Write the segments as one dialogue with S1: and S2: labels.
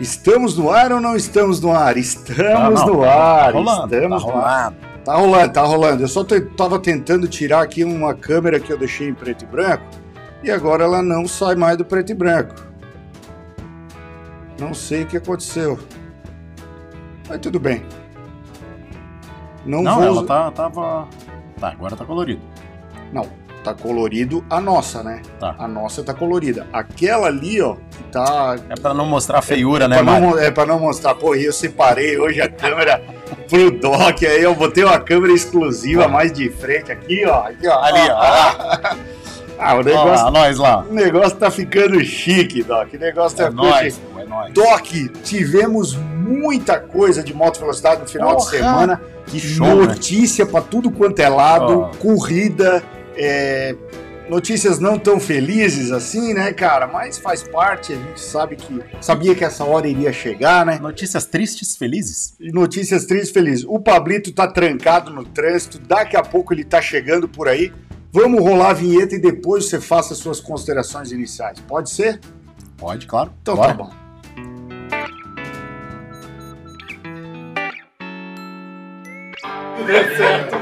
S1: Estamos no ar ou não estamos no ar? Estamos
S2: Não, não,
S1: no
S2: tá- tá
S1: ar,
S2: rolando,
S1: estamos
S2: tá
S1: no ar.
S2: rolando.
S1: Tá rolando, tá rolando. Eu só te- tava tentando tirar aqui uma câmera que eu deixei em preto e branco e agora ela não sai mais do preto e branco. Não sei o que aconteceu. Mas tudo bem. Não,
S2: Não,
S1: vou.
S2: ela
S1: us-
S2: tá, tava. Tá, agora tá colorido.
S1: Não, tá colorido a nossa, né?
S2: Tá.
S1: A nossa tá colorida. Aquela ali, ó, que tá
S2: É pra não mostrar a feiura, né,
S1: Pra não
S2: Mário?
S1: mo- é pra não mostrar, pô, e eu separei hoje a câmera pro dock, aí eu botei uma câmera
S2: Ah.
S1: exclusiva mais de frente aqui, ó. Aqui, ó.
S2: Ali, ó.
S1: Ah, o
S2: Olha
S1: negócio,
S2: lá, nós lá.
S1: o negócio tá ficando chique, Doc. O negócio tá
S2: É
S1: ficando
S2: nós,
S1: chique.
S2: pô, é nós.
S1: Doc, tivemos muita coisa de moto velocidade no final de
S2: Porra!
S1: semana. Que
S2: show, né?
S1: Notícia pra tudo quanto é lado,
S2: Ó.
S1: corrida, é, notícias não tão felizes assim, né, cara? Mas faz parte, a gente sabe que. Sabia que essa hora iria chegar, né?
S2: Notícias tristes, felizes?
S1: E Notícias tristes, felizes. O Pablito tá trancado no trânsito, daqui a pouco ele tá chegando por aí. Vamos rolar a vinheta e depois você faça as suas considerações iniciais. Pode ser?
S2: Pode, claro.
S1: Então
S2: Bora.
S1: tá bom.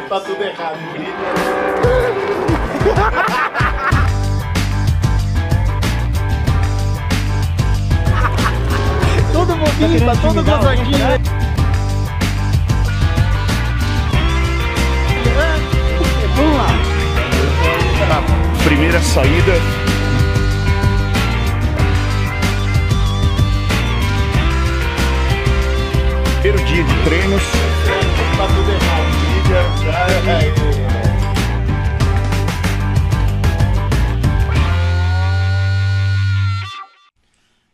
S3: Tá tudo errado.
S4: tá todo gozadinho.
S3: Primeira saída. Primeiro dia de treinos. Tá tudo é, errado.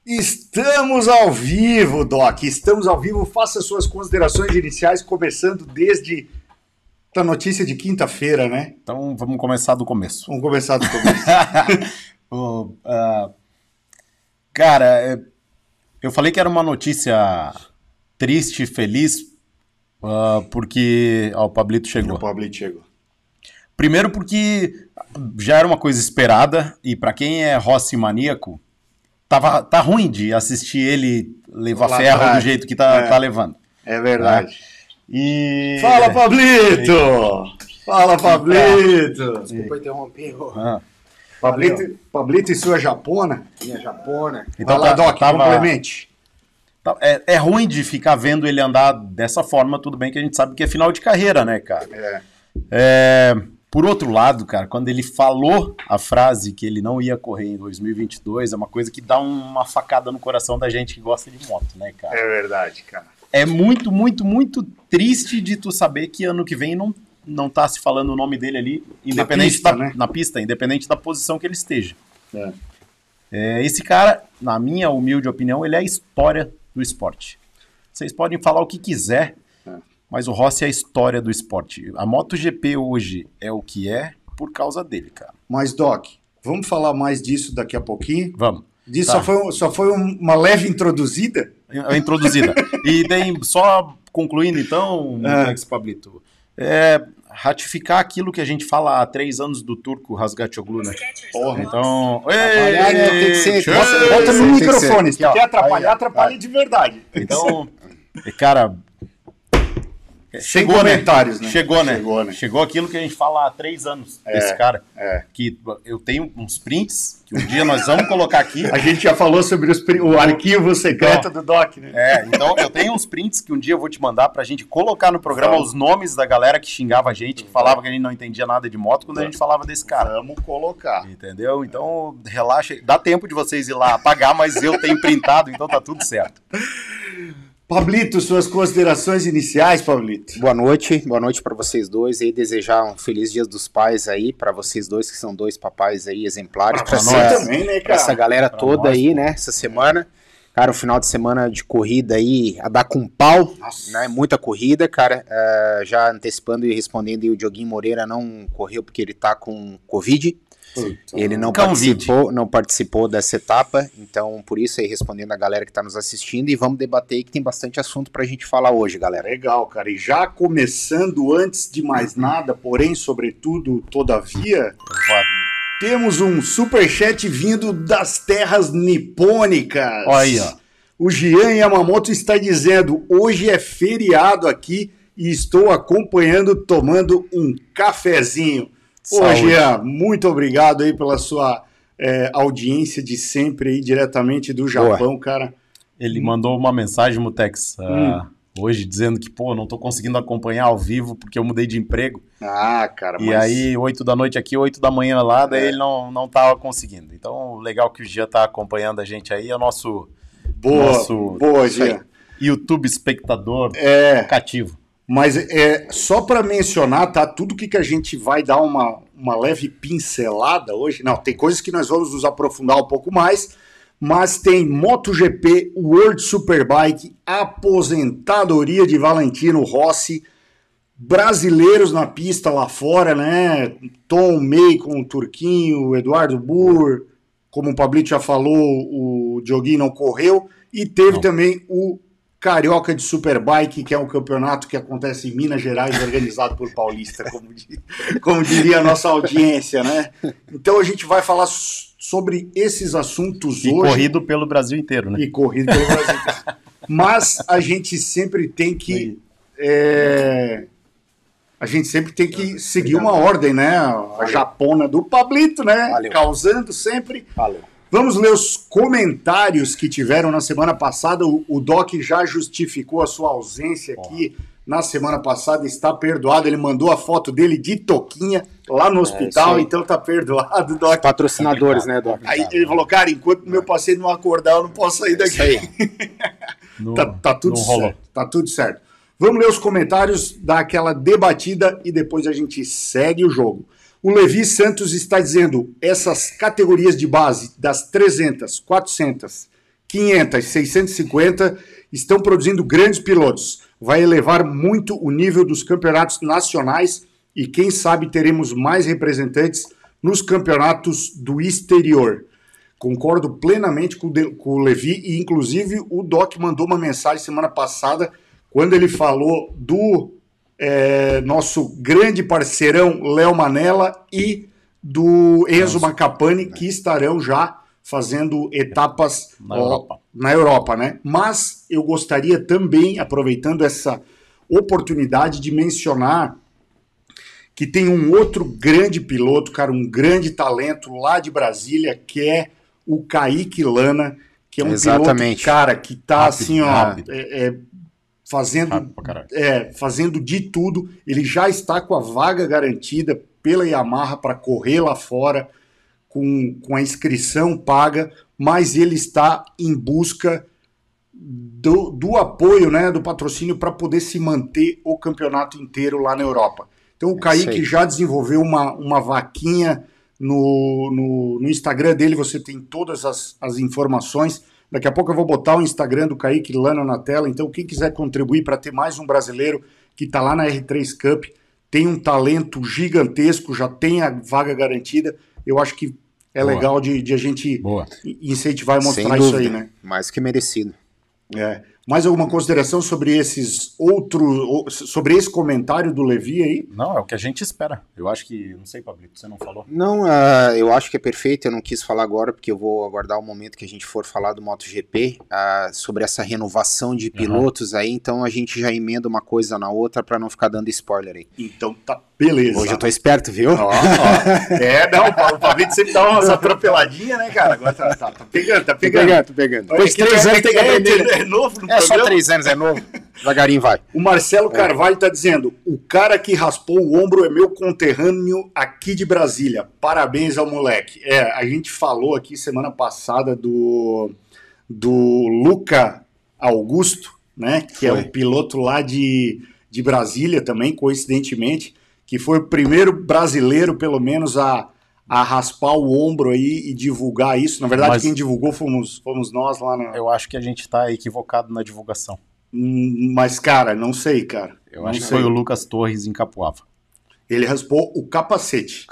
S1: Estamos ao vivo, Doc. Estamos ao vivo. Faça as suas considerações iniciais, começando desde a notícia de quinta-feira, né?
S2: Então vamos começar do começo.
S1: Vamos começar do começo.
S2: Ô, ah, cara, é, eu falei que era uma notícia triste, feliz, ah, porque. Ó, o Pablito chegou.
S1: o Pablito chegou.
S2: Primeiro porque já era uma coisa esperada, e pra quem é Rossi maníaco, tava, tá ruim de assistir ele levar
S1: Lá
S2: ferro do
S1: atrás.
S2: jeito que tá,
S1: É.
S2: tá levando.
S1: É verdade.
S2: E.
S1: Fala, Pablito! Fala, Pablito!
S3: Desculpa interromper. ô.
S2: Ah,
S1: Pablito, Pablito e sua japona.
S3: Minha japona.
S1: Então,
S2: Então
S1: Vai lá,
S2: tá-
S1: Doc,
S2: tava-
S1: complemente.
S2: tá- é, é ruim de ficar vendo ele andar dessa forma, tudo bem que a gente sabe que é final de carreira, né, cara?
S1: É.
S2: É, por outro lado, cara, quando ele falou a frase que ele não ia correr em 2022, é uma coisa que dá uma facada no coração da gente que gosta de moto, né, cara?
S1: É verdade, cara.
S2: é muito, muito, muito triste de tu saber que ano que vem não, não tá se falando o nome dele ali, independente
S1: pista,
S2: da,
S1: né?
S2: na pista, independente da posição que ele esteja.
S1: É.
S2: É, esse cara, na minha humilde opinião, ele é a história do esporte. Vocês podem falar o que quiser,
S1: É.
S2: mas o Rossi é a história do esporte. A MotoGP hoje é o que é por causa dele, cara.
S1: Mas, Doc, vamos falar mais disso daqui a pouquinho.
S2: Vamos.
S1: Disso
S2: Tá.
S1: só foi, um- só foi um- uma leve introduzida.
S2: A É introduzida. e tem, só concluindo então,
S1: É.
S2: Max Pablito, é, ratificar aquilo que a gente fala há três anos do turco Rasgatoglu, né?
S1: Porra,
S2: Então,
S1: Tá
S3: Atrapalhar, né? Tem que ser-
S2: tchê!
S1: Bota, bota no
S3: tem que
S1: microfone. Se
S2: Aqui, ó.
S1: quer atrapalhar,
S2: Aí, ó.
S1: atrapalha de verdade.
S2: então, cara,
S1: Sem
S2: chegou, né?
S1: comentários, né?
S2: Chegou, né?
S1: Chegou, né?
S2: Chegou aquilo que a gente fala há três anos desse cara.
S1: é.
S2: Que eu tenho uns prints que um dia nós vamos colocar aqui.
S1: A gente já falou sobre os pri- o arquivo secreto do Doc, né?
S2: É, então eu tenho uns prints que um dia eu vou te mandar pra gente colocar no programa os nomes da galera que xingava a gente, que falava que a gente não entendia nada de moto quando a gente falava desse cara.
S1: Vamos colocar.
S2: Entendeu? Então, relaxa. Dá tempo de vocês ir lá apagar, mas eu tenho printado, então tá tudo certo.
S1: Pablito, suas considerações iniciais, Pablito.
S3: Boa noite, boa noite para vocês dois aí, desejar um feliz dia dos pais aí para vocês dois que são dois papais aí exemplares
S2: Pra
S3: para
S2: você
S3: nós,
S1: também, né,
S3: pra essa galera
S2: Pra
S3: toda
S2: nós,
S3: aí,
S2: pô.
S3: né, essa semana. Cara, o final de semana de corrida aí a dar com pau, né? Muita corrida, cara. É, já antecipando e respondendo, aí, o Dioguinho Moreira não correu porque ele tá com Covid. Ele não
S2: Convide.
S3: participou, não participou dessa etapa, então por isso aí respondendo a galera que tá nos assistindo e vamos debater aí que tem bastante assunto pra gente falar hoje, galera.
S1: Legal, cara. E já começando antes de mais nada, porém, sobretudo, todavia, temos um superchat vindo das terras nipônicas.
S2: Olha aí, ó.
S1: O Gian Yamamoto está dizendo: hoje é feriado aqui e estou acompanhando, tomando um cafezinho. Ô,
S3: Saúde.
S1: Gian, muito obrigado aí pela sua eh, audiência de sempre aí, diretamente do Japão, cara.
S2: Ele mandou uma mensagem, Mutex, ah,
S1: Hum.
S2: hoje dizendo que, pô, não tô conseguindo acompanhar ao vivo porque eu mudei de emprego.
S1: Ah, cara,
S2: E aí, 8 da noite aqui, 8 da manhã lá,
S1: É.
S2: daí ele não, não tava conseguindo. Então, legal que o Gia tá acompanhando a gente aí, é o nosso
S1: boa,
S2: nosso-
S1: boa,
S2: isso aí.
S1: Gian.
S2: YouTube espectador
S1: É,
S2: cativo.
S1: mas é só para mencionar, tá? Tudo que, que a gente vai dar uma, uma leve pincelada hoje. Não, tem coisas que nós vamos nos aprofundar um pouco mais, mas tem MotoGP, World Superbike, aposentadoria de Valentino Rossi, brasileiros na pista lá fora, né? Tom May com o Turquinho, Eduardo Burr, como o Pablito já falou, o Dioguinho não correu. E teve
S2: Não.
S1: também o Carioca de Superbike, que é um campeonato que acontece em Minas Gerais, organizado por Paulista, como, di- como diria a nossa audiência, né? Então a gente vai falar s- sobre esses assuntos
S2: E
S1: hoje
S2: corrido pelo Brasil inteiro, né?
S1: e corrido pelo Brasil. Mas a gente sempre tem que. é, a gente sempre tem que seguir uma ordem, né? A japona do Pablito, né?
S3: Valeu.
S1: Causando sempre.
S3: Valeu.
S1: Vamos ler os comentários que tiveram na semana passada. O, o Doc já justificou a sua ausência aqui na semana passada, está perdoado. Ele mandou a foto dele de Toquinha lá no hospital,
S3: É, aí.
S1: então tá perdoado, Doc.
S3: Patrocinadores, né, Doc?
S1: Aí ele falou, cara, enquanto meu paciente não acordar, eu não posso sair daqui.
S3: É. Isso aí.
S2: No-
S1: Tá, tá tudo
S2: no rolo.
S1: certo. Tá tudo certo. Vamos ler os comentários, dar aquela debatida e depois a gente segue o jogo. O Levi Santos está dizendo: essas categorias de base, das 300, 400, 500, 650, estão produzindo grandes pilotos. Vai elevar muito o nível dos campeonatos nacionais e, quem sabe, teremos mais representantes nos campeonatos do exterior. Concordo plenamente com o, De- com o Levi e, inclusive, o Doc mandou uma mensagem semana passada quando ele falou do eh, nosso grande parceirão Léo Manella e do Enzo
S2: É.
S1: Macapane, que estarão já fazendo etapas
S2: Na
S1: ó,
S2: Europa.
S1: na Europa, né? Mas eu gostaria também, aproveitando essa oportunidade, de mencionar que tem um outro grande piloto, cara, um grande talento lá de Brasília, que é o Kaique Lana, que é um piloto,
S3: Exatamente.
S1: cara, que tá
S2: Rápido,
S1: assim, ó,
S2: rápido.
S1: é- é, fazendo
S2: Rápido pra caralho.
S1: é, fazendo de tudo. Ele já está com a vaga garantida pela Yamaha para correr lá fora, com, com a inscrição paga, mas ele está em busca do, do apoio, né, do patrocínio para poder se manter o campeonato inteiro lá na Europa. Então o
S3: isso
S1: Kaique
S3: aí.
S1: já desenvolveu uma, uma vaquinha no, no, no Instagram dele, você tem todas as, as informações. Daqui a pouco eu vou botar o Instagram do Kaique Lana na tela, então quem quiser contribuir para ter mais um brasileiro que está lá na R3 Cup, tem um talento gigantesco, já tem a vaga garantida, eu acho que é
S2: Boa.
S1: legal de, de a gente
S2: Boa.
S1: incentivar e mostrar
S3: Sem
S1: isso
S3: dúvida.
S1: aí, né?
S3: Mais que merecido.
S1: É. Mais alguma consideração sobre esses outros, ou- sobre esse comentário do Levi aí?
S2: Não, é o que a gente espera. Eu acho que, não sei, Pablito, você não falou.
S3: Não, ah, eu acho que é perfeito. Eu não quis falar agora, porque eu vou aguardar o momento que a gente for falar do MotoGP, ah, sobre essa renovação de pilotos aí. Então a gente já emenda uma coisa na outra pra não ficar dando spoiler aí.
S1: Então tá, beleza.
S3: Hoje eu tô esperto, viu?
S1: Ó, ó. É, não, o Paulo Pablito sempre dá umas atropeladinhas, né, cara? Agora tá, tá- tá pegando, Uhum. tá pegando.
S3: tô pegando.
S1: Depois de três anos tem que aprender. É novo no
S3: É só
S1: programa.
S3: três anos, é novo. Devagarinho vai.
S1: O
S2: É.
S1: Marcelo Carvalho tá dizendo: o cara que raspou o ombro é meu conterrâneo aqui de Brasília. Parabéns ao moleque. É, a gente falou aqui semana passada do, do Luca Augusto, né? Que é
S3: Foi.
S1: um piloto lá de, de Brasília também, coincidentemente, que foi o primeiro brasileiro, pelo menos, a, a raspar o ombro aí e divulgar isso. Na verdade,
S2: Mas-
S1: quem divulgou fomos, fomos nós lá na.
S2: Eu acho que a gente tá equivocado na divulgação.
S1: Hum, Mas, cara, não sei, cara.
S2: Eu
S1: Não
S2: acho que
S1: sei.
S2: foi o Lucas Torres em Capuava.
S1: Ele raspou o capacete.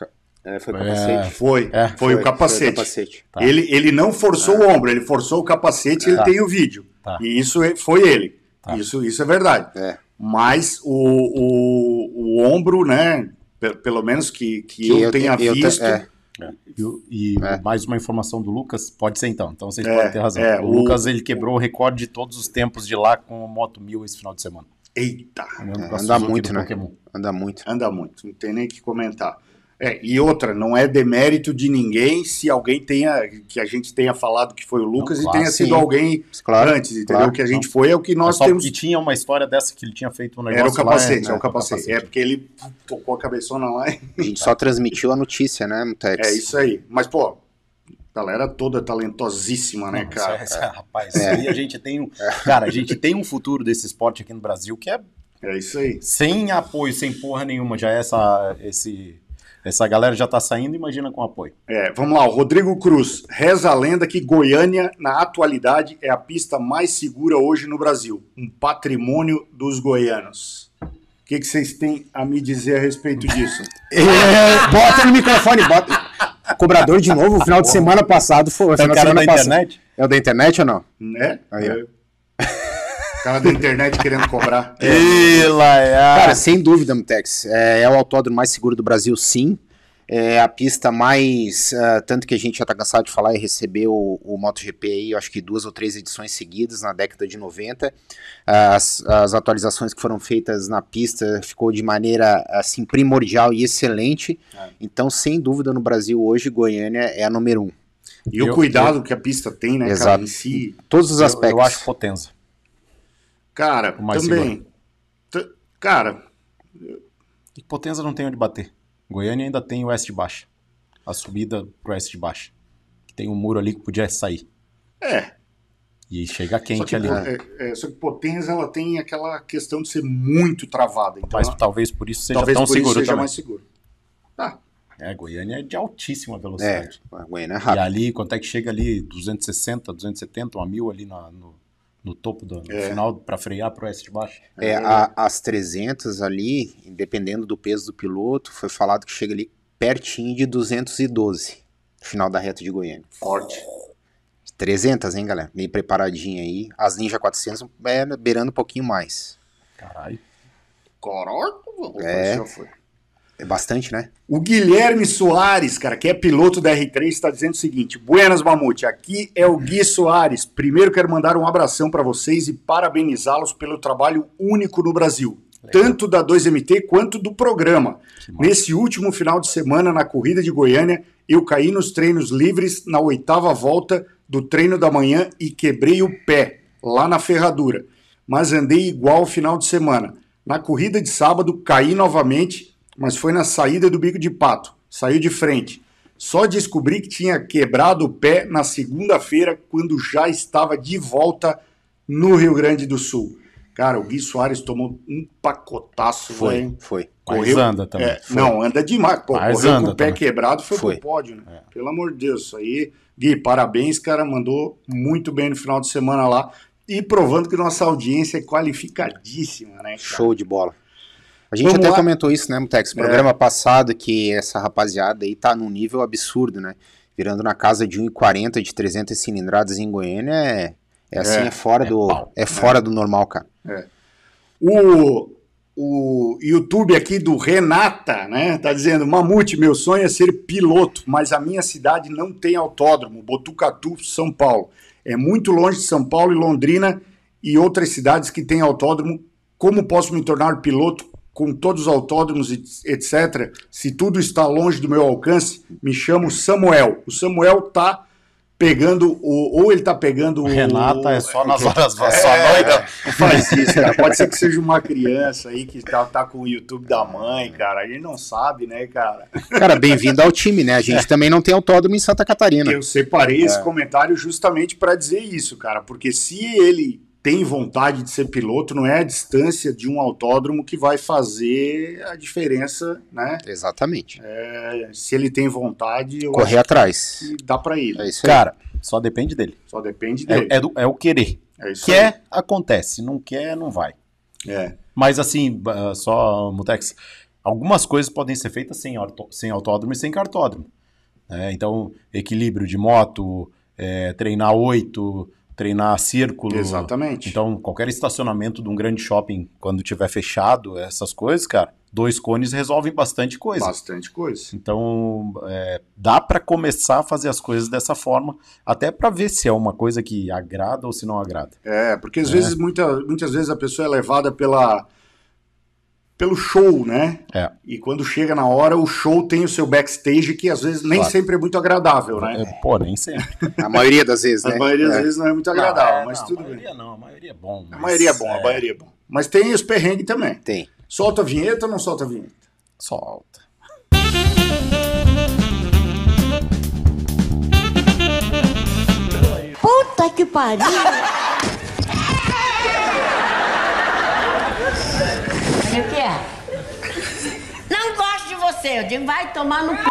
S3: É, foi
S2: É,
S3: capacete.
S1: Foi,
S2: É,
S1: foi, o capacete.
S3: capacete.
S2: Tá.
S1: Ele, ele não forçou o ombro, ele forçou o capacete, ele
S2: Tá.
S1: tem o vídeo.
S2: Tá.
S1: E isso é- foi ele.
S2: Tá.
S1: Isso, isso é verdade.
S3: É.
S1: Mas o, o, o ombro, né? pe- Pelo menos que, que, eu, tenha
S3: te- eu te-
S1: visto,
S3: é,
S2: E, o- e
S3: É.
S2: mais uma informação do Lucas, pode ser então, então vocês
S1: É,
S2: podem ter razão.
S1: é,
S2: o,
S1: o-
S2: Lucas ele quebrou o recorde de todos os tempos de lá com o Moto 1000 esse final de semana.
S1: Eita,
S2: Andando
S3: É, anda muito, né?
S2: Pokémon.
S3: Anda muito.
S1: anda muito, não tem nem o que comentar. É, e outra, não é demérito de ninguém se alguém tenha, que a gente tenha falado que foi o Lucas
S2: claro,
S1: e tenha
S3: sim.
S1: sido alguém
S3: Claro.
S1: antes, entendeu?
S3: claro,
S1: o que a gente foi é o que nós
S2: Só
S1: temos.
S2: que tinha uma história dessa que ele tinha feito um negócio
S1: Era o
S2: lá,
S1: capacete,
S2: né?
S1: é, o capacete. É porque ele tocou a cabeçona lá. e-
S3: A gente só transmitiu a notícia, né, Mutex?
S1: É isso aí. Mas, pô, galera toda talentosíssima, né,
S2: Não,
S1: cara?
S2: isso é- rapaz, isso aí a gente tem um. Cara, a gente tem um futuro desse esporte aqui no Brasil que é
S1: É isso aí.
S2: sem apoio, sem porra nenhuma. Já é essa, esse, essa galera já tá saindo, imagina com apoio.
S1: É, vamos lá, o Rodrigo Cruz. Reza a lenda que Goiânia, na atualidade, é a pista mais segura hoje no Brasil. Um patrimônio dos goianos. O que que vocês têm a me dizer a respeito disso?
S3: É, bota no microfone, bota. Cobrador de novo, final de semana passado foi.
S2: É
S3: Final
S2: o
S3: de
S2: cara
S3: semana
S2: da
S3: passada-
S2: internet?
S3: É o da Tá internet ou não?
S1: Né?
S3: Aí, ó.
S1: É. Cara da internet querendo cobrar.
S2: Ih, Laia.
S3: Cara, sem dúvida, Mutex. É, é o autódromo mais seguro do Brasil, sim. É a pista mais. ah, tanto que a gente já tá cansado de falar e recebeu o, o MotoGP aí, eu acho que duas ou três edições seguidas na década de 90. As, as atualizações que foram feitas na pista ficou de maneira assim primordial e excelente.
S1: É.
S3: Então, sem dúvida, no Brasil hoje, Goiânia é a número um.
S1: E o
S2: Eu-
S1: cuidado que a pista tem, né, cara,
S3: Exato.
S1: em si.
S3: Todos os
S2: Eu-
S3: aspectos.
S2: Eu, acho potenza.
S1: Cara,
S2: O mais
S1: também. T- Cara,
S2: E potenza não tem onde bater. Goiânia ainda tem o oeste de baixa. A subida pro oeste de baixa. Que tem um muro ali que podia sair.
S1: é,
S2: E chega
S1: Só
S2: quente
S1: que,
S2: ali.
S1: po-
S2: né?
S1: é, é, só que Potenza ela tem aquela questão de ser muito travada. Então,
S2: Mas
S1: ela-
S2: talvez por isso seja
S1: talvez
S2: tão
S1: por isso
S2: seguro
S1: seja
S2: também.
S1: mais seguro. Tá.
S2: É, Goiânia é de altíssima
S3: É,
S2: velocidade.
S3: a Goiânia é
S2: E
S3: rápido.
S2: ali, quanto é que chega ali? 260, 270, uma mil ali na- no, no topo do no
S1: É.
S2: final pra frear pro oeste de baixo.
S3: É, a- as 300 ali, dependendo do peso do piloto, foi falado que chega ali pertinho de 212, final da reta de Goiânia.
S1: Forte.
S3: 300, hein, galera? Bem preparadinha aí. As Ninja 400 é beirando um pouquinho mais.
S2: Caralho.
S1: Coroca, opa,
S3: É.
S1: já foi.
S3: É bastante, né?
S1: O Guilherme Soares, cara, que é piloto da R3, está dizendo o seguinte: Buenas Mamute, aqui é o Gui Soares. Primeiro quero mandar um abração para vocês e parabenizá-los pelo trabalho único no Brasil,
S2: Legal.
S1: tanto da 2MT quanto do programa.
S2: Que massa.
S1: Nesse último final de semana, na corrida de Goiânia, eu caí nos treinos livres na oitava volta do treino da manhã e quebrei o pé lá na ferradura. Mas andei igual o final de semana. Na corrida de sábado, caí novamente, mas foi na saída do bico de pato. Saiu de frente. Só descobri que tinha quebrado o pé na segunda-feira, quando já estava de volta no Rio Grande do Sul. Cara, o Gui Soares tomou um pacotaço,
S3: Foi,
S1: velho.
S3: foi.
S2: Mas
S1: Correu-
S2: anda também.
S1: É, não, anda demais. Pô,
S2: Mas
S1: correu
S2: anda
S1: com o pé
S2: também. É.
S1: quebrado foi,
S3: Foi.
S1: pro pódio, né? Pelo amor de Deus, isso aí. Gui, parabéns, cara. Mandou muito bem no final de semana lá. E provando que nossa audiência é qualificadíssima, né? cara?
S3: Show de bola. A gente
S1: Vamos
S3: até
S1: lá.
S3: comentou isso, né, Mutex? Programa passado que essa rapaziada aí tá num nível absurdo, né? Virando na casa de 1,40 de 300 cilindradas em Goiânia é, é assim, é,
S1: É,
S3: fora,
S2: é
S3: do,
S2: pau.
S3: é fora do normal, cara.
S1: O, o YouTube aqui do Renata, né? Tá dizendo: Mamute, meu sonho é ser piloto, mas a minha cidade não tem autódromo. Botucatu, São Paulo. É muito longe de São Paulo e Londrina e outras cidades que têm autódromo. Como posso me tornar piloto com todos os autódromos, e etc? Se tudo está longe do meu alcance, me chamo Samuel. O Samuel tá pegando o. Ou ele tá pegando o.
S2: Renata é só nas horas vazias.
S1: É. Faz isso, cara. Pode ser que seja uma criança aí que tá, tá com o YouTube da mãe, cara. A gente não sabe, né, cara?
S3: Cara, bem-vindo ao time, né? A gente também não tem autódromo em Santa Catarina.
S1: Eu separei esse comentário justamente para dizer isso, cara. Porque se ele tem vontade de ser piloto, não é a distância de um autódromo que vai fazer a diferença, né?
S3: Exatamente.
S1: É, Se ele tem vontade, eu
S3: Correr atrás.
S1: acho que dá para ele.
S3: É isso aí.
S2: Cara, só depende dele.
S1: Só depende dele.
S2: É, é do- é o querer.
S1: É, isso aí.
S2: Quer, acontece. Não quer, não vai.
S1: É.
S2: Mas assim, ba- só, Mutex, algumas coisas podem ser feitas sem, auto- sem autódromo e sem cartódromo. né? Então, equilíbrio de moto, é, treinar oito, treinar círculo.
S1: Exatamente.
S2: Então, qualquer estacionamento de um grande shopping, quando tiver fechado, essas coisas, cara, dois cones resolvem bastante coisa.
S1: Bastante coisa.
S2: Então, é, dá para começar a fazer as coisas dessa forma, até para ver se é uma coisa que agrada ou se não agrada.
S1: É, porque às vezes, muita, muitas vezes a pessoa é levada pela pelo show, né?
S2: É.
S1: E quando chega na hora, o show tem o seu backstage que às vezes nem
S2: Claro.
S1: sempre é muito agradável, né?
S2: É, Pô, nem sempre.
S3: A maioria das vezes, né?
S1: A maioria das
S3: É.
S1: vezes não é muito agradável, mas tudo
S2: A
S1: bem.
S2: maioria não, a maioria é bom.
S1: A maioria é bom, a maioria é bom. Mas tem os perrengues também.
S3: Tem.
S1: Solta a vinheta ou não solta a vinheta?
S2: Solta.
S5: Puta que pariu! O que é? Não gosto de você. Eu digo, vai tomar no c...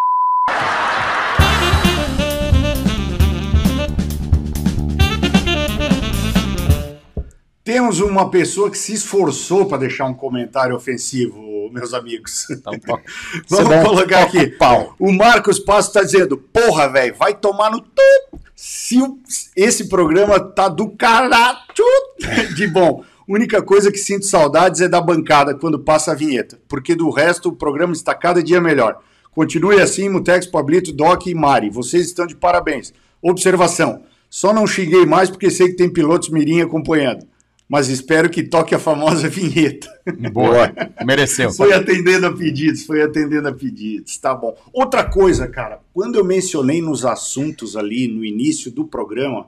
S1: Temos uma pessoa que se esforçou para deixar um comentário ofensivo, meus amigos.
S2: Então, toca.
S1: Vamos
S2: Você dá um
S1: colocar
S2: toque
S1: aqui.
S2: pau.
S1: O Marcos Passo está dizendo: Porra, velho, vai tomar no. tu- Se o- esse programa tá do caralho de bom. Única coisa que sinto saudades é da bancada quando passa a vinheta, porque do resto o programa está cada dia melhor. Continue assim, Mutex, Pablito, Doc e Mari. Vocês estão de parabéns. Observação: só não xinguei mais porque sei que tem pilotos mirim acompanhando, mas espero que toque a famosa vinheta.
S2: Boa. Mereceu.
S1: Foi atendendo a pedidos, foi atendendo a pedidos, tá bom. Outra coisa, cara, quando eu mencionei nos assuntos ali no início do programa,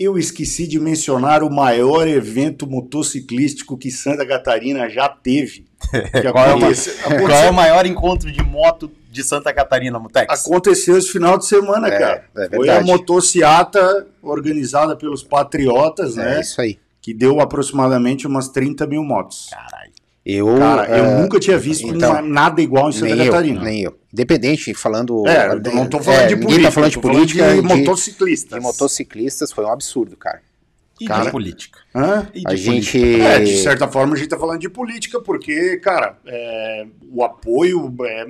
S1: eu esqueci de mencionar o maior evento motociclístico que Santa Catarina já teve. Que
S2: Qual é o ma-
S1: aconteceu,
S2: Qual é o maior encontro de moto de Santa Catarina, Mutex?
S1: aconteceu esse final de semana,
S3: É,
S1: cara.
S3: é
S1: foi a
S3: verdade.
S1: motociata organizada pelos patriotas,
S3: É
S1: né?
S3: isso aí.
S1: Que deu aproximadamente umas 30 mil motos.
S2: Caralho.
S3: Eu,
S1: Cara, eu
S3: é,
S1: nunca tinha visto
S3: então,
S1: uma- nada igual em Santa
S3: nem eu,
S1: Catarina.
S3: nem eu. Independente, falando...
S1: É, eu não tô falando
S3: é,
S1: de
S3: ninguém
S1: política.
S3: tá falando de
S1: tô falando
S3: política
S1: de
S3: e de-
S1: motociclistas.
S3: de motociclistas, foi um absurdo, cara.
S2: E de
S3: Cara.
S2: política.
S1: Hã?
S2: E de
S3: A
S2: política.
S3: gente...
S1: É, de certa forma a gente tá falando de política, porque, cara, é, o apoio é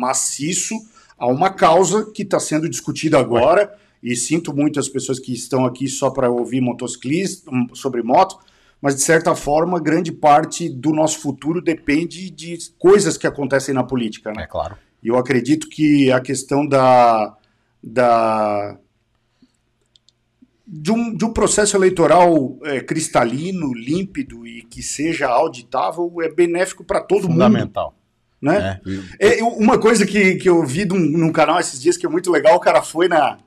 S1: maciço a uma causa que está sendo discutida agora, e sinto muito as pessoas que estão aqui só para ouvir motociclista, hum, sobre moto, mas de certa forma grande parte do nosso futuro depende de coisas que acontecem na política, né?
S2: É claro.
S1: E eu acredito que a questão da. da de um, de um processo eleitoral é, cristalino, límpido e que seja auditável é benéfico para todo mundo.
S2: Fundamental.
S1: Né?
S2: né?
S1: É, eu- uma coisa que, que eu vi num, num canal esses dias que é muito legal, o cara foi na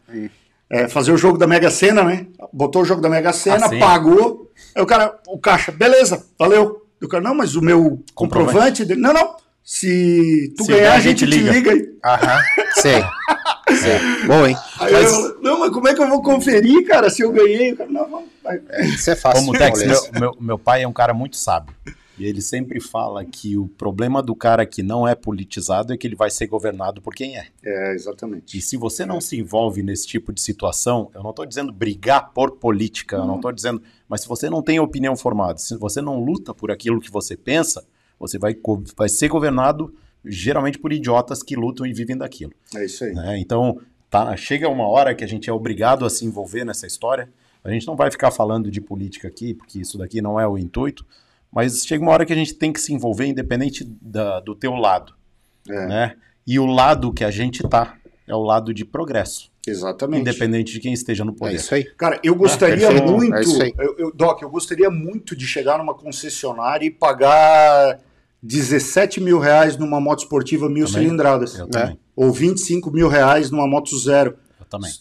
S1: é, fazer o jogo da Mega Sena, né? Botou o jogo da Mega Sena,
S2: Ah, sim.
S1: pagou. Aí o cara, o caixa, beleza, valeu. O cara, não, mas o meu comprovante, dele. Não, não. Se tu
S2: Se
S1: ganhar,
S2: der,
S1: a gente, te liga aí.
S3: Aham, sei. sei. Bom, hein?
S1: Aí eu, não, mas como é que eu vou conferir, cara, se eu ganhei? O cara, Não, vamos, vai.
S3: Isso é fácil.
S2: Como
S3: de
S2: Tex,
S3: moleza.
S2: meu, meu, meu pai é um cara muito sábio. E ele sempre fala que o problema do cara que não é politizado é que ele vai ser governado por quem é.
S1: É, exatamente.
S2: E se você não se envolve nesse tipo de situação, eu não estou dizendo brigar por política, eu não estou dizendo. Mas se você não tem opinião formada, se você não luta por aquilo que você pensa, você vai, co- vai ser governado geralmente por idiotas que lutam e vivem daquilo.
S1: É isso aí.
S2: né? Então, tá, chega uma hora que a gente é obrigado a se envolver nessa história. A gente não vai ficar falando de política aqui, porque isso daqui não é o intuito, mas chega uma hora que a gente tem que se envolver independente da- do teu lado,
S1: É.
S2: né? E o lado que a gente tá é o lado de progresso,
S1: Exatamente.
S2: independente de quem esteja no
S3: É
S2: poder.
S3: isso aí.
S1: Cara, eu gostaria
S3: Ah, perfeito. É
S1: muito,
S3: isso aí.
S1: eu- eu- Doc, eu gostaria muito de chegar numa concessionária e pagar 17 mil reais numa moto esportiva mil
S2: Também.
S1: cilindradas.
S2: Eu
S3: É.
S2: também,
S1: Ou 25 mil reais numa moto zero.
S2: eu também.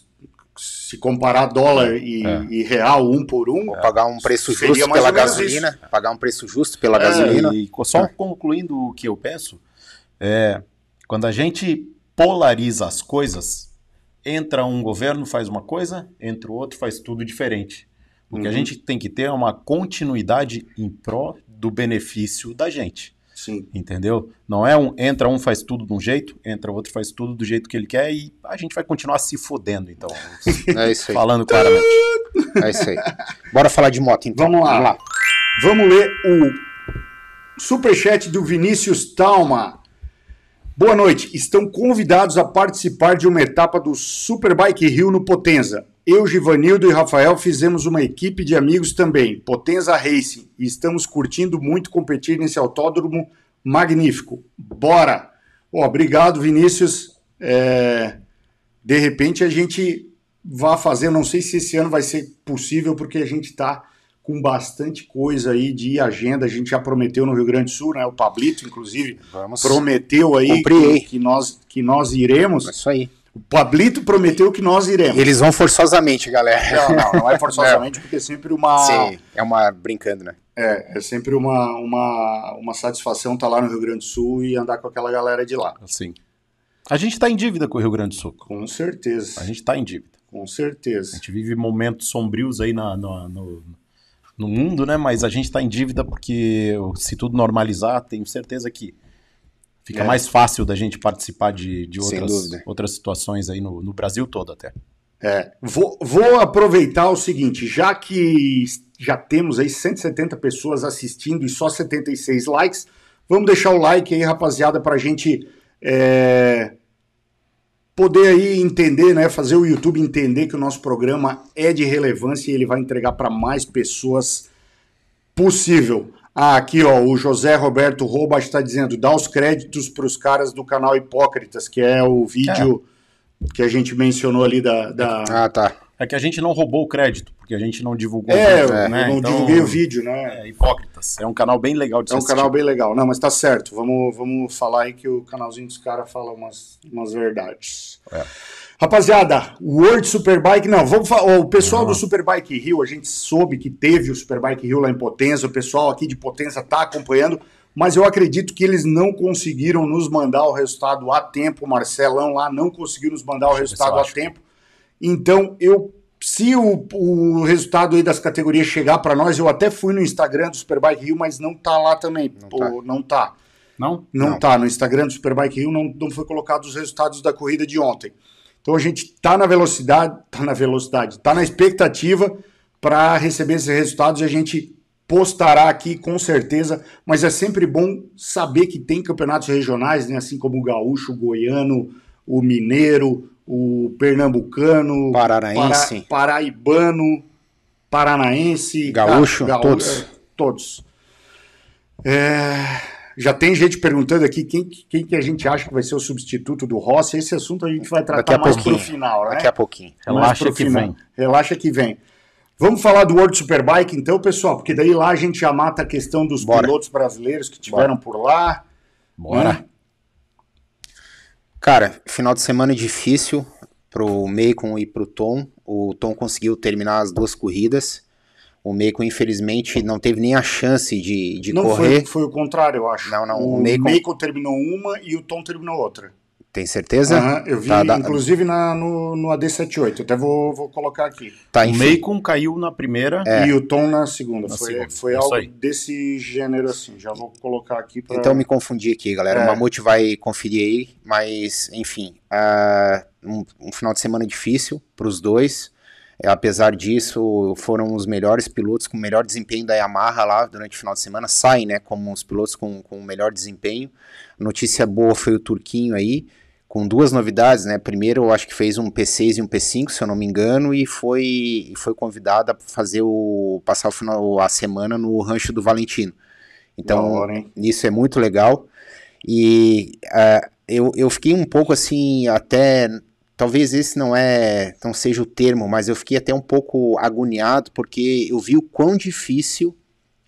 S1: Se comparar dólar e,
S2: É.
S1: e real um por um,
S3: Vou pagar um preço
S1: Seria
S3: justo
S1: mais
S3: pela
S1: ou menos
S3: gasolina. Pagar um preço justo pela
S1: É,
S3: gasolina.
S2: E co- só
S3: É.
S2: concluindo o que eu penso, é, quando a gente polariza as coisas, entra um governo faz uma coisa, entra o outro faz tudo diferente. O que a
S1: Uhum.
S2: gente tem que ter é uma continuidade em pró do benefício da gente,
S1: sim.
S2: entendeu? Não é um entra um faz tudo de um jeito, entra o outro faz tudo do jeito que ele quer e a gente vai continuar se fodendo, então.
S3: É isso aí.
S2: falando claramente.
S3: É isso aí. Bora falar de moto então.
S1: Vamos lá. Vamos ler o superchat do Vinícius Talma. Boa noite. Estão convidados a participar de uma etapa do Superbike Rio no Potenza. Eu, Givanildo e Rafael fizemos uma equipe de amigos também, Potenza Racing, e estamos curtindo muito competir nesse autódromo magnífico. Bora! Ó, obrigado, Vinícius. É, de repente a gente vai fazer, não sei se esse ano vai ser possível, porque a gente tá está com bastante coisa aí de agenda. A gente já prometeu no Rio Grande do Sul, né? O Pablito, inclusive,
S3: Vamos.
S1: prometeu aí que,
S3: Cumpri.
S1: que nós, que nós iremos.
S3: É isso aí.
S1: O Pablito prometeu que nós iremos.
S3: Eles vão forçosamente, galera.
S1: Não, não, não é forçosamente, porque é sempre uma.
S3: Sim, é uma brincando, né?
S1: É, é sempre uma, uma, uma satisfação estar lá no Rio Grande do Sul e andar com aquela galera de lá.
S2: Assim. A gente tá em dívida com o Rio Grande do Sul.
S1: Com
S2: A
S1: certeza.
S2: gente tá em dívida.
S1: Com
S2: A
S1: certeza.
S2: gente vive momentos sombrios aí na, na- no, no mundo, né? Mas a gente tá em dívida porque se tudo normalizar, tenho certeza que fica
S1: É.
S2: mais fácil da gente participar de, de
S3: Sem
S2: outras,
S3: dúvida.
S2: outras situações aí no, no Brasil todo até.
S1: É, vou, vou aproveitar o seguinte, já que já temos aí 170 pessoas assistindo e só 76 likes, vamos deixar o like aí, rapaziada, pra gente é, poder aí entender, né, fazer o YouTube entender que o nosso programa é de relevância e ele vai entregar para mais pessoas possível. Ah, aqui, ó, o José Roberto Rouba está dizendo, dá os créditos pros caras do canal Hipócritas, que é o vídeo que a gente mencionou ali da... da-
S3: Ah, tá.
S2: É que a gente não roubou o crédito, porque a gente não divulgou o
S1: É,
S2: vídeo,
S1: eu
S2: né?
S1: não
S2: Então,
S1: divulguei o vídeo, né?
S2: É, Hipócritas. É um canal bem legal de
S1: É um
S2: assistir.
S1: canal bem legal. Não, mas tá certo. Vamos, vamos falar aí que o canalzinho dos caras fala umas, umas verdades.
S2: É.
S1: Rapaziada, World Superbike, não, vamos fa- ó, o pessoal
S2: Uhum.
S1: do Superbike Rio, a gente soube que teve o Superbike Rio lá em Potenza, o pessoal aqui de Potenza tá acompanhando, mas eu acredito que eles não conseguiram nos mandar o resultado a tempo, o Marcelão lá não conseguiu nos mandar o
S2: eu ver se
S1: resultado
S2: eu
S1: a
S2: acho.
S1: tempo. Então, eu se o, o resultado aí das categorias chegar para nós, eu até fui no Instagram do Superbike Rio, mas não tá lá também.
S3: Não
S1: Pô,
S3: tá.
S1: Não tá.
S2: Não?
S1: Não,
S3: Não.
S1: tá. No Instagram do Superbike Rio não, não foi colocado os resultados da corrida de ontem. Então a gente tá na velocidade, tá na velocidade, tá na expectativa para receber esses resultados e a gente postará aqui com certeza, mas é sempre bom saber que tem campeonatos regionais, né, assim como o gaúcho, o goiano, o mineiro, o pernambucano,
S3: Um Paranaense.
S1: Pará- paraibano, paranaense,
S3: Gaúcho,
S1: ga-
S3: todos.
S1: é, todos. É, já tem gente perguntando aqui quem, quem que a gente acha que vai ser o substituto do Rossi. Esse assunto a gente vai tratar
S3: Daqui a
S1: mais
S3: pouquinho.
S1: pro final, né?
S3: Daqui a pouquinho.
S1: Mais
S2: Relaxa
S1: pro
S2: que
S1: final.
S2: vem.
S1: Relaxa que vem. Vamos falar do World Superbike então, pessoal, porque daí lá a gente já mata a questão dos
S3: Bora.
S1: pilotos brasileiros que tiveram por lá.
S2: Bora.
S1: né?
S3: Cara, final de semana difícil pro Macon e pro Tom. O Tom conseguiu terminar as duas corridas. O Macon, infelizmente, não teve nem a chance de, de
S1: Não
S3: correr.
S1: foi, foi o contrário, eu acho.
S3: Não, não,
S1: O
S3: o Macon-
S1: Macon terminou uma e o Tom terminou outra.
S3: Tem certeza?
S1: Aham, eu vi,
S3: Tá, dá-
S1: inclusive, na- no, no AD78. Até vou, vou colocar aqui.
S3: Tá,
S2: O
S3: enfim.
S2: Macon caiu na primeira.
S3: É.
S1: E o Tom na segunda.
S2: Na
S1: foi
S2: segunda,
S1: foi
S2: isso
S1: algo
S2: aí.
S1: desse gênero assim. Já vou colocar aqui para.
S3: Então me confundi aqui, galera.
S1: É.
S3: O Mamute vai conferir aí, mas enfim, ah, um, um final de semana difícil para os dois. É, apesar disso, foram os melhores pilotos com o melhor desempenho da Yamaha lá durante o final de semana. Saem, né, como os pilotos com, com o melhor desempenho. Notícia boa foi o Turquinho aí, com duas novidades, né? Primeiro, eu acho que fez um P6 e um P5, se eu não me engano, e foi, e foi convidado a fazer o, passar o final, a semana no Rancho do Valentino.
S1: Da
S3: Então,
S1: hora, hein?
S3: isso é muito legal. E ah, eu, eu fiquei um pouco assim, até. Talvez esse não é, não seja o termo, mas eu fiquei até um pouco agoniado porque eu vi o quão difícil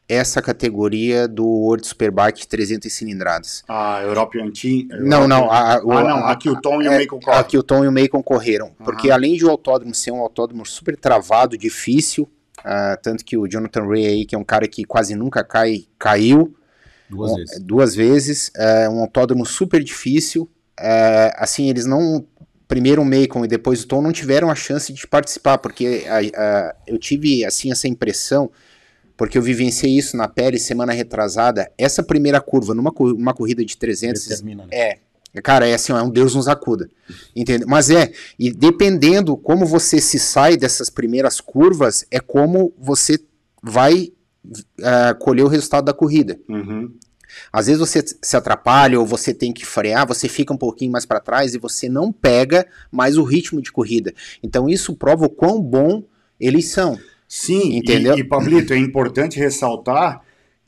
S3: é essa categoria do World Superbike de 300 cilindradas.
S1: A European Team.
S3: Não, não, a- a- o-
S1: ah, não.
S3: a-
S1: Aqui o Tom e o
S3: é,
S1: Michael Cork.
S3: Aqui o Tom e o May concorreram. Porque além de o autódromo ser um autódromo super travado, difícil, ah, tanto que o Jonathan Ray aí, que é um cara que quase nunca cai, caiu,
S2: Duas
S3: um-
S1: é,
S2: vezes.
S3: Duas vezes. É um autódromo super difícil. É, assim, eles não. Primeiro o Macon e depois o Tom não tiveram a chance de participar, porque a- a- eu tive assim essa impressão, porque eu vivenciei isso na Pérez semana retrasada. Essa primeira curva, numa, cor- numa corrida de 300,
S2: Determina, né?
S3: é. Cara, é assim, ó, é um Deus nos acuda. Entendeu? Mas é, e dependendo como você se sai dessas primeiras curvas, é como você vai ah, colher o resultado da corrida.
S1: Uhum.
S3: Às vezes você se atrapalha ou você tem que frear, você fica um pouquinho mais para trás e você não pega mais o ritmo de corrida. Então isso prova o quão bom eles são.
S1: Sim,
S3: Entendeu?
S1: E, e Pablito, é importante ressaltar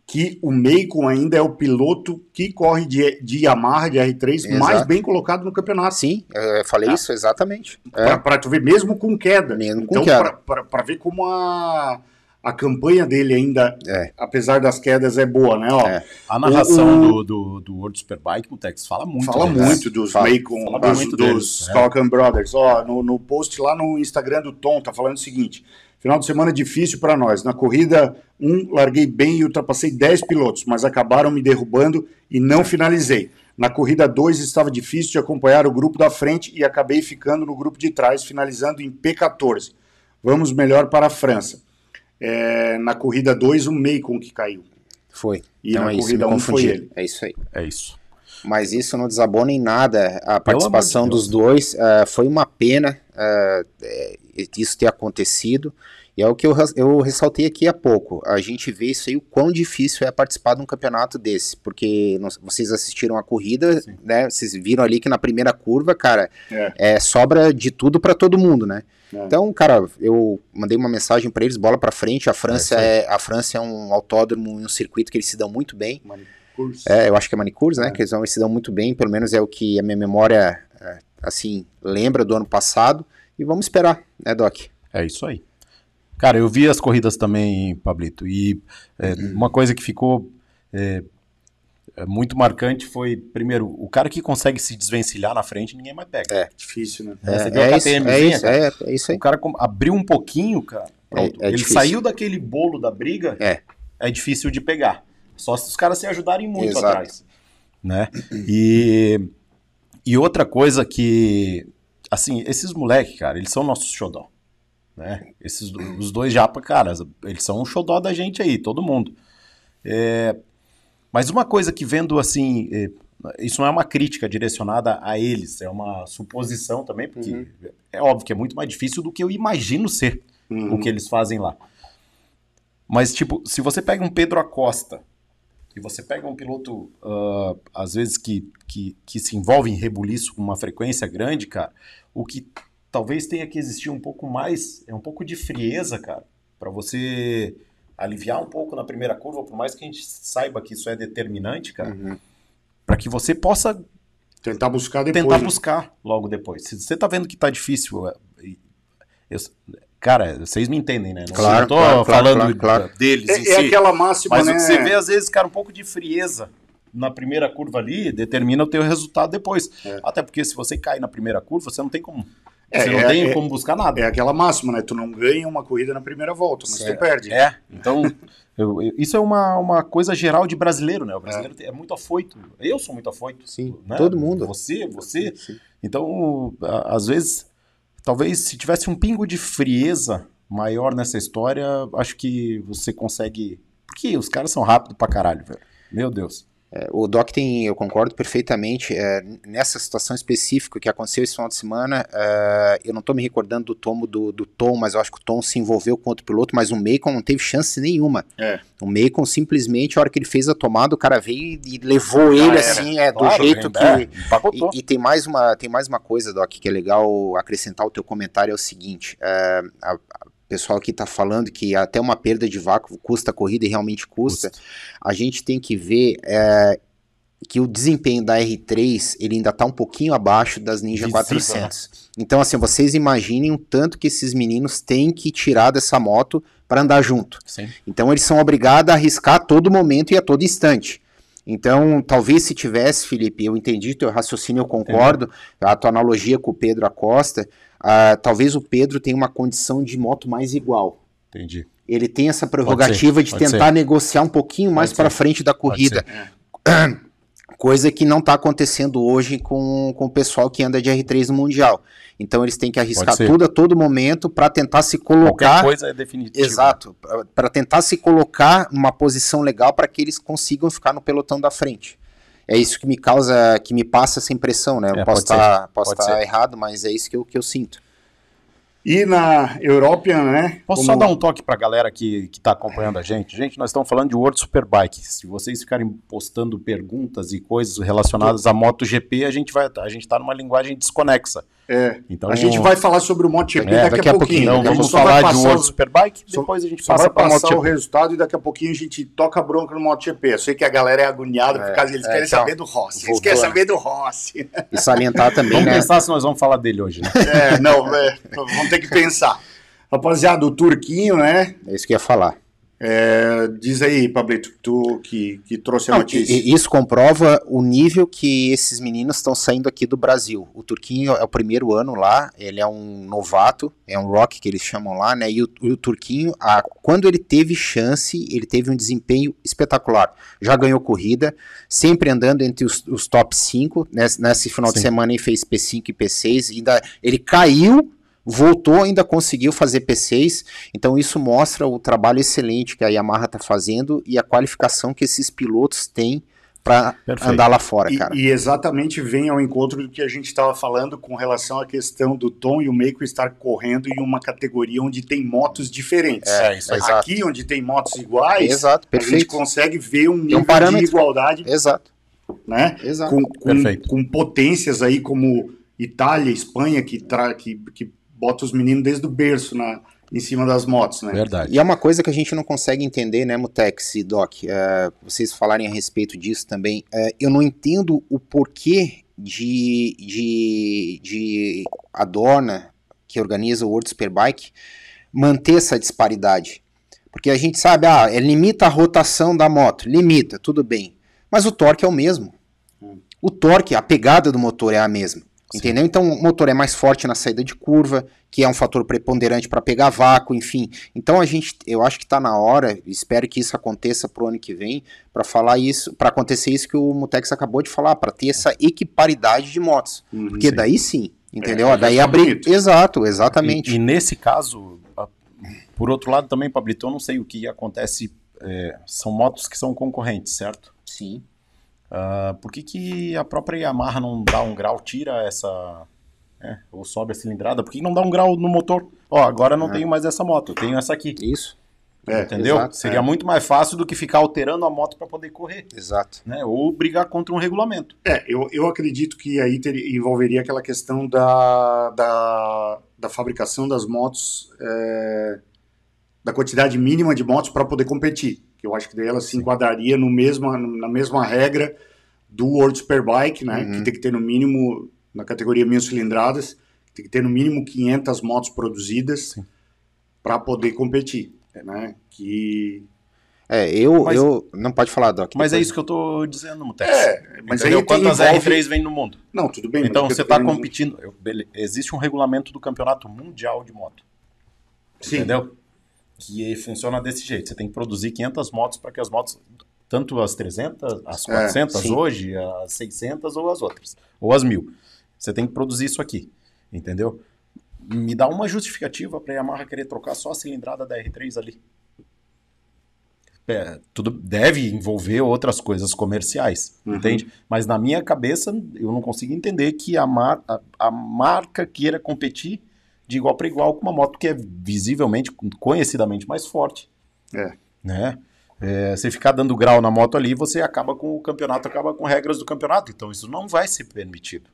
S1: que o Macon ainda é o piloto que corre de, de Yamaha, de R3,
S3: Exato.
S1: mais bem colocado no campeonato.
S3: Sim, é, eu
S1: Ah.
S3: falei isso, exatamente. É.
S1: Pra Para tu ver, mesmo com queda.
S3: Mesmo com
S1: então,
S3: queda.
S1: para ver como a, a campanha dele ainda,
S3: É.
S1: apesar das quedas, é boa, né? Ó,
S3: É.
S2: A narração do, do, do World Superbike, Mutex, fala muito.
S1: Fala
S2: né?
S1: muito dos
S3: Fala-
S1: Macon,
S2: fala
S1: dos,
S2: muito
S1: dos
S2: deles, né?
S1: Falcon Brothers. Ó, no, no post lá no Instagram do Tom, tá falando o seguinte: final de semana difícil para nós. Na corrida 1, um, larguei bem e ultrapassei 10 pilotos, mas acabaram me derrubando e não finalizei. Na corrida 2 estava difícil de acompanhar o grupo da frente e acabei ficando no grupo de trás, finalizando em P14. Vamos melhor para a França. É, na corrida 2, o Macon que caiu.
S3: Foi.
S1: E
S3: então
S1: na
S3: é isso, me
S1: corrida um foi
S3: confundi.
S1: ele.
S3: É isso aí.
S2: É isso.
S3: Mas isso não desabona em nada a participação
S2: amor de
S3: dos dois. ah, foi uma pena ah, é, isso ter acontecido. E é o que eu, res- eu ressaltei aqui há pouco. A gente vê isso aí, o quão difícil é participar de um campeonato desse. Porque não- vocês assistiram a corrida, né? Vocês viram ali que na primeira curva, cara,
S1: É.
S3: é, sobra de tudo para todo mundo, né?
S1: É.
S3: Então, cara, eu mandei uma mensagem para eles, bola para frente. A França é, a França é um autódromo e um circuito que eles se dão muito bem.
S1: Mano, curso.
S3: É, eu acho que é Manicures, né? Que eles vão- eles se dão muito bem, pelo menos é o que a minha memória, é, assim, lembra do ano passado. E vamos esperar, né, Doc?
S2: É isso aí. Cara, eu vi as corridas também, Pablito, e é, uma coisa que ficou é, é, muito marcante foi, primeiro, o cara que consegue se desvencilhar na frente, ninguém mais pega.
S1: Difícil, né?
S2: É, você
S3: É,
S2: viu a
S3: é isso,
S2: KTMzinha,
S3: é isso,
S2: cara?
S3: é, é isso aí.
S2: O cara com- abriu um pouquinho, cara, pronto.
S3: É- é
S2: ele
S3: difícil.
S2: saiu daquele bolo da briga,
S3: É.
S2: é difícil de pegar. Só se os caras se ajudarem muito
S3: Exato.
S2: atrás. Né? E, e outra coisa que, assim, esses moleque, cara, eles são nossos xodó. Né? Esses, do- os dois japa, cara, eles são um xodó da gente aí, todo mundo. É, mas uma coisa que vendo assim, é, isso não é uma crítica direcionada a eles, é uma suposição também, porque
S3: Uhum.
S2: é óbvio que é muito mais difícil do que eu imagino ser
S1: Uhum.
S2: o que eles fazem lá. Mas, tipo, se você pega um Pedro Acosta e você pega um piloto, ah, às vezes, que, que, que se envolve em rebuliço com uma frequência grande, cara, o que talvez tenha que existir um pouco mais, é um pouco de frieza, cara, para você aliviar um pouco na primeira curva, por mais que a gente saiba que isso é determinante, cara,
S3: Uhum.
S2: para que você possa
S1: Tentar buscar depois.
S2: tentar
S1: né?
S2: buscar logo depois. Se você tá vendo que tá difícil, é, e- eu- cara, vocês me entendem, né? Não
S3: Claro,
S2: eu tô
S3: claro, claro,
S2: falando
S3: claro, claro.
S2: deles em
S1: É, é
S2: si.
S1: aquela máxima,
S2: Mas
S1: né?
S2: o que você vê, às vezes, cara, um pouco de frieza na primeira curva ali determina o teu resultado depois.
S1: É.
S2: Até porque se você cair na primeira curva, você não tem como.
S1: É,
S2: você não
S1: é,
S2: tem
S1: é.
S2: como buscar nada.
S1: É aquela máxima, né? Tu não ganha uma corrida na primeira volta, mas
S2: Certo.
S1: tu perde.
S2: É, então, eu- eu- isso é uma, uma coisa geral de brasileiro, né? O brasileiro é, muito afoito. Eu sou muito afoito.
S3: Sim,
S2: né?
S3: todo mundo.
S2: Você, você.
S3: Sim.
S2: Então, a- às vezes, talvez se tivesse um pingo de frieza maior nessa história, acho que você consegue. Porque os caras são rápidos pra caralho, velho. Meu Deus.
S3: É, O Doc tem, eu concordo perfeitamente, é, n- nessa situação específica que aconteceu esse final de semana, é, eu não tô me recordando do tomo do, do Tom, mas eu acho que o Tom se envolveu com outro piloto, mas o Macon não teve chance nenhuma.
S1: É.
S3: O Macon simplesmente, a hora que ele fez a tomada, o cara veio e levou ele
S2: era.
S3: assim, é,
S2: Claro,
S3: do jeito que...
S2: é, empacotou.
S3: E, e tem, mais uma, tem mais uma coisa, Doc, que é legal acrescentar o teu comentário, é o seguinte, é, a- a- o pessoal aqui está falando que até uma perda de vácuo custa a corrida e realmente custa, a gente tem que ver é, que o desempenho da R3, ele ainda está um pouquinho abaixo das Ninja
S2: Visível,
S3: 400.
S2: né?
S3: Então, assim, vocês imaginem o tanto que esses meninos têm que tirar dessa moto para andar junto.
S2: Sim.
S3: Então eles são obrigados a arriscar a todo momento e a todo instante. Então, talvez se tivesse, Felipe, eu entendi teu raciocínio, eu concordo, a tua analogia com o Pedro Acosta, ah, talvez o Pedro tenha uma condição de moto mais igual.
S2: Entendi.
S3: Ele tem essa prerrogativa de
S2: pode
S3: tentar negociar um pouquinho mais
S2: ser.
S3: para frente da corrida. Coisa que não está acontecendo hoje com, com o pessoal que anda de R3 no Mundial. Então eles têm que arriscar
S2: ser.
S3: tudo a todo momento para tentar se
S2: Qualquer
S3: colocar
S2: coisa é definitiva.
S3: Exato, para tentar se colocar numa posição legal para que eles consigam ficar no pelotão da frente. É isso que me causa, que me passa essa impressão, né? Eu
S2: É,
S3: posso
S2: pode ser,
S3: estar
S2: pode ser.
S3: errado, mas é isso que eu, que eu sinto.
S1: E na European, né?
S2: Posso só dar um toque pra galera que, que tá acompanhando a gente? Gente, nós estamos falando de World Superbike. Se vocês ficarem postando perguntas e coisas relacionadas à MotoGP, a gente vai a gente tá numa linguagem desconexa.
S1: É.
S2: Então,
S1: A gente vai falar sobre o MotoGP
S2: é,
S1: daqui, a pouquinho. né? A
S2: Então,
S1: gente
S2: vamos
S1: só vai
S2: falar de
S1: passar
S2: World
S1: os-
S2: Superbike,
S1: só-
S2: depois a gente
S1: Só
S2: passa
S1: vai
S2: pra
S1: passar o
S2: MotoGP.
S1: resultado e daqui a pouquinho a gente toca a bronca no MotoGP. Eu sei que a galera é agoniada, porque eles
S3: é,
S1: querem
S3: então,
S1: saber do Rossi. Eles
S3: voltou,
S1: querem
S3: né?
S1: saber do Rossi.
S3: E salientar também,
S2: Vamos
S3: né?
S2: pensar se nós vamos falar dele hoje, né?
S1: É, não, é, vamos ter que pensar. Rapaziada, o Turquinho, né?
S3: É isso que eu ia falar.
S1: É, diz aí, Pablito, tu que, que trouxe a
S3: Não,
S1: notícia.
S3: e- e isso comprova o nível que esses meninos estão saindo aqui do Brasil. O Turquinho é o primeiro ano lá, ele é um novato, é um rock que eles chamam lá, né? E o, e o Turquinho, a- quando ele teve chance, ele teve um desempenho espetacular. Já ganhou corrida, sempre andando entre os, os top 5. Nesse, nesse final de
S2: Sim.
S3: semana ele fez P5 e P6. Ainda, ele caiu, voltou, ainda conseguiu fazer P6. Então isso mostra o trabalho excelente que a Yamaha está fazendo e a qualificação que esses pilotos têm para
S2: Perfeito.
S3: andar lá fora,
S1: E-
S3: cara.
S1: E, exatamente vem ao encontro do que a gente estava falando com relação à questão do Tom e o Meiko estar correndo em uma categoria onde tem motos diferentes.
S2: É, isso aí.
S3: exato.
S1: Aqui, onde tem motos iguais,
S3: exato,
S1: a gente
S3: perfeito.
S1: consegue ver um nível de
S3: parâmetro.
S1: igualdade
S3: Exato,
S1: né,
S3: exato.
S1: com, com-
S2: Perfeito.
S1: com potências aí como Itália, Espanha, que, tra que, que bota os meninos desde o berço na, em cima das motos. Né?
S2: Verdade.
S3: E é uma coisa que a gente não consegue entender, né, Mutex e Doc? eh, vocês falarem a respeito disso também. Eh, eu não entendo o porquê de, de, de a Dorna, que organiza o World Superbike, manter essa disparidade. Porque a gente sabe, ah, eh, limita a rotação da moto, limita, tudo bem. Mas o torque é o mesmo. O torque, a pegada do motor é a mesma.
S2: Hum. Sim.
S3: Entendeu? Então o motor é mais forte na saída de curva, que é um fator preponderante para pegar vácuo, enfim. Então a gente, eu acho que está na hora, espero que isso aconteça pro ano que vem, para falar isso, para acontecer isso que o Mutex acabou de falar, para ter essa equiparidade de motos.
S1: Uhum.
S3: Porque daí sim, entendeu?
S1: É,
S3: daí
S1: fica
S3: abre.
S1: bonito.
S3: Exato,
S2: tá E,
S3: exatamente.
S2: e nesse caso, a- por outro lado também, Pablito, eu não sei o que acontece. é, são motos que são concorrentes, certo?
S3: Sim.
S2: Ah, por que, que a própria Yamaha não dá um grau, tira essa. né, ou sobe a cilindrada? Por que não dá um grau no motor? Ó, agora não
S3: É.
S2: tenho mais essa moto, eu tenho essa aqui.
S3: Isso.
S1: É,
S2: entendeu?
S3: exato,
S2: Seria
S3: é.
S2: muito mais fácil do que ficar alterando a moto para poder correr,
S3: Exato.
S2: né? Ou brigar contra um regulamento.
S1: É, eu, eu acredito que aí ter- envolveria aquela questão da, da, da fabricação das motos, é, da quantidade mínima de motos para poder competir. Que eu acho que daí ela se enquadraria no mesma, na mesma regra do World Superbike, né?
S3: Uhum.
S1: Que tem que ter no mínimo, na categoria mil cilindradas, tem que ter no mínimo 500 motos produzidas para poder competir, né? Que...
S3: É, eu,
S2: Mas-
S3: eu. Não pode falar, Doc.
S2: Mas é
S3: depois.
S2: isso que eu tô dizendo, Mutex.
S1: É, mas
S2: Entendeu?
S1: aí tem
S2: Quantas
S1: envolve...
S2: R3 vem no mundo?
S1: Não, tudo bem. mas
S2: Então
S1: o que eu
S2: você
S1: tô
S2: está
S1: querendo-
S2: competindo. eu- bele- Existe um regulamento do campeonato mundial de moto,
S1: Sim,
S2: entendeu? Que funciona desse jeito. Você tem que produzir 500 motos para que as motos, tanto as 300, as
S1: É,
S2: 400
S3: sim.
S2: hoje, as 600 ou as outras, ou as 1000. Você tem que produzir isso aqui, entendeu? Me dá uma justificativa para a Yamaha querer trocar só a cilindrada da R3 ali. É, tudo deve envolver outras coisas comerciais,
S1: Uhum.
S2: entende? Mas na minha cabeça eu não consigo entender que a, mar- a- a marca queira competir de igual para igual com uma moto que é visivelmente, conhecidamente mais forte.
S1: É.
S2: Né? É, você ficar dando grau na moto ali, você acaba com o campeonato, acaba com regras do campeonato. Então isso não vai ser permitido.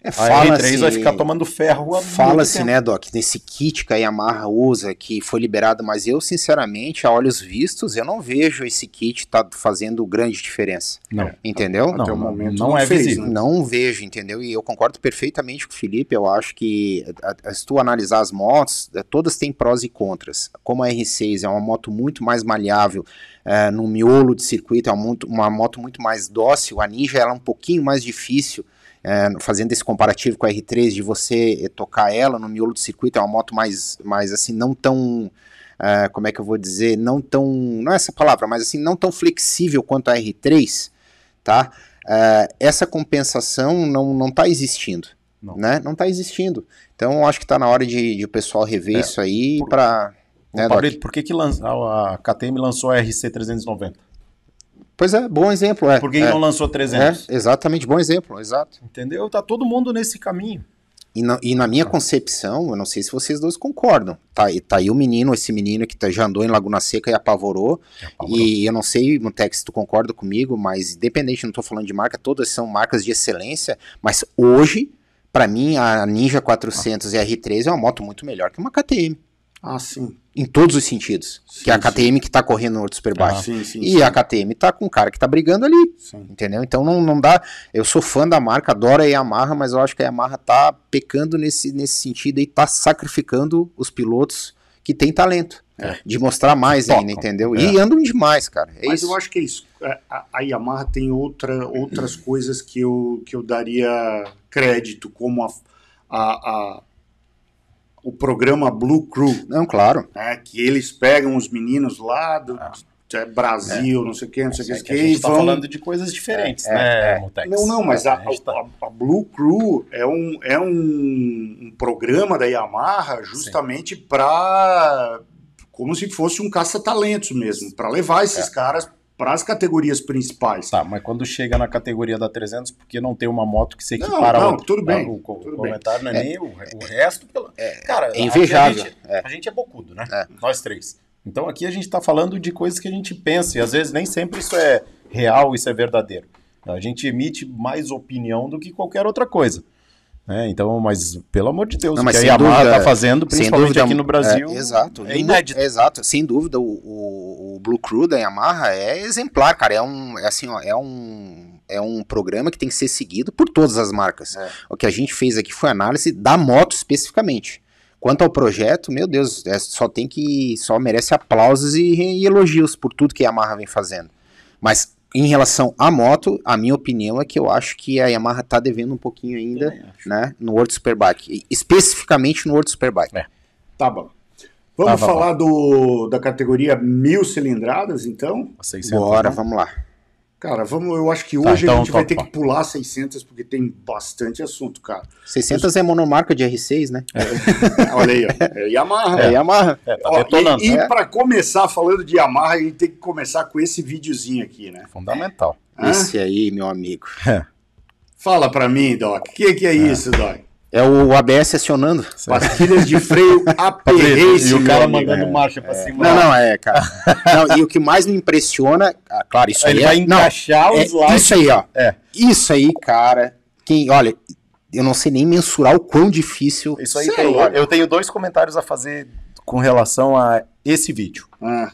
S3: É,
S2: A
S3: fala
S2: R3 vai ficar tomando ferro há muito
S3: Fala-se,
S2: tempo.
S3: né, Doc, desse kit que a Yamaha usa, que foi liberado, mas eu, sinceramente, a olhos vistos, eu não vejo esse kit tá fazendo grande diferença.
S2: Não,
S3: Entendeu?
S2: não,
S1: o
S2: não,
S1: momento
S2: não
S1: não
S2: é
S1: fez,
S2: visível.
S1: né?
S3: Não vejo, entendeu? E eu concordo perfeitamente com o Felipe. Eu acho que a- a- se tu analisar as motos, eh, todas têm prós e contras. Como a R6 é uma moto muito mais malhável eh, no miolo de circuito, é uma, muito- uma moto muito mais dócil. A Ninja ela é um pouquinho mais difícil. eh, fazendo esse comparativo com a R3 de você eh, tocar ela no miolo de circuito é uma moto mais, mais assim não tão eh, como é que eu vou dizer não tão não é essa palavra mas assim não tão flexível quanto a R3 tá é, essa compensação não não está existindo,
S2: Não.
S3: né? Não está existindo. Então eu acho que está na hora de, de o pessoal rever
S2: É.
S3: isso aí né,
S2: Por-
S3: para
S2: Ô,
S1: É,
S2: Pablito, por que, que lança- a a KTM lançou a RC390?
S3: Pois é, bom exemplo, é.
S2: Por que, que
S3: é,
S2: não lançou 300?
S3: é, exatamente, bom exemplo, exato.
S2: Entendeu? Tá todo mundo nesse caminho.
S3: E na, e na minha concepção, eu não sei se vocês dois concordam, tá, e tá aí o menino, esse menino que tá- já andou em Laguna Seca e apavorou, e eu não sei, Mutex, se tu concorda comigo, mas independente, não tô falando de marca, todas são marcas de excelência, mas hoje, pra mim, a Ninja 400 e a R3 é uma moto muito melhor que uma KTM,
S1: Ah, sim.
S3: em todos os sentidos,
S1: Sim,
S3: que é a
S1: sim.
S3: KTM que tá correndo no Horto super
S2: Ah.
S3: baixo.
S1: sim, sim,
S3: E a KTM tá com o cara que tá brigando ali,
S1: sim.
S3: entendeu? Então não, não dá. Eu sou fã da marca, adoro a Yamaha, mas eu acho que a Yamaha tá pecando nesse, nesse sentido e tá sacrificando os pilotos que têm talento.
S2: É.
S3: De mostrar mais
S2: Tocam.
S3: ainda, entendeu? E andam demais, cara. É
S1: Mas
S3: isso.
S1: eu acho que é isso. A- A, a Yamaha tem outra, outras coisas que eu, que eu daria crédito, como a, a- a- o programa Blue Crew,
S3: Não, claro.
S1: né, que eles pegam os meninos lá do é, Brasil, não sei o que, não sei o que, não sei
S2: Ah. É
S1: o
S2: que a
S1: que,
S2: gente
S1: e
S2: tá
S1: vão- É,
S2: falando de coisas diferentes, né, Mutex?
S1: Não, não, mas a,
S2: É, gente tá-
S1: a- a Blue Crew é um, é um, um programa da Yamaha justamente para. como se fosse um caça-talentos mesmo, para levar
S2: É.
S1: esses caras para as categorias principais.
S2: Tá, mas quando chega na categoria da 300, porque não tem uma moto que se
S1: Não,
S2: equipara a
S1: não,
S2: outra?
S1: tudo bem,
S2: Tá? O, co-
S1: tudo
S2: o comentário não é, nem o, o resto. Pela... Cara,
S3: é
S2: aqui
S3: invejável,
S2: A gente, a gente é bocudo, né? Nós três. Então aqui a gente tá falando de coisas que a gente pensa, e às vezes nem sempre isso é real, isso é verdadeiro. A gente emite mais opinião do que qualquer outra coisa. né? então, mas pelo amor de Deus,
S3: Não,
S2: o
S3: mas
S2: que a
S3: sem
S2: Yamaha
S3: dúvida-
S2: tá fazendo,
S3: sem
S2: principalmente
S3: dúvida,
S2: aqui no Brasil,
S3: É, exato.
S2: é inédito.
S3: Exato. Sem dúvida, o, o, o Blue Crew da Yamaha é exemplar, cara. É um, é assim, ó, é um, é um programa que tem que ser seguido por todas as marcas.
S2: É.
S3: O que a gente fez aqui foi análise da moto especificamente. Quanto ao projeto, meu Deus, é, só tem que, só merece aplausos e, e elogios por tudo que a Yamaha vem fazendo. Mas em relação à moto, a minha opinião é que eu acho que a Yamaha tá devendo um pouquinho ainda, né, no World Superbike, E especificamente no World Superbike.
S1: Tá bom. Vamos
S2: Tá, tá,
S1: falar do, da categoria mil cilindradas, então?
S2: 600,
S3: Bora,
S2: né?
S3: vamos lá.
S1: Cara, vamos, eu acho que hoje
S2: Tá, então,
S1: a gente vai
S2: topa.
S1: ter que pular 600, porque tem bastante assunto, cara.
S3: 600 é monomarca de R6, né?
S1: Olha aí, ó. É Yamaha.
S3: É, Yamaha.
S2: É, tá
S1: Ó,
S2: detonando.
S1: e
S2: né?
S1: para começar falando de Yamaha, a gente tem que começar com esse videozinho aqui, né?
S2: Fundamental.
S1: Hã?
S3: Esse aí, meu amigo.
S1: Fala pra mim, Doc. O que, que é, isso, Doc?
S3: É o ABS acionando.
S1: Pastilhas de freio APRACE.
S2: Tá e o cara
S1: meu amigo. É.
S2: mandando marcha pra cima.
S3: Não, não, é, cara. Não, e o que mais me impressiona, ah, claro, isso aí,
S2: Ele
S3: é-
S2: vai
S3: não,
S2: encaixar
S3: é
S2: os slides.
S3: Isso aí, ó.
S2: É.
S3: Isso aí, cara. Quem, olha, eu não sei nem mensurar o quão difícil.
S2: Isso aí
S3: Sei,
S2: tem-
S3: olha.
S2: eu tenho dois comentários a fazer com relação a esse vídeo.
S1: Ah,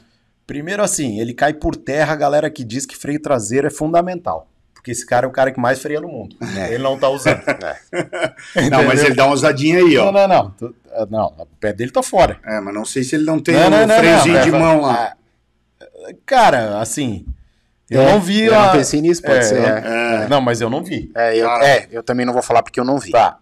S2: Primeiro, assim, ele cai por terra a galera que diz que freio traseiro é fundamental. Porque esse cara é o cara que mais freia no mundo.
S1: É.
S2: Ele não tá usando.
S1: não, mas ele dá uma ousadinha aí, É.
S2: Não,
S1: ó.
S2: não, não. Tu- ah, Não, o pé dele tá fora.
S1: É, mas não sei se ele não tem
S2: Não, não, É.
S1: um
S2: não,
S1: freiozinho
S2: não,
S1: de
S2: não. ah,
S1: mão lá.
S2: Cara, assim. Eu
S3: É,
S2: não vi
S3: Eu
S2: a.
S3: não pensei nisso, pode
S2: É,
S3: ser.
S2: eu-
S3: É.
S2: Não, mas eu não vi.
S3: É, eu,
S1: Ah.
S3: é, eu também não vou falar porque eu não vi.
S2: Tá.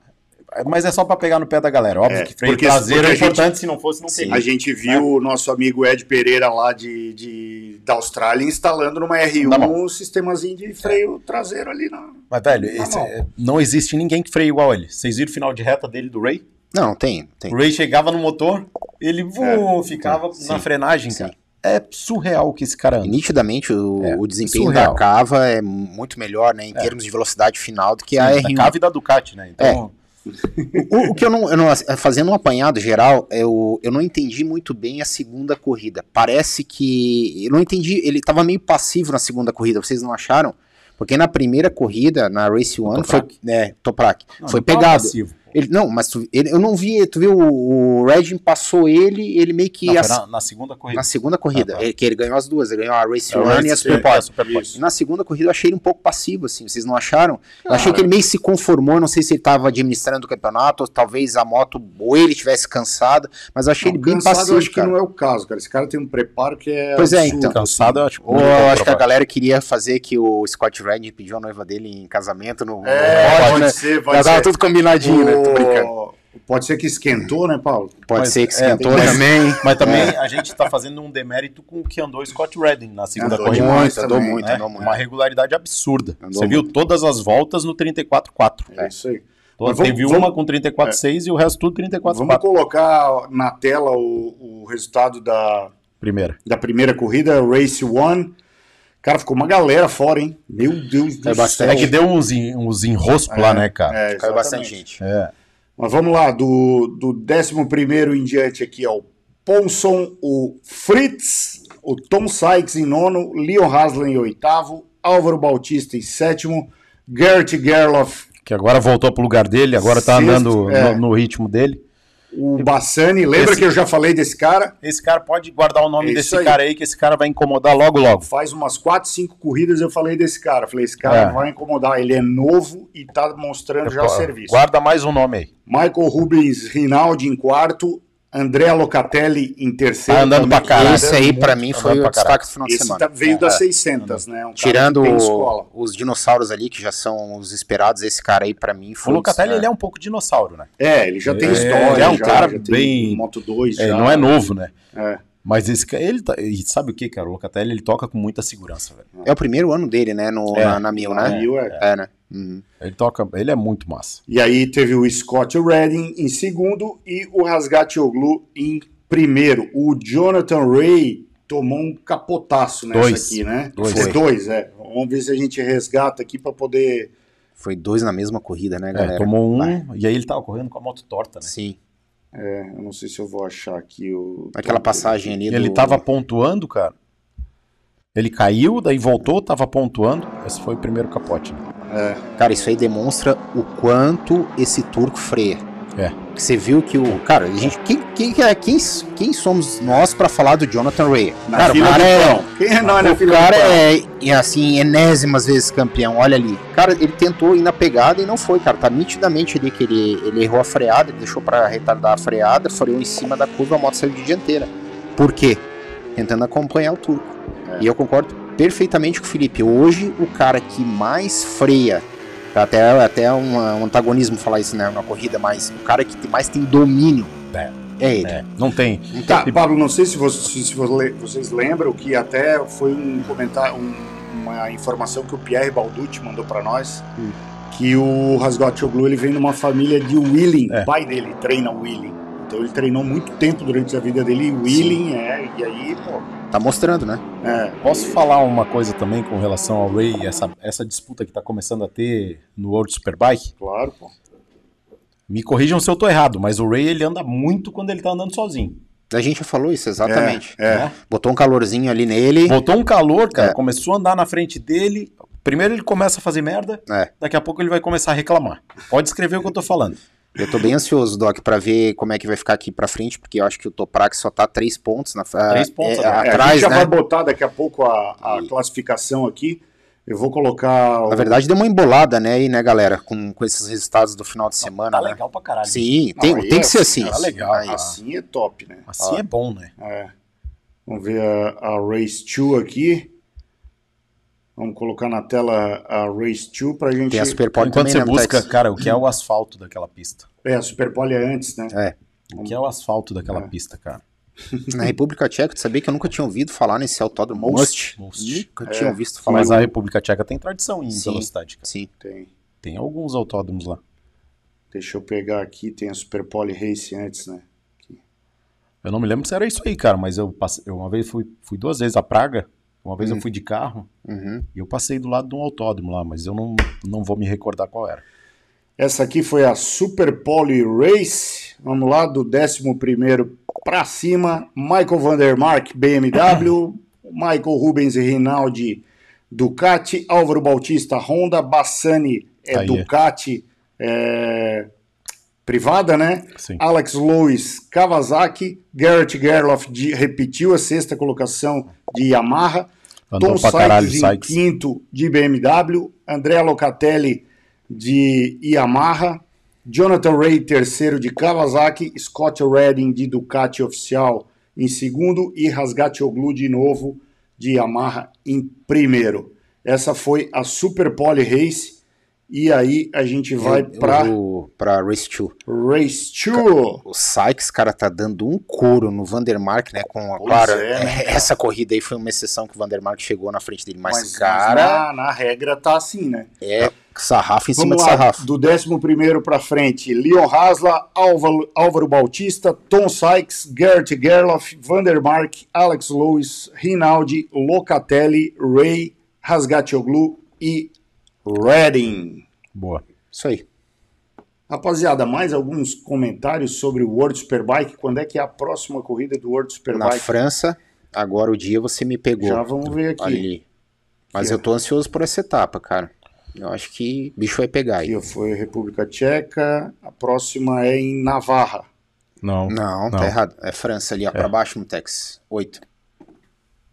S2: Mas é só pra pegar no pé da galera. Óbvio
S1: É,
S2: que freio
S1: porque-
S2: traseiro
S1: porque a
S2: é
S1: gente-
S2: importante, se não fosse, não
S1: A
S2: seria.
S1: gente viu o nosso amigo Ed Pereira lá de, de- da Austrália instalando numa
S2: Tá
S1: R1
S2: bom.
S1: um sistemazinho de freio traseiro ali. Na...
S2: Mas, velho,
S1: Tá
S2: esse-
S1: bom.
S2: é, não existe ninguém que freie igual ele. Vocês viram o final de reta dele do Ray?
S3: Não, tem, tem.
S2: O Ray chegava no motor, ele voou, ficava na frenagem,
S3: Sim.
S2: cara. É surreal o que esse cara
S3: E
S2: anda.
S3: Nitidamente, o,
S2: É,
S3: o desempenho
S2: surreal. É.
S3: da Cava é muito melhor, né, em termos de velocidade final do que a
S2: da
S3: R1.
S2: Cave e da Ducati, né? Então,
S3: O, o que eu não, eu não- Fazendo um apanhado geral, eu, eu não entendi muito bem a segunda corrida. Parece que. Eu não entendi. Ele estava meio passivo na segunda corrida, vocês não acharam? Porque na primeira corrida, na Race One, foi.
S2: Toprak.
S3: É, Toprak.
S2: não,
S3: foi
S2: não tava
S3: pegado.
S2: passivo.
S3: Ele, não, mas tu- ele- eu não vi. Tu viu, o, o Redding passou ele, ele meio que.
S2: Não,
S3: ass-
S2: foi na, na segunda corrida.
S3: na segunda corrida,
S2: Ah, tá.
S3: ele- que ele ganhou as duas, ele ganhou a Race
S2: A
S3: One
S2: Race
S3: e a
S2: One,
S3: Superpod.
S2: é, a Superpod.
S1: Isso.
S3: Na segunda corrida eu achei ele um pouco passivo, assim, vocês não acharam? Eu achei que ele meio se conformou, não sei se ele estava administrando o campeonato, ou talvez a moto, ou ele tivesse cansado, mas eu achei
S1: Não,
S3: ele bem
S1: cansado,
S3: passivo,
S1: eu acho que
S3: cara.
S1: não é o caso, cara. Esse cara tem um preparo que é.
S3: Pois é,
S1: absurdo.
S3: então.
S2: Cansado, eu acho.
S3: Ou
S2: muito
S3: eu
S2: bom
S3: acho que a
S2: trabalho.
S3: galera queria fazer que o Scott Redding pediu a noiva dele em casamento no...
S1: É,
S3: no
S1: pode,
S3: pódio, né?
S1: ser,
S3: Já
S1: pode
S3: tava
S1: ser.
S3: tudo combinadinho, né? Tô brincando.
S1: O- Pode ser que esquentou, né, Paulo?
S3: Pode
S2: Mas-
S3: ser que
S2: é,
S3: esquentou né?
S2: mas-
S3: também.
S2: Mas também a gente tá fazendo um demérito com o que andou o Scott Redding na segunda
S1: Andou
S2: corrida.
S1: demais,
S3: Muito, andou
S1: também,
S3: muito,
S2: né?
S3: andou muito.
S2: Uma regularidade absurda.
S3: Andou
S2: Você viu todas as voltas no 34-4.
S1: É isso aí.
S2: Todas-
S1: Mas vamos-
S2: Teve
S1: vamos-
S2: uma com 34-6 e o resto tudo
S1: Vamos
S2: 34-4.
S1: colocar na tela o, o resultado da,
S2: Primeira.
S1: da primeira corrida, Race One. Cara, ficou uma galera fora, hein? Meu Deus do
S3: É bastante.
S2: É
S1: céu.
S2: que deu uns, en- uns enroscos lá, né, cara?
S1: É,
S3: Caiu
S1: exatamente.
S3: bastante gente.
S2: É.
S1: Mas vamos lá, do, do 11 em diante aqui, ó. O Ponson, o Fritz, o Tom Sykes em nono, Leon Haslam em oitavo, Álvaro Bautista em sétimo, Gert Gerloff,
S2: Que agora voltou pro lugar dele, agora tá
S1: Sexto,
S2: andando
S1: é.
S2: no, no ritmo dele.
S1: o Bassani. Lembra
S2: Esse-
S1: que eu já falei desse cara?
S2: Esse cara pode guardar o
S1: É
S2: nome
S1: Isso
S2: desse
S1: aí.
S2: cara aí, que esse cara vai incomodar logo, logo.
S1: Faz umas quatro, cinco corridas eu falei desse cara. Falei, esse cara
S2: É.
S1: vai incomodar. Ele é novo e tá mostrando já
S2: Pô,
S1: serviço.
S2: Guarda mais um nome aí.
S1: Michael Rubens Rinaldi em quarto, André Locatelli em terceiro.
S2: Tá andando
S1: também.
S2: pra caralho.
S3: Esse aí, pra mim,
S2: Andando
S3: foi o
S2: pra caralho.
S3: destaque do final de
S1: Esse
S3: semana.
S1: tá- veio
S3: É.
S1: das 600, né? Um cara que
S3: Tirando
S1: tem escola.
S3: os dinossauros ali, que já são os esperados, esse cara aí, pra mim,
S2: O
S3: foi.
S2: Locatelli, ele é um pouco dinossauro, né?
S1: É, ele já tem
S2: É,
S1: história.
S2: ele é um
S1: já,
S2: cara
S1: já tem
S2: bem-
S1: Moto 2
S2: É,
S1: já.
S2: não é novo, né?
S1: É.
S2: Mas esse cara, ele tá- e sabe o que, cara? O Locatelli, ele toca com muita segurança, velho.
S3: É o primeiro ano dele, né? No,
S2: É.
S3: na, na Mil, né?
S1: Mil, é.
S3: É, né? Uhum.
S2: Ele toca, ele é muito massa.
S1: E aí teve o Scott Redding em segundo e o Rasgatioglu em primeiro. O Jonathan Ray tomou um capotaço nessa
S2: Dois.
S1: aqui, né?
S2: Dois.
S1: Foi dois, é. Vamos ver se a gente resgata aqui para poder...
S3: Foi dois na mesma corrida, né,
S2: É,
S3: galera?
S2: tomou um, e aí ele tava correndo com a moto torta, né?
S3: Sim.
S1: É, eu não sei se eu vou achar aqui o...
S3: Aquela passagem ali.
S2: E ele
S3: do-
S2: tava pontuando, cara. Ele caiu, daí voltou, tava pontuando. Esse foi o primeiro capote. Né?
S3: Cara, isso aí demonstra o quanto esse turco freia.
S2: É.
S3: Que Você viu que o. Cara, a gente. Quem, quem, que é- quem, quem somos nós pra falar do Jonathan Ray?
S1: Na
S3: cara,
S1: fila
S3: o cara
S1: do
S3: é.
S1: pão. Quem é nós na
S3: O
S1: fila do
S3: cara
S1: pão?
S3: é, é, assim, enésimas vezes campeão, olha ali. Cara, ele tentou ir na pegada e não foi, cara. Tá nitidamente ali que ele, ele errou a freada, ele deixou pra retardar a freada, freou em cima da curva, a moto saiu de dianteira. Por quê? Tentando acompanhar o turco. E eu concordo perfeitamente com o Felipe. Hoje, o cara que mais freia, tá, até, até um, um antagonismo falar isso, né? Uma corrida, mas o cara que mais tem domínio
S2: É.
S3: é ele. Então,
S2: É, não tem.
S1: Tá,
S3: Tipo,
S1: Pablo, não sei se, vocês, se vo- vocês lembram que até foi um comentário, um- uma informação que o Pierre Balducci mandou para nós,
S3: Hum.
S1: que o Rasgotoglu ele vem numa família de wheeling,
S2: É.
S1: o pai dele treina wheeling. Então ele treinou muito tempo durante a vida dele wheeling, é, e aí, pô,
S3: Tá mostrando, né?
S1: é,
S2: Posso falar uma coisa também com relação ao Ray, e essa, essa disputa que tá começando a ter no World Superbike?
S1: claro, pô.
S2: Me corrijam se eu tô errado, mas o Ray ele anda muito quando ele tá andando sozinho.
S3: A gente já falou isso, exatamente.
S1: É, é.
S2: Né?
S3: Botou um calorzinho ali nele.
S2: Botou um calor, cara,
S3: É.
S2: começou a andar na frente dele. Primeiro ele começa a fazer merda,
S3: É.
S2: daqui a pouco ele vai começar a reclamar. Pode escrever o que eu tô falando.
S3: Eu tô bem ansioso, Doc, pra ver como é que vai ficar aqui pra frente, porque eu acho que o Toprak só tá três pontos na
S2: Três pontos
S3: é,
S2: agora.
S1: É, a gente
S3: atrás,
S1: já vai
S3: né?
S1: botar daqui a pouco a, a classificação aqui. Eu vou colocar. o-
S3: Na verdade, deu uma embolada, né, aí, né, galera, com, com esses resultados do final de semana,
S2: Tá
S3: né?
S2: legal pra caralho.
S3: Sim,
S1: Não,
S3: tem,
S1: aí
S3: tem
S1: é
S3: que ser assim.
S1: Assim,
S2: tá legal.
S3: Aí,
S1: assim é top, né?
S2: Assim é bom, né?
S1: É. Vamos ver a, a Race 2 aqui. Vamos colocar na tela a Race 2 pra gente.
S3: Tem a Superpole
S2: Enquanto
S3: também,
S2: você
S3: né,
S2: busca,
S3: Mutex?
S2: cara, o que é o asfalto daquela pista?
S1: É, a Superpole é antes, né?
S3: É.
S2: O que é o asfalto daquela pista, cara?
S3: Na República Tcheca, tu sabia que eu nunca tinha ouvido falar nesse autódromo Most?
S2: Most.
S3: Nunca tinha ouvido falar.
S2: Mas a República Tcheca tem tradição em
S3: Sim.
S2: velocidade, cara.
S3: Sim.
S1: Tem.
S2: Tem alguns autódromos lá.
S1: Deixa eu pegar aqui, tem a Superpole Race antes, né?
S2: Eu não me lembro se era isso aí, cara, mas eu passei, eu uma vez fui, fui duas vezes a Praga, uma vez eu fui de carro
S3: Hum. Uhum.
S2: e eu passei do lado de um autódromo lá, mas eu não, não vou me recordar qual era.
S1: Essa aqui foi a Superpole Race. Vamos lá, do 11 para cima. Michael Vandermark, BMW. Michael Rubens e Rinaldi, Ducati. Álvaro Bautista, Honda. Bassani, é
S2: Aí é.
S1: Ducati é, privada, né?
S2: Sim.
S1: Alex Lois, Kawasaki. Garrett Gerloff de- repetiu a sexta colocação de Yamaha.
S2: Andou
S1: Tom
S2: pra
S1: Sykes
S2: caralho,
S1: em
S2: Sykes.
S1: quinto de BMW, André Locatelli de Yamaha, Jonathan Ray terceiro de Kawasaki, Scott Redding de Ducati oficial em segundo e Rasgatioglu de novo de Yamaha em primeiro. Essa foi a Superpole Race e aí a gente vai
S3: Eu-
S1: para
S3: eu- Pra Race 2.
S1: Race 2.
S3: O Sykes, cara, tá dando um couro no Vandermark, né? Com a,
S1: Pois
S3: claro,
S1: é, né,
S3: é, essa corrida aí foi uma exceção que o Vandermark chegou na frente dele. Mas,
S1: Mas,
S3: cara,
S1: na, na regra tá assim, né?
S3: é sarrafo em cima
S1: Vamos
S3: de
S1: lá,
S3: sarrafo.
S1: do 11 para frente, Leon Hasla, Álvaro, Álvaro Bautista, Tom Sykes, Gert Gerloff, Vandermark, Alex Lewis, Rinaldi, Locatelli, Ray, Rasgatioglu e Redding.
S2: Boa.
S3: Isso aí.
S1: Rapaziada, mais alguns comentários sobre o World Superbike. Quando é que é a próxima corrida do World
S3: Na
S1: Superbike?
S3: França, agora o dia você me pegou.
S1: Já vamos ver aqui.
S3: Ali. Mas
S1: Aqui,
S3: eu tô ansioso por essa etapa, cara. Eu acho que o bicho vai pegar aí.
S1: Aqui ó, foi República Tcheca. A próxima é em Navarra.
S2: Não.
S3: Não,
S2: Não.
S3: tá errado. É França ali, ó, pra baixo, Mutex. Oito.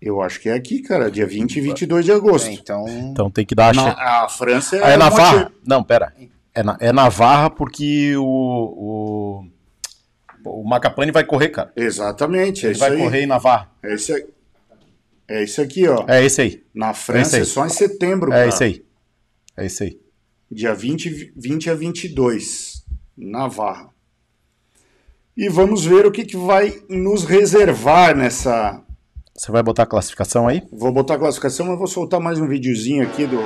S1: Eu acho que é aqui, cara, dia 20 e 22 de agosto.
S3: É, então,
S2: Então tem que dar a chance.
S1: Na- a França é.
S2: Ah, é
S1: um
S2: Navarra?
S1: monte-
S2: Não, pera. É, na, é Navarra porque o. O, o Macapane vai correr, cara.
S1: Exatamente, é
S2: Ele
S1: isso
S2: vai
S1: aí.
S2: correr em Navarra.
S1: É isso aí. É isso aqui, ó.
S2: É esse aí.
S1: Na França
S2: aí.
S1: é, só em setembro,
S2: É
S1: cara.
S2: esse aí. É esse aí.
S1: Dia 20, 20 a 22, Navarra. E vamos ver o que, que vai nos reservar nessa.
S2: Você vai botar a classificação aí?
S1: Vou botar a classificação, mas vou soltar mais um videozinho aqui do.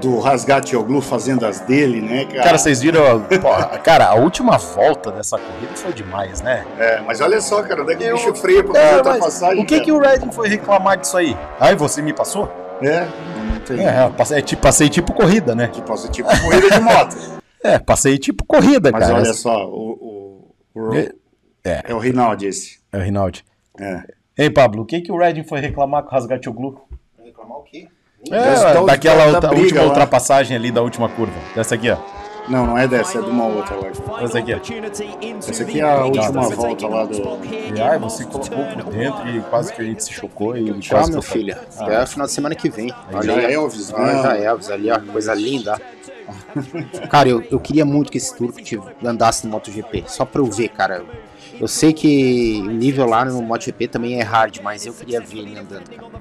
S1: Do Rasgatioglu fazendo as dele, né, cara?
S2: Cara, vocês viram. Porra, cara, a última volta dessa corrida foi demais, né?
S1: É, mas olha só, cara, onde é que o
S2: Eu-
S1: bicho freia pra
S2: É,
S1: fazer
S2: mas
S1: ultrapassagem?
S2: o que, que o Redding foi reclamar disso aí? Aí você me passou?
S1: cara? É, não tem.
S2: É, eu passei, é tipo- passei tipo corrida, né?
S1: Tipo, assim, tipo corrida de moto.
S2: É, passei tipo corrida,
S1: Mas
S2: cara.
S1: olha só, o. o, o-
S2: É.
S1: é o Rinaldi esse.
S2: É o Rinaldi.
S1: É.
S2: Ei, Pablo, o que, que o Redding foi reclamar com o Rasgatioglu?
S3: Reclamar o quê?
S1: Dessa- da-
S2: É, daquela
S1: da
S2: outra-
S1: briga
S2: última
S1: lá.
S2: ultrapassagem ali da última curva. Dessa aqui, ó.
S1: Não, não é dessa, é de uma outra lá.
S2: Essa aqui, ó.
S6: Essa aqui é a última volta lá do.
S2: E aí você colocou por dentro e quase que a gente se chocou e quase
S3: Tchau,
S2: que
S3: meu
S2: eu falei.
S3: filho. É final de semana que vem.
S1: Já
S3: aí.
S1: é Elvis,
S3: Ah,
S1: né?
S3: já é Elvis ali, ó. Coisa linda. Cara, eu, eu queria muito que esse turco te- andasse no MotoGP. Só pra eu ver, cara. Eu sei que o nível lá no MotoGP também é hard, mas eu queria ver ele andando, cara.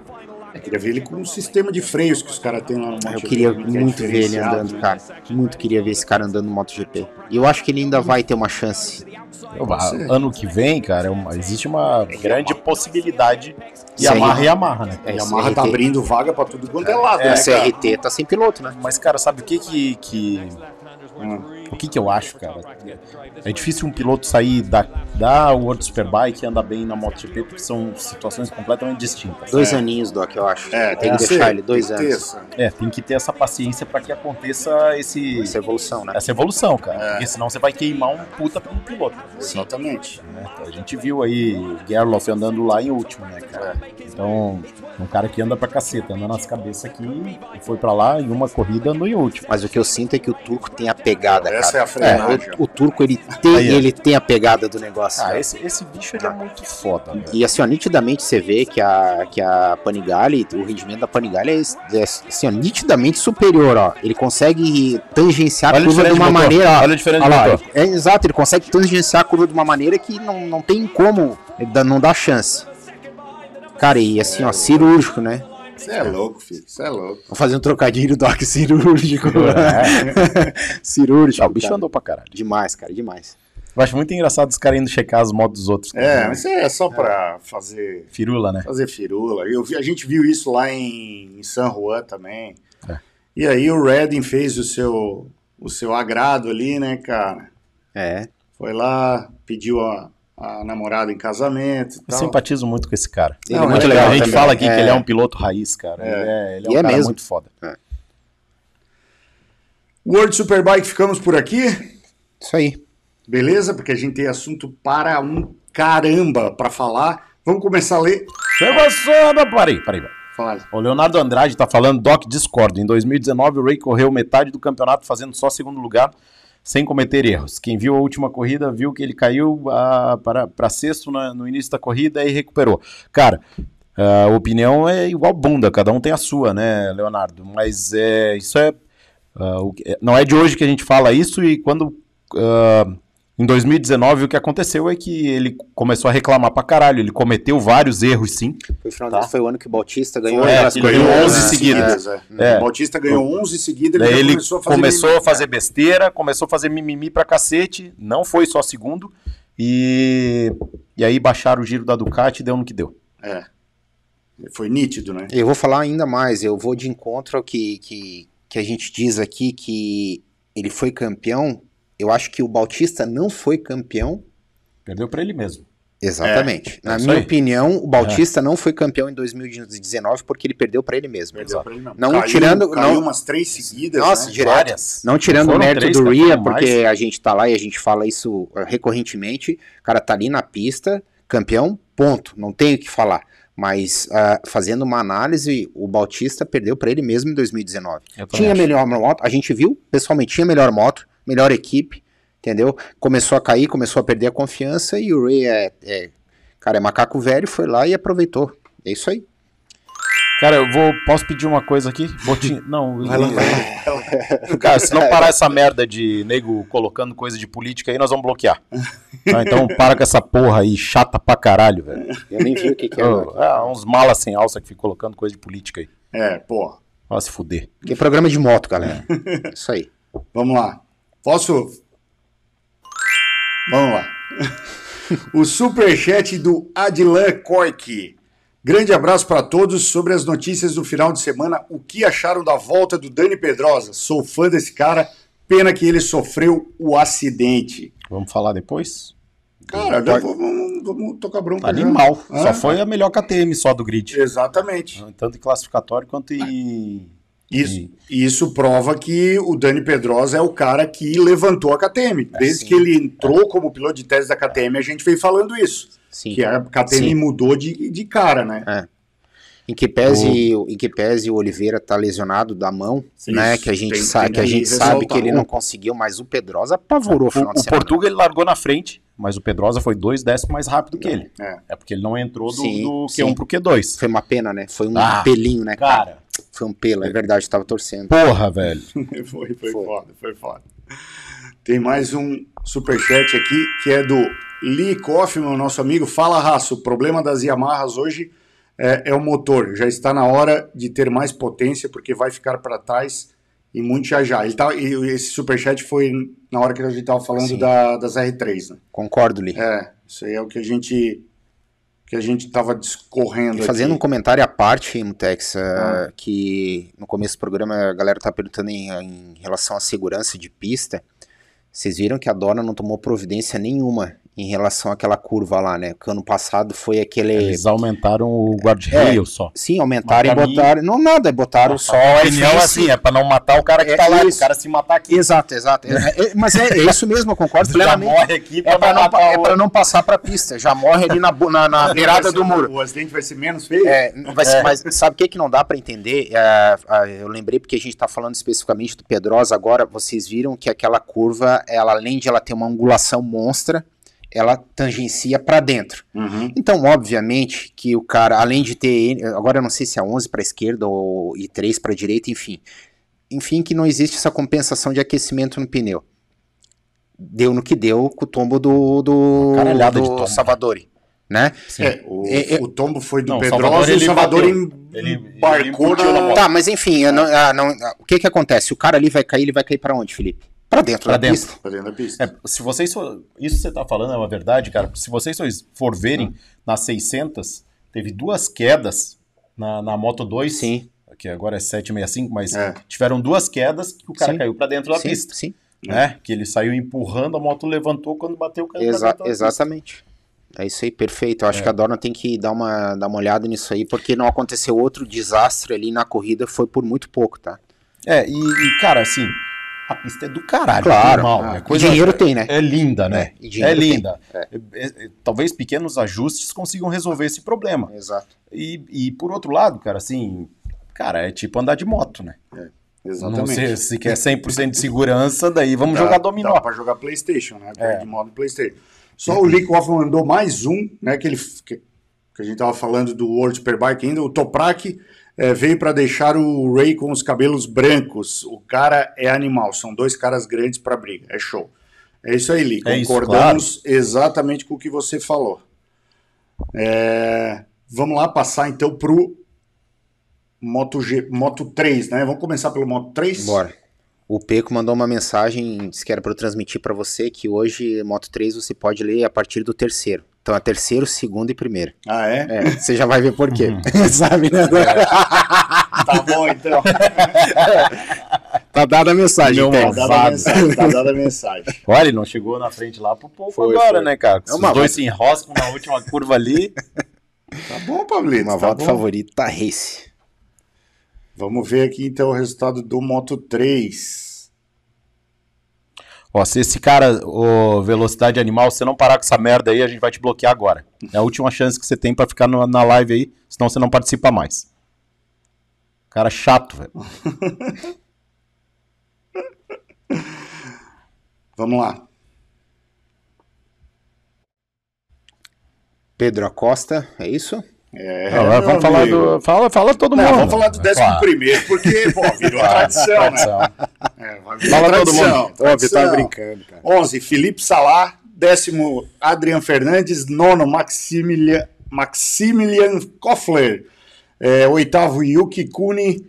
S1: Eu queria ver ele com o sistema de freios que os caras têm lá no
S3: Eu
S1: MotoGP,
S3: queria
S1: que é
S3: muito ver ele
S1: diferenciado,
S3: andando,
S1: né?
S3: cara. Muito queria ver esse cara andando no MotoGP. E eu acho que ele ainda vai ter uma chance.
S2: Ah, Ano que vem, cara, é uma- existe uma grande possibilidade de
S3: Sim.
S2: amarra e amarra, né?
S3: É,
S1: E a Marra tá
S3: CRT.
S1: abrindo vaga pra tudo quanto é lado, né,
S3: O
S1: cara?
S3: CRT tá sem piloto, né?
S2: Mas, cara, sabe o que que... que- O que que eu acho, cara? É difícil um piloto sair da, da World Superbike e andar bem na MotoGP, porque são situações completamente distintas.
S3: Dois aninhos, Doc, eu acho.
S1: É,
S3: tem que
S1: ser,
S3: deixar ele dois
S1: tem que ter
S3: anos.
S1: essa.
S2: É, tem que ter essa paciência pra que aconteça esse,
S3: Essa evolução, né?
S2: essa evolução, cara. Porque senão você vai queimar um puta pra um piloto.
S1: Exatamente.
S2: né? A gente viu aí o Gerloff andando lá em último, né, cara? Então, um cara que anda pra caceta, anda nas cabeças aqui, e foi pra lá em uma corrida andou em último.
S3: Mas o que eu sinto é que o turco tem a pegada, cara.
S1: Essa é a frenagem.
S3: o, o turco, ele tem,
S2: Aí, ó.
S3: ele tem a pegada do negócio.
S2: Ah,
S3: cara.
S2: esse, esse bicho ele é muito foda, velho.
S3: E assim, ó, nitidamente você vê que a, que a Panigale, o rendimento da Panigale é, é assim, ó, nitidamente superior, ó. Ele consegue tangenciar
S2: Olha a
S3: a curva de
S2: diferença
S3: uma
S2: de motor.
S3: maneira, ó.
S2: Olha a diferença
S3: Olha
S2: de
S3: lá,
S2: motor.
S3: é, exato, ele consegue tangenciar a curva de uma maneira que não, não tem como, ele dá- não dá chance. Cara, e assim, ó, cirúrgico, né?
S1: Você é louco, filho. Você é louco.
S3: Vou fazer um trocadilho doc cirúrgico. cirúrgico.
S2: Ah, É. o bicho
S3: cara.
S2: andou pra caralho.
S3: Demais, cara, demais.
S2: Eu acho muito engraçado os caras indo checar as motos dos outros.
S1: É,
S2: cara.
S1: mas é só pra fazer,
S2: Firula, né?
S1: fazer firula. Eu vi- a gente viu isso lá em, em San Juan também. E aí o Redding fez o seu, o seu agrado ali, né, cara?
S3: É.
S1: Foi lá, pediu a, a namorada em casamento e
S2: Eu
S1: tal.
S2: simpatizo muito com esse cara.
S3: Ele
S1: Não,
S3: é muito
S1: é
S3: legal.
S2: a gente
S3: também.
S2: fala aqui que ele é um piloto raiz, cara. Ele é, ele é um
S3: E é
S2: cara
S3: mesmo.
S2: muito foda.
S1: World Superbike, ficamos por aqui,
S3: Isso aí.
S1: beleza? Porque a gente tem assunto para um caramba para falar. Vamos começar a ler.
S2: Chegou só... Peraí, peraí. peraí.
S1: Fala.
S2: O Leonardo Andrade tá falando, Doc, discordo. Em 2019, o Ray correu metade do campeonato fazendo só segundo lugar, sem cometer erros. Quem viu a última corrida viu que ele caiu ah, para, para sexto na- no início da corrida e recuperou. Cara, a opinião é igual bunda, cada um tem a sua, né, Leonardo? Mas é, isso é, ah, o que- Não é de hoje que a gente fala isso e quando. ah, em 2019, o que aconteceu é que ele começou a reclamar pra caralho. Ele cometeu vários erros, sim.
S3: Foi, o final
S2: Tá.
S3: do- foi o ano que o Bautista É, ganhou
S2: Foi,
S3: aquelas
S2: ele ganhou
S3: corridas,
S2: 11
S3: né?
S2: seguidas.
S1: é.
S2: É.
S1: O Bautista ganhou 11 seguidas,
S2: Daí
S1: ele,
S2: ele
S1: já começou a fazer. mimimi.
S2: besteira, começou a fazer mimimi pra cacete, não foi só segundo, e, e aí baixaram o giro da Ducati e deu no que deu.
S1: É. Foi nítido, né?
S3: Eu vou falar ainda mais, eu vou de encontro ao que, que, que a gente diz aqui que ele foi campeão. Eu acho que o Bautista não foi campeão
S2: Perdeu pra ele mesmo. É,
S3: Exatamente.
S2: é
S3: Na
S2: isso
S3: minha
S2: aí.
S3: opinião, o Bautista não foi campeão em 2019 porque ele perdeu pra ele mesmo.
S1: Perdeu pra ele mesmo.
S3: Não
S1: Caiu-
S3: tirando-
S1: Caiu
S3: não-
S1: umas três seguidas.
S3: Nossa,
S1: né?
S3: direto. Não tirando o
S2: Foram
S3: mérito
S2: três,
S3: do
S2: cara,
S3: Ria,
S2: foram
S3: porque a gente tá lá e a gente fala isso eh, recorrentemente. O cara tá ali na pista, campeão, ponto. Não tem o que falar. Mas ah, fazendo uma análise, o Bautista perdeu pra ele mesmo em 2019.
S2: Eu também
S3: Tinha
S2: acho.
S3: melhor moto, a gente viu, pessoalmente tinha melhor moto, melhor equipe, entendeu? Começou a cair, começou a perder a confiança e o Ray é, é- cara, é macaco velho, foi lá e aproveitou. É isso aí.
S2: Cara, eu vou. Posso pedir uma coisa aqui? Botinha. Não,
S1: Vai lá, vai lá.
S2: cara, se não parar essa merda de nego colocando coisa de política aí, nós vamos bloquear. Tá, então para com essa porra aí, chata pra caralho, velho.
S3: Eu nem vi o que, é, né? que era.
S2: Ô, ah, uns malas sem alça que ficam colocando coisa de política aí.
S1: É, pô.
S2: Vai se fuder.
S3: Que é programa de moto, galera. É isso aí.
S1: Vamos lá. Posso? Vamos lá. o superchat do Adilan Koik. Grande abraço para todos sobre as notícias do final de semana. O que acharam da volta do Dani Pedrosa? Sou fã desse cara. Pena que ele sofreu o acidente.
S2: Vamos falar depois?
S1: Cara, já vou- vamos, vamos tocar bronca.
S2: Tá ali
S1: já.
S2: mal.
S1: Ah,
S2: Só foi a melhor KTM só do grid.
S1: Exatamente.
S2: Tanto em classificatório quanto em.
S3: É.
S1: Isso, isso prova que o Dani Pedrosa é o cara que levantou a KTM.
S3: É,
S1: Desde que ele entrou como piloto de teste da KTM, a gente vem falando isso.
S3: Sim.
S1: Que a KTM
S3: Sim.
S1: mudou de, de cara, né?
S3: Em que pese, em que pese o Oliveira tá lesionado da mão,
S1: Sim,
S3: né?
S1: isso.
S3: Que a gente
S1: Tem-
S3: sabe
S1: tem
S3: que, a
S1: que
S3: gente sabe que
S1: ressaltar.
S3: ele não conseguiu, mas o Pedrosa apavorou o
S2: O,
S3: final de
S2: o
S3: semana.
S2: Portuga ele largou na frente, mas o Pedrosa foi dois décimos mais rápido que ele.
S1: É.
S2: É porque ele não entrou do,
S3: Sim,
S2: do
S3: sim.
S2: Q1 pro Q2.
S3: Foi uma pena, né? Foi um
S2: Ah,
S3: pelinho, né, cara?
S2: Cara,
S3: Foi um pelo, é verdade, tava torcendo.
S2: porra, velho.
S1: Foi, foi,
S3: Foi.
S1: foda, foi foda. Tem mais um superchat aqui que é do Lee Kaufman, nosso amigo. Fala, raça. O problema das Yamahas hoje é, é o motor. Já está na hora de ter mais potência, porque vai ficar para trás e muito já já. Ele tá, e esse superchat foi na hora que a gente estava falando
S3: Sim.
S1: da- das R3, né?
S3: Concordo, Lee.
S1: É, isso aí é o que a gente que a gente estava discorrendo
S3: E fazendo um
S1: aqui. Ah.
S3: comentário à parte, Mutex, eh, que no começo do programa a galera tá perguntando em, em relação à segurança de pista. Vocês viram que a Dona não tomou providência nenhuma em relação àquela curva lá, né? Porque ano passado foi aquele.
S2: Eles aumentaram o guardrail só.
S3: Sim, aumentaram e
S2: Mas pra mim-
S3: botaram. Não, nada, é botaram É. só a
S2: opinião assim, é pra não matar o cara que
S3: É
S2: tá lá,
S3: isso.
S2: o cara se matar aqui.
S3: Exato, exato. É- é- mas é, é isso mesmo, eu concordo
S2: Já
S3: plenamente.
S2: morre aqui pra,
S3: É pra, não,
S2: matar
S3: pa- é
S2: o
S3: pra não passar pra pista, já morre ali na, bu- na, na beirada
S1: Vai ser-
S3: do muro.
S1: O acidente vai ser menos feio?
S3: É, não vai ser, mas sabe o que, que não dá pra entender? É, ah, eu lembrei porque a gente tá falando especificamente do Pedrosa agora. Vocês viram que aquela curva, ela além de ela ter uma angulação monstra, ela tangencia pra dentro.
S1: Uhum.
S3: Então, obviamente, que o cara, além de ter. Agora eu não sei se é 11 para esquerda ou e 3 para direita, enfim. Enfim, que não existe essa compensação de aquecimento no pneu. Deu no que deu com o tombo do, do,
S2: Uma caralhada
S3: do
S2: de tombo, né?
S3: Savadori. Né?
S1: É, o,
S3: É, é-
S1: o tombo foi do
S2: Não, o
S1: Pedrosa
S2: Salvador,
S1: e o
S2: ele
S1: Salvador
S2: bateu. Ele- ele
S1: embarcou
S2: embutiu na
S1: na...
S2: bola.
S3: Tá, mas enfim, eu não- ah, não- ah, o que que acontece? O cara ali vai cair, ele vai cair para onde, Felipe? Para dentro
S2: Pra
S3: da
S2: dentro.
S3: pista.
S1: Tá dentro da pista.
S2: É, se vocês for, isso que você tá falando é uma verdade, cara. Se vocês sois- for verem,
S3: Ah.
S2: nas 600 teve duas quedas na, na Moto 2,
S3: Sim,
S2: que agora é 765, mas
S1: É.
S2: tiveram duas quedas que o cara
S3: Sim.
S2: caiu pra dentro da
S3: sim,
S2: pista,
S3: sim.
S2: né? Que ele saiu empurrando, a moto levantou, quando bateu caiu Então, pra um
S3: Exa-
S2: dentro da pista.
S3: exatamente. É isso aí, perfeito. Eu acho que a Dorna tem que dar uma, dar uma olhada nisso aí, porque não aconteceu outro desastre ali na corrida, foi por muito pouco, tá?
S2: É, e, e, cara, assim, a pista é do caralho.
S3: Claro.
S2: Mal,
S1: Ah,
S2: é coisa
S3: dinheiro tem, né?
S2: é linda, né?
S3: E
S2: É
S3: dinheiro tem.
S2: linda. É, é, talvez pequenos ajustes consigam resolver esse problema.
S3: Exato.
S2: E, e por outro lado, cara, assim, cara, é tipo andar de moto, né? Não
S1: Exatamente. Tá,
S2: sei se quer 100% de segurança, daí vamos jogar dominó.
S1: Dá pra jogar Playstation, né? De modo Playstation. Só o Lee Kaufman mandou mais um, né? Que, ele, que, que a gente tava falando do World Superbike ainda. O Toprak eh, veio pra deixar o Ray com os cabelos brancos. O cara é animal. São dois caras grandes pra briga. É show. É isso aí, Lee.
S2: É isso,
S1: Concordamos exatamente com o que você falou. É, vamos lá passar então pro Moto, G, Moto 3, né? Vamos começar pelo Moto 3?
S3: Bora. O Peco mandou uma mensagem, disse que era para eu transmitir para você que hoje Moto 3 você pode ler a partir do terceiro. Então é terceiro, segundo e primeiro.
S1: Ah, é?
S3: É, você já vai ver por quê. Sabe, né?
S1: Tá bom, então.
S3: Tá dada a mensagem,
S2: Meu
S1: Tá
S3: Tex.
S1: dada a mensagem, tá dada a mensagem.
S2: Olha, ele não chegou na frente lá pro pouco
S3: Foi,
S2: agora,
S3: foi.
S2: né, cara? Se
S3: É uma
S2: os dois se enroscam na última curva ali.
S1: Tá bom, Pablito.
S3: Uma
S1: tá
S3: volta
S1: bom.
S3: favorita, Race.
S1: Vamos ver aqui então o resultado do Moto 3.
S2: Ó, se esse cara, ô, velocidade animal, você não parar com essa merda aí, a gente vai te bloquear agora. É a última chance que você tem pra ficar no- na live aí, senão você não participa mais. Cara chato, velho.
S1: Vamos lá.
S3: Pedro Acosta, é isso?
S1: É,
S2: Agora
S1: meu
S2: vamos falar
S1: amigo.
S2: do. Fala, fala todo
S1: Não,
S2: mundo.
S1: vamos falar do
S2: É
S1: 11
S2: claro.
S1: primeiro, porque, pô, virou tradição, né? É, vai virar
S2: Fala todo
S1: tradição,
S2: mundo. tá
S3: Ó, você
S1: tradição.
S3: tava brincando, cara.
S1: 11, Felipe Salah. Décimo, Adrian Fernandes. Nono, Maximilian, Maximilian Koffler. É, oitavo, Yuki Kuni.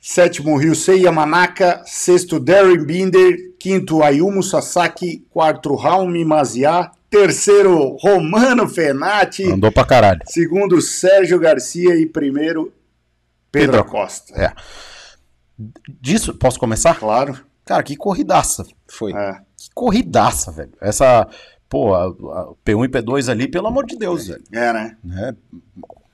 S1: Sétimo, Ryusei Yamanaka. Sexto, Darren Binder. Quinto, Ayumu Sasaki. Quarto, Raumi Maziá. Terceiro, Romano Fenati.
S2: Mandou pra caralho.
S1: Segundo, Sérgio Garcia. E primeiro, Pedro,
S2: Pedro
S1: Costa.
S2: É. Disso, posso começar?
S1: Claro.
S2: Cara, que corridaça.
S3: Foi.
S1: É.
S2: Que corridaça, velho. Essa. Pô, a, a P1 e P2 ali, pelo amor de Deus, velho.
S1: É, né?
S2: Né?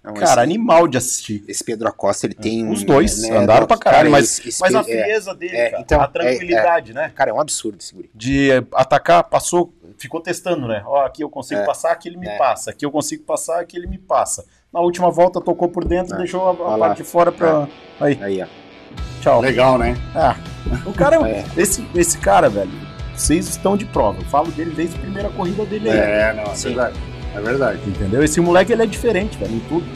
S3: Não,
S2: Cara,
S3: esse,
S2: animal de assistir.
S3: esse Pedro Acosta, ele tem...
S2: Os dois
S3: né,
S2: andaram pra
S3: cara,
S2: caralho, mas,
S3: esse- esse
S2: mas a
S3: Pedro- é,
S2: frieza dele,
S3: é,
S2: cara,
S3: então,
S2: a tranquilidade, né?
S3: Cara, é um absurdo esse guri.
S2: De eh, atacar, passou, ficou testando, né? Ó, aqui eu consigo
S3: É.
S2: passar, aqui ele me
S3: É.
S2: passa. Aqui eu consigo passar, aqui ele me passa. Na última volta tocou por dentro,
S3: É.
S2: deixou a- a,
S3: Olha lá. É.
S2: parte de fora pra. Aí,
S3: Aí, ó.
S2: tchau.
S1: Legal, né?
S2: Ah, o cara,
S3: É.
S2: esse, esse cara, velho, vocês estão de prova. Eu falo dele desde a primeira corrida dele aí.
S1: É, não, é
S3: Sim.
S1: verdade. É verdade.
S2: Entendeu? Esse moleque, ele é diferente, velho, em tudo.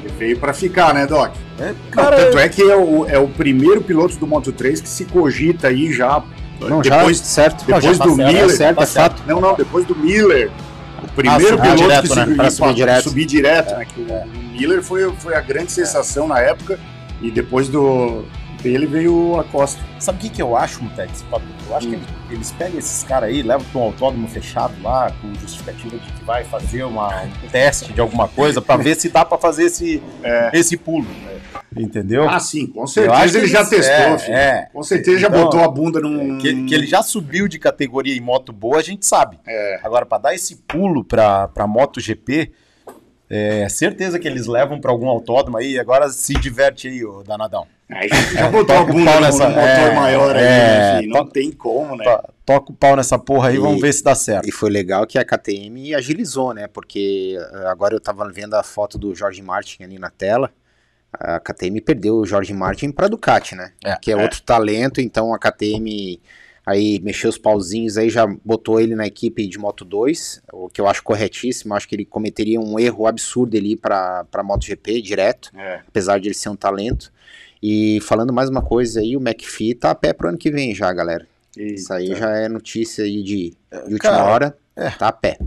S1: Ele veio pra ficar, né, Doc?
S2: É,
S1: Não,
S2: cara,
S1: tanto é que é o, é o primeiro piloto do Moto 3 que se cogita aí já.
S3: Não,
S1: depois
S3: já, certo.
S1: depois
S3: Não, já tá
S1: do
S3: certo,
S1: Miller,
S3: tá certo,
S2: tá
S3: é fato.
S1: não, não, depois do Miller. O primeiro
S2: Ah,
S1: piloto
S2: direto,
S1: que se
S2: né?
S1: cogita
S3: Pra subir direto.
S1: subir direto,
S2: É,
S1: né? Que o Miller foi, foi a grande sensação na época. E depois do dele veio a Costa.
S2: Sabe o que, que eu acho, Mutex? Pablo? Eu
S3: Hum.
S2: acho que eles, eles pegam esses caras aí, levam para um autódromo fechado lá, com justificativa de que vai fazer uma- um teste de alguma coisa para ver se dá para fazer esse,
S3: É.
S2: esse pulo. né? Entendeu?
S1: Ah, sim, com
S2: Eu acho
S1: certeza ele
S2: que
S1: já
S2: eles-
S1: testou,
S2: é,
S1: filho.
S2: é.
S1: Com certeza já
S2: Então,
S1: botou a bunda num.
S2: Que, ele- que ele já subiu de categoria em moto boa, a gente sabe.
S3: É.
S2: Agora, para dar esse pulo para moto GP, é certeza que eles levam para algum autódromo aí. Agora se diverte aí, ô danadão.
S1: Aí já botou a
S2: toca o
S1: bunda
S2: pau
S1: num
S2: nessa-
S1: motor
S2: é,
S1: maior aí,
S2: é,
S1: né, filho? Não
S2: to-
S1: tem como, né?
S2: To- Toca o pau nessa porra aí,
S3: É. E-
S2: vamos ver se dá certo.
S3: E foi legal que a KTM agilizou, né? Porque eh, agora eu tava vendo a foto do Jorge Martin ali na tela. A KTM perdeu o Jorge Martin pra Ducati, né?
S2: É,
S3: que é, outro talento, então a KTM aí mexeu os pauzinhos aí, já botou ele na equipe de Moto 2, o que eu acho corretíssimo, acho que ele cometeria um erro absurdo ali pra, pra MotoGP direto,
S1: É.
S3: apesar de ele ser um talento. E falando mais uma coisa aí, o McPhee tá a pé pro ano que vem já, galera.
S1: Tá.
S3: Isso aí já é notícia aí de,
S1: É,
S3: de última
S2: cara,
S3: hora. Tá a pé.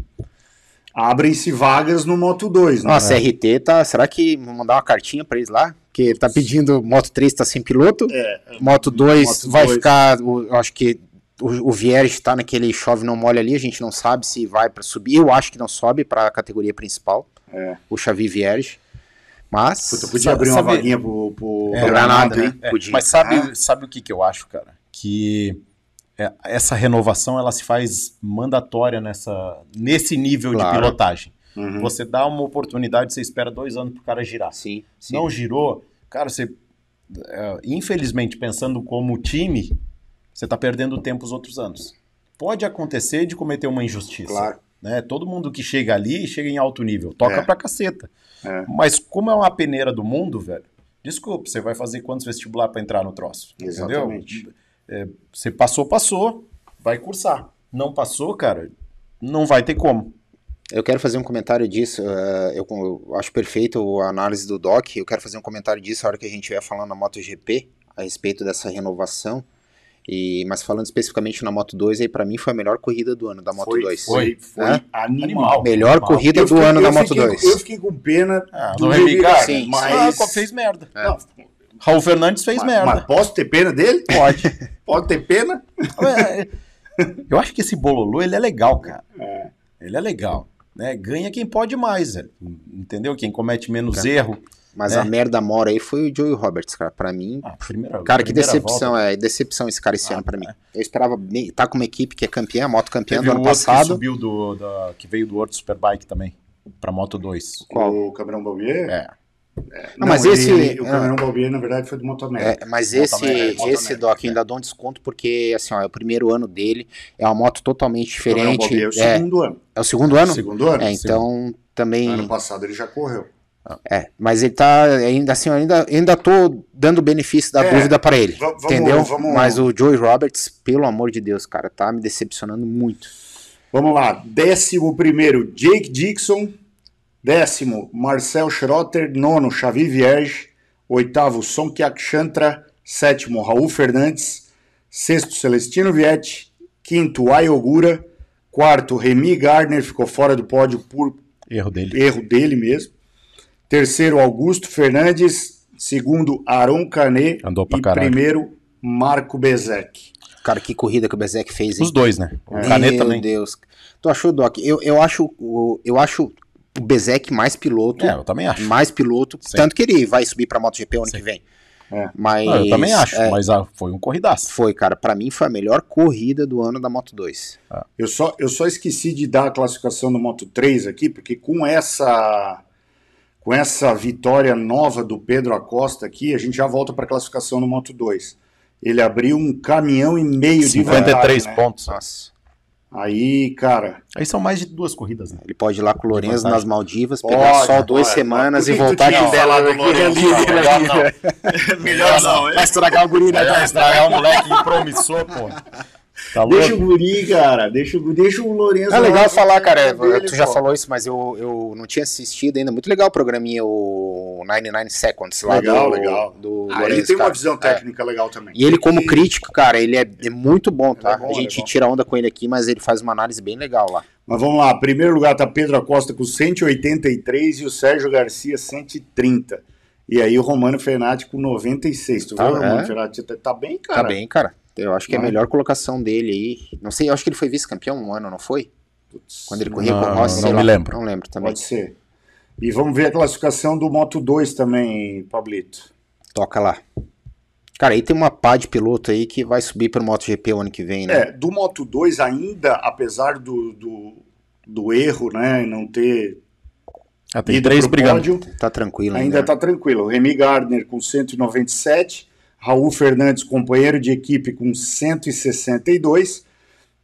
S1: Abrem-se vagas no Moto 2, né?
S3: Nossa, CRT tá. Será que vou mandar uma cartinha pra eles lá? Porque tá pedindo Moto 3 tá sem piloto.
S1: É,
S3: Moto 2
S1: Moto
S3: vai
S1: dois.
S3: ficar. o- Eu acho que o, o Vierge tá naquele chove não molha ali. A gente não sabe se vai pra subir. Eu acho que não sobe pra categoria principal.
S1: É.
S3: O Xavi Vierge. Mas.
S1: Puta, podia abrir uma
S2: sabe-
S1: vaguinha pro, pro
S2: É,
S3: pro Granada, né?
S2: É,
S3: Podia.
S2: mas sabe, sabe o que, que eu acho, cara? Que é, essa renovação ela se faz mandatória nessa, nesse nível
S3: Claro.
S2: de pilotagem.
S1: Uhum.
S2: Você dá uma oportunidade, você espera dois anos pro cara girar.
S3: Sim,
S2: Se
S3: sim.
S2: não girou, cara, você. é, infelizmente, pensando como time, você tá perdendo tempo os outros anos. Pode acontecer de cometer uma injustiça
S3: claro.
S2: né? Todo mundo que chega ali chega em alto nível, toca
S1: É.
S2: pra caceta.
S1: É.
S2: Mas como é uma peneira do mundo, velho, desculpa, você vai fazer quantos vestibular pra entrar no troço?
S1: Exatamente.
S2: Entendeu? É, você passou, passou, vai cursar. Não passou, cara, não vai ter como.
S3: Eu quero fazer um comentário disso. eh, eu, con- eu acho perfeito a análise do Doc. Eu quero fazer um comentário disso a hora que a gente estiver falando na MotoGP a respeito dessa renovação. E, mas falando especificamente na Moto 2, aí para mim foi a melhor corrida do ano da Moto
S1: foi,
S3: 2.
S1: Foi, foi
S3: Hã?
S1: animal.
S3: Melhor
S2: Animal.
S3: corrida
S1: Eu
S3: do
S1: fiquei-
S3: ano
S1: eu
S3: da Moto
S1: fiquei-
S3: 2.
S1: Eu fiquei com pena
S2: Ah,
S1: do
S2: do
S1: Remy
S2: Remy Gars,
S1: Gardner,
S3: sim,
S1: mas,
S2: Ah, fez merda.
S3: É.
S1: Não,
S2: Raul Fernandes fez
S1: mas-
S2: merda.
S1: mas posso ter pena dele? Pode. Pode ter pena?
S2: Ué, Eu acho que esse bololô, ele é legal, cara. Ele é legal. Né? Ganha quem pode mais, velho. entendeu? Quem comete menos erro.
S3: Mas
S2: É.
S3: a merda mora aí foi o Joey Roberts, cara. Pra mim.
S2: Ah, primeira-
S3: Cara, que
S2: primeira
S3: decepção,
S2: volta.
S3: é. Decepção esse cara esse
S1: Ah,
S3: ano
S1: tá.
S3: pra mim. Eu esperava bem, tá com uma equipe que é campeã, moto campeã
S2: Teve
S3: do
S2: um
S3: ano
S2: outro que
S3: passado.
S2: subiu do, da- que veio do World Superbike também, pra Moto 2.
S3: Qual?
S1: O Cabrão Balbier?
S2: É.
S1: Não,
S3: mas
S1: ele-
S3: esse-
S1: ele- o
S3: ah.
S1: Cabrão Balbier, na verdade, foi do Motomédia.
S3: É, mas
S2: Moto
S3: esse,
S2: América, Moto
S3: esse
S2: América,
S3: Doc
S2: é.
S3: ainda dou um desconto porque, assim, ó, é o primeiro ano dele, é uma moto totalmente
S1: Cabrão
S3: diferente.
S1: Balbier, um o
S3: é,
S1: segundo ano.
S3: é o segundo ano?
S1: Segundo ano?
S3: É, então também.
S1: Ano passado ele já correu.
S3: É, mas ele tá ainda assim, eu ainda, ainda tô dando o benefício da
S1: É,
S3: dúvida pra ele.
S1: va- vamos-
S3: entendeu?
S1: vamos-
S3: Mas o Joey Roberts, pelo amor de Deus, cara, tá me decepcionando muito.
S1: Vamos lá. Décimo primeiro, Jake Dixon. Décimo, Marcel Schrotter. Nono, Xavi Vierge. Oitavo, Songkyak Chantra. Sétimo, Raul Fernandes. Sexto, Celestino Vietti. Quinto, Ayogura. Quarto, Remy Gardner. Ficou fora do pódio por
S2: Erro dele.
S1: erro dele mesmo. Terceiro, Augusto Fernandes. Segundo, Aron Canet.
S2: Andou pra
S1: e
S2: caralho.
S1: primeiro, Marco Bezek.
S3: Cara, que corrida que o Bezek fez, hein?
S2: Os dois, né? O
S3: Meu
S2: Caneta também.
S3: Deus. Tu achou, Doc? Eu, eu, acho, o- eu acho o Bezek mais piloto.
S2: É, eu também acho.
S3: mais piloto.
S2: Sim.
S3: Tanto que ele vai subir pra MotoGP ano que vem.
S1: É.
S3: Mas,
S2: Não, Ah, eu também acho,
S3: é,
S2: mas ah, foi um corridaço.
S3: Foi, cara. Pra mim foi a melhor corrida do ano da Moto 2.
S1: Eu só, eu só esqueci de dar a classificação do Moto 3 aqui, porque com essa com essa vitória nova do Pedro Acosta aqui, a gente já volta para a classificação no Moto 2. Ele abriu um caminhão e meio de vantagem,
S2: 53
S1: né?
S2: pontos.
S3: Nossa.
S1: Aí, cara,
S2: Aí são mais de duas corridas, né?
S3: Ele pode ir lá com o Lourenço
S2: vantagem.
S3: nas Maldivas, pegar
S1: Pode,
S3: sol duas
S1: pode.
S3: semanas
S1: Por
S3: e
S1: que que tu
S3: voltar
S1: tinha
S3: de
S1: falado
S3: dela
S1: do Lourenço? Melhor
S2: Melhor não, hein? Vai estragar o guri,
S1: É,
S2: né? Vai estragar o moleque promissor, pô. Tá louco?
S1: deixa o guri, cara, deixa, o- deixa o Lourenço.
S3: É legal
S1: lá,
S3: falar, cara. é,
S1: dele,
S3: tu já
S1: pô.
S3: falou isso, mas eu, eu não tinha assistido ainda. Muito legal o programinha, o 99 Seconds lá
S1: Legal,
S3: do,
S1: legal.
S3: do
S1: Ah, ele
S3: Lourenço,
S1: tem uma
S3: cara.
S1: visão
S3: É.
S1: técnica legal também.
S3: E ele, como crítico, cara, ele é, é muito bom, tá?
S1: bom,
S3: a
S1: ele é
S3: gente
S1: bom.
S3: tira onda com ele aqui, mas ele faz uma análise bem legal lá.
S1: Mas vamos lá, primeiro lugar tá Pedro Acosta com 183 e o Sérgio Garcia 130. E aí o Romano Fernati com 96. Tu
S3: Tá,
S1: viu o
S3: é?
S1: Romano Fernati? Tá, tá bem, cara.
S3: Tá bem, cara. Eu acho que é a
S1: Vai.
S3: melhor colocação dele aí. Não sei, eu acho que ele foi vice-campeão um ano, não foi?
S1: Putz,
S3: Quando ele corria com o
S2: Não,
S3: Rossi,
S2: não
S3: sei
S2: me
S3: lá.
S2: lembro.
S3: Não lembro também.
S1: Pode ser. E vamos ver a classificação do Moto 2 também, Pablito.
S3: Toca lá. Cara, aí tem uma pá de piloto aí que vai subir pro MotoGP o ano que vem, né?
S1: É, do Moto 2 ainda, apesar do, do, do erro, né, e não ter
S2: Ah, tem
S1: ido
S2: três
S1: pro
S2: brigando.
S1: pódio,
S3: Tá tranquilo ainda.
S1: Ainda tá tranquilo. O Remy Gardner com 197, Raul Fernandes, companheiro de equipe, com 162,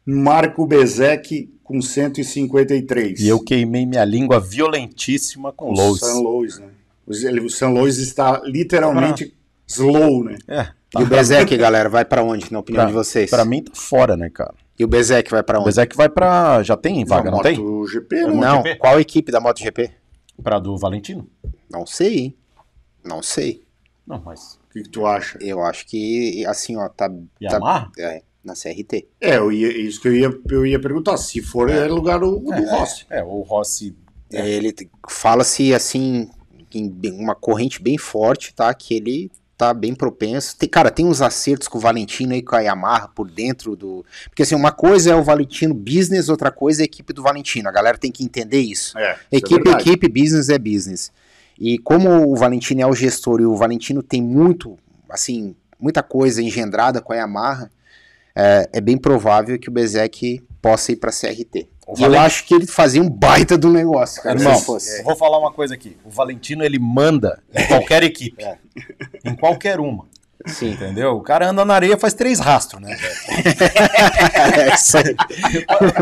S1: Marco Bezek com 153.
S2: E eu queimei minha língua violentíssima com
S1: o
S2: o Lowe's.
S1: San Lois, né? O Z- O San Lois está literalmente slow, né?
S2: É, tá.
S3: E o Bezek, galera, vai pra onde, na opinião
S2: Pra-
S3: de vocês?
S2: Pra mim tá fora, né, cara?
S3: E o Bezek vai pra
S2: O
S3: onde?
S2: Bezek vai pra. Já tem vaga, não,
S1: Moto
S2: tem? É,
S1: GP, né?
S3: Não,
S2: MotoGP?
S3: qual equipe da MotoGP?
S2: Pra do Valentino?
S3: Não sei, hein? Não sei.
S2: Não, mas.
S1: O que, que tu acha?
S3: Eu acho que, assim, ó, tá... tá
S2: Yamaha?
S3: é, na CRT.
S1: É, eu ia- isso que eu ia, eu ia perguntar. Se for, é, lugar do, do Rossi.
S2: É, o Rossi. É.
S3: Ele te- fala-se assim em bem- uma corrente bem forte, tá? Que ele tá bem propenso. Tem- cara, tem uns acertos com o Valentino e com a Yamaha por dentro do. Porque assim, uma coisa é o Valentino business, outra coisa é a equipe do Valentino. A galera tem que entender isso.
S1: É, isso é
S3: Equipe é
S1: verdade.
S3: equipe, business é business. E como o Valentino é o gestor e o Valentino tem muito, assim, muita coisa engendrada com a Yamaha, é, é bem provável que o Bezek possa ir pra CRT.
S2: O
S3: E eu
S2: Valen-
S3: acho que ele fazia um baita do negócio, cara.
S2: Irmão,
S3: se fosse.
S2: eu vou falar uma coisa aqui. O Valentino, ele manda em qualquer equipe.
S3: É.
S2: Em qualquer uma.
S3: Sim.
S2: Entendeu? O cara anda na areia faz três rastros, né?
S3: É isso aí.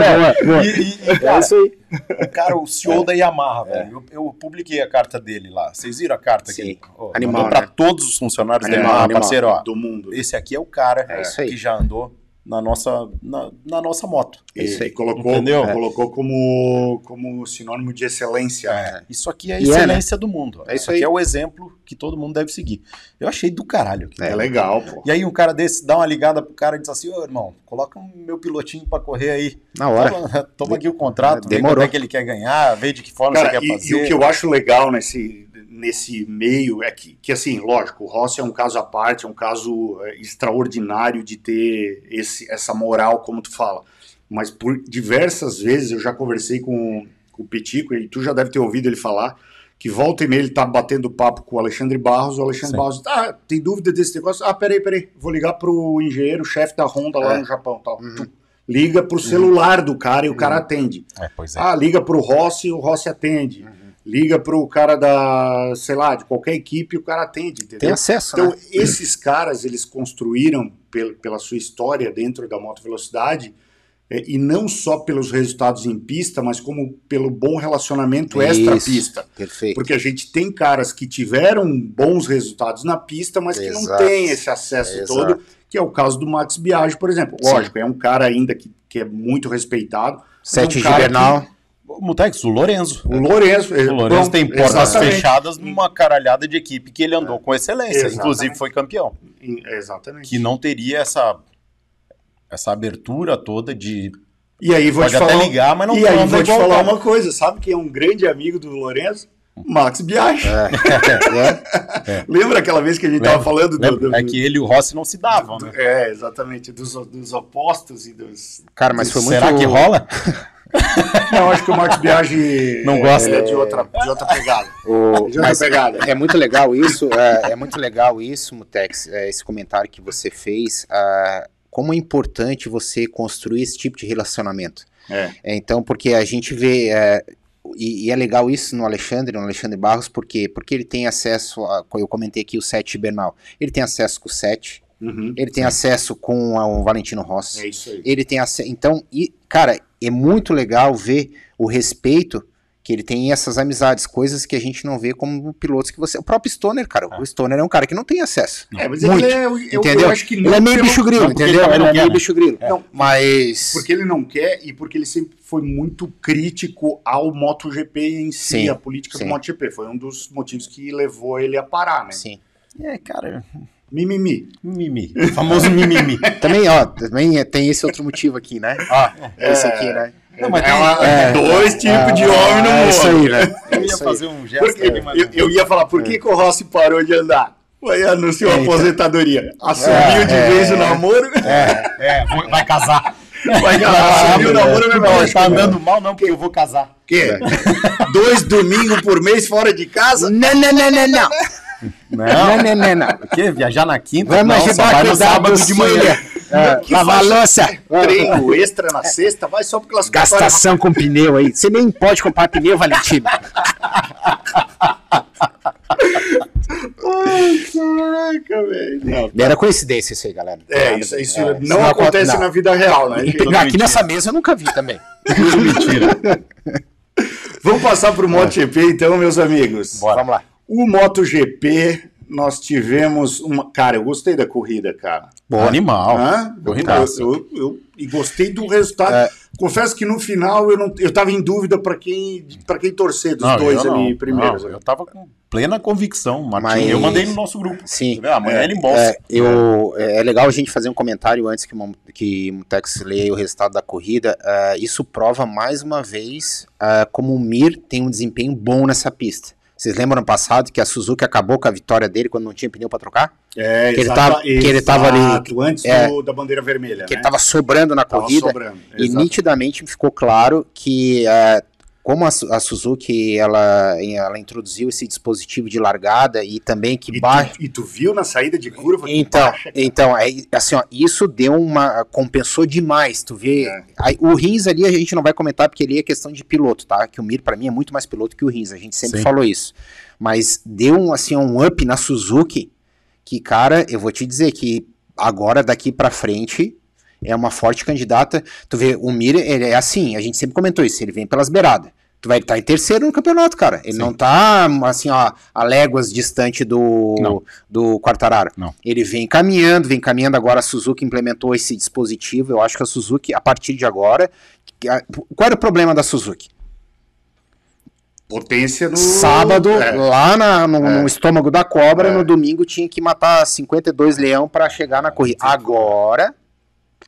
S3: é
S2: E, e- e, cara, o cara, o CEO da Yamaha, velho. Eu, eu publiquei a carta dele lá. Vocês viram a carta
S3: Sim.
S2: aqui? Ó,
S3: Animal,
S2: mandou pra
S3: né?
S2: todos os funcionários da
S3: Animal,
S2: Yamaha,
S3: animal.
S2: parceiro, ó.
S1: Do mundo.
S2: Esse aqui é o cara
S3: É isso aí.
S2: que já andou na nossa, na, na nossa moto.
S1: E,
S3: isso aí.
S1: e colocou,
S2: Entendeu?
S1: colocou como, como sinônimo de excelência. né?
S2: É, Isso aqui é a
S3: E é, né?
S2: excelência do mundo.
S3: É isso
S2: aqui
S3: aí.
S2: é o exemplo que todo mundo deve seguir. Eu achei do caralho. aquilo.
S1: É legal, pô.
S2: E aí um cara desse dá uma ligada pro cara e diz assim, ô irmão, coloca o meu pilotinho pra correr aí.
S3: Na hora.
S2: Toma, toma aqui o contrato, vê
S3: Demorou.
S2: quanto é que ele quer ganhar, vê de que forma
S1: Cara,
S2: você quer
S1: e,
S2: fazer.
S1: e o que eu acho legal nesse, nesse meio é que, que, assim, lógico, o Rossi é um caso à parte, é um caso é, extraordinário de ter esse, essa moral, como tu fala. Mas por diversas vezes eu já conversei com, com o Pitico, e tu já deve ter ouvido ele falar, que volta e meia ele tá batendo papo com o Alexandre Barros, o Alexandre
S2: Sim.
S1: Barros, ah, tem dúvida desse negócio? Ah, peraí, peraí, vou ligar pro engenheiro, chefe da Honda lá
S3: É.
S1: no Japão, tal.
S2: Uhum.
S1: Tum. Liga pro celular do cara e o cara atende.
S2: É, pois é.
S1: Ah, liga pro Rossi, o Rossi atende.
S3: Uhum.
S1: Liga pro cara da, sei lá, de qualquer equipe, o cara atende, entendeu?
S3: Tem acesso,
S1: Então,
S3: né?
S1: esses caras, eles construíram, pel- pela sua história dentro da moto velocidade, eh, e não só pelos resultados em pista, mas como pelo bom relacionamento
S3: né? Isso,
S1: extra-pista.
S3: Perfeito.
S1: Porque a gente tem caras que tiveram bons resultados na pista, mas que não
S3: Exato.
S1: têm esse acesso
S3: Exato.
S1: todo, que é o caso do Max Biaggi, por exemplo.
S3: Sim.
S1: Lógico, é um cara ainda que, que é muito respeitado.
S3: Sete
S1: um cara
S3: Gibernal.
S2: O Mutex, o Lorenzo.
S1: O Lourenço,
S2: O Lourenço tem portas
S1: exatamente.
S2: fechadas numa caralhada de equipe que ele andou com excelência,
S1: Exatamente.
S2: inclusive foi campeão.
S1: Exatamente.
S2: Que não teria essa, essa abertura toda de.
S1: E aí vou
S2: Pode
S1: te
S2: até
S1: falar, um-
S2: ligar, mas não
S1: e aí
S2: anda
S1: vou te
S2: igual o
S1: falar
S2: cara.
S1: uma coisa, sabe quem é um grande amigo do Lourenço?
S2: Hum.
S1: Max Biaggi.
S3: É.
S1: Lembra aquela vez que a gente
S2: Lembra,
S1: estava falando do,
S2: Lembra?
S1: do-
S2: É que ele e o Rossi não se davam, né?
S1: É, exatamente, dos, dos opostos e dos...
S3: Cara, mas foi muito.
S2: Será que rola?
S1: Não, acho que o Max Biaggi
S2: Não
S1: é,
S2: gosta.
S1: ele é de outra, de outra pegada.
S3: O-
S1: De outra
S3: mas
S1: pegada.
S3: é muito legal isso, é, é muito legal isso, Mutex, é, esse comentário que você fez, ah, como é importante você construir esse tipo de relacionamento.
S1: É.
S3: É, então, porque a gente vê, é, e, e é legal isso no Alexandre, no Alexandre Barros, por quê? Porque ele tem acesso, a, eu comentei aqui o Sete Bernal, ele tem acesso com o Sete,
S1: Uhum,
S3: ele tem acesso com a- o Valentino Rossi,
S1: É isso aí.
S3: ele tem acesso. Então, e, cara, é muito legal ver o respeito que ele tem em essas amizades, coisas que a gente não vê como pilotos que você. O próprio Stoner, cara, o Stoner é um cara que não tem acesso.
S1: É, mas
S3: Muito,
S1: ele é, eu, eu
S3: entendeu?
S1: acho que
S3: Ele é meio
S1: pelo-
S3: bicho grilo,
S2: não, porque ele
S3: entendeu? Ele,
S2: também
S3: é
S2: não quer,
S3: meio
S2: né?
S3: bicho grilo.
S1: Não,
S3: Mas.
S1: Porque ele não quer e porque ele sempre foi muito crítico ao MotoGP em si,
S3: Sim,
S1: a política
S3: sim.
S1: do MotoGP. Foi um dos motivos que levou ele a parar, né?
S3: Sim.
S2: É, cara,
S1: Mimimi.
S2: mimimi. O famoso mimimi. Ah.
S3: Também, ó, também é- tem esse outro motivo aqui, né? Ó, esse aqui, né?
S2: Não, mas
S1: É
S2: tem-
S1: uma-
S3: É.
S1: dois tipos É. Tipo de homem no
S3: É isso
S1: mundo.
S3: aí, né?
S2: Eu ia
S3: Isso aí.
S2: fazer um gesto
S1: Porque,
S2: aqui, mas.
S1: eu, eu ia falar,
S3: É.
S1: por que, que o Rossi parou de andar? Aí anunciou a
S3: Eita.
S1: aposentadoria. Assumiu de
S3: tá. É,
S1: vez
S3: é.
S1: o namoro,
S2: É, vou- vai casar.
S1: vai lá, assumiu o
S3: né?
S1: namoro, meu
S2: Não,
S1: irmão.
S2: tá andando mal, não, porque eu vou casar.
S1: Quê? Dois domingos por mês fora de casa?
S3: Não, não, não, não, não. Não, não, não, não.
S2: O quê? Viajar na quinta?
S3: Vamos
S2: não, só
S3: ajudar
S2: vai
S3: a
S2: no
S3: cuidar
S2: sábado
S3: dos
S2: de manhã.
S3: filhos. É,
S1: Que
S3: Lavar a
S1: faixa-
S3: louça.
S1: Treino extra na sexta? Vai só porque elas
S3: Gastação com pneu aí. Você nem pode comprar pneu, Valentino.
S1: Caraca, velho. Não.
S3: Era coincidência isso aí, galera.
S1: É,
S3: Nada,
S1: isso, isso
S3: é,
S1: não, acontece na vida real, né?
S3: Não, aqui nessa mesa eu nunca vi também.
S1: Vamos passar pro MotoGP então, meus amigos.
S3: Vamos lá.
S1: O MotoGP, nós tivemos uma... Cara, eu gostei da corrida, cara.
S2: Bom, animal.
S1: Hã?
S2: Corridaço.
S1: Eu, eu- eu- e gostei do resultado. Confesso que no final eu não, eu tava em dúvida para quem para quem torcer dos
S2: Não,
S1: dois
S2: eu não.
S1: ali primeiros.
S2: Não, eu tava com plena convicção, Martim.
S3: Mas-
S2: Eu mandei no nosso grupo.
S3: Sim.
S2: Ah, amanhã ele
S3: É,
S2: embolsa.
S3: eu, é é legal a gente fazer um comentário antes que, o Mom- que o Tex leia o resultado da corrida. Ah, isso prova mais uma vez ah, como o Mir tem um desempenho bom nessa pista. Vocês lembram no passado que a Suzuki acabou com a vitória dele quando não tinha pneu pra trocar?
S1: É,
S3: Que ele tava- que ele tava ali-
S1: exato, antes
S3: é.
S1: do- da bandeira vermelha,
S3: Que
S1: né?
S3: ele tava sobrando na
S1: Tava
S3: corrida.
S1: sobrando.
S3: E
S1: exato.
S3: nitidamente ficou claro que eh, como a, Su- a Suzuki ela, ela introduziu esse dispositivo de largada e também que
S1: E,
S3: barre.
S1: tu, e tu viu na saída de curva? que
S3: Então,
S1: baixa, cara.
S3: então é, assim, ó, isso deu uma. compensou demais. Tu vê.
S1: É.
S3: aí, o Rins ali a gente não vai comentar porque ele é questão de piloto, tá? Que o Mir, pra mim, é muito mais piloto que o Rins, a gente sempre
S2: Sim.
S3: falou isso. Mas deu um, assim, um up na Suzuki que, cara, eu vou te dizer que agora, daqui pra frente, é uma forte candidata. Tu vê, o Mir, ele é assim, a gente sempre comentou isso, ele vem pelas beiradas. Tu vai estar em terceiro no campeonato, cara. Ele não tá, assim, ó, a léguas distante do,
S2: Não.
S3: do Quartararo.
S2: Não.
S3: Ele vem caminhando, vem caminhando. Agora a Suzuki implementou esse dispositivo. Eu acho que a Suzuki, a partir de agora. que a- Qual era o problema da Suzuki?
S1: Potência no...
S3: Sábado,
S1: Uh, É,
S3: lá na- no, no estômago da cobra, no domingo tinha que matar 52 leão pra chegar na corrida. Agora,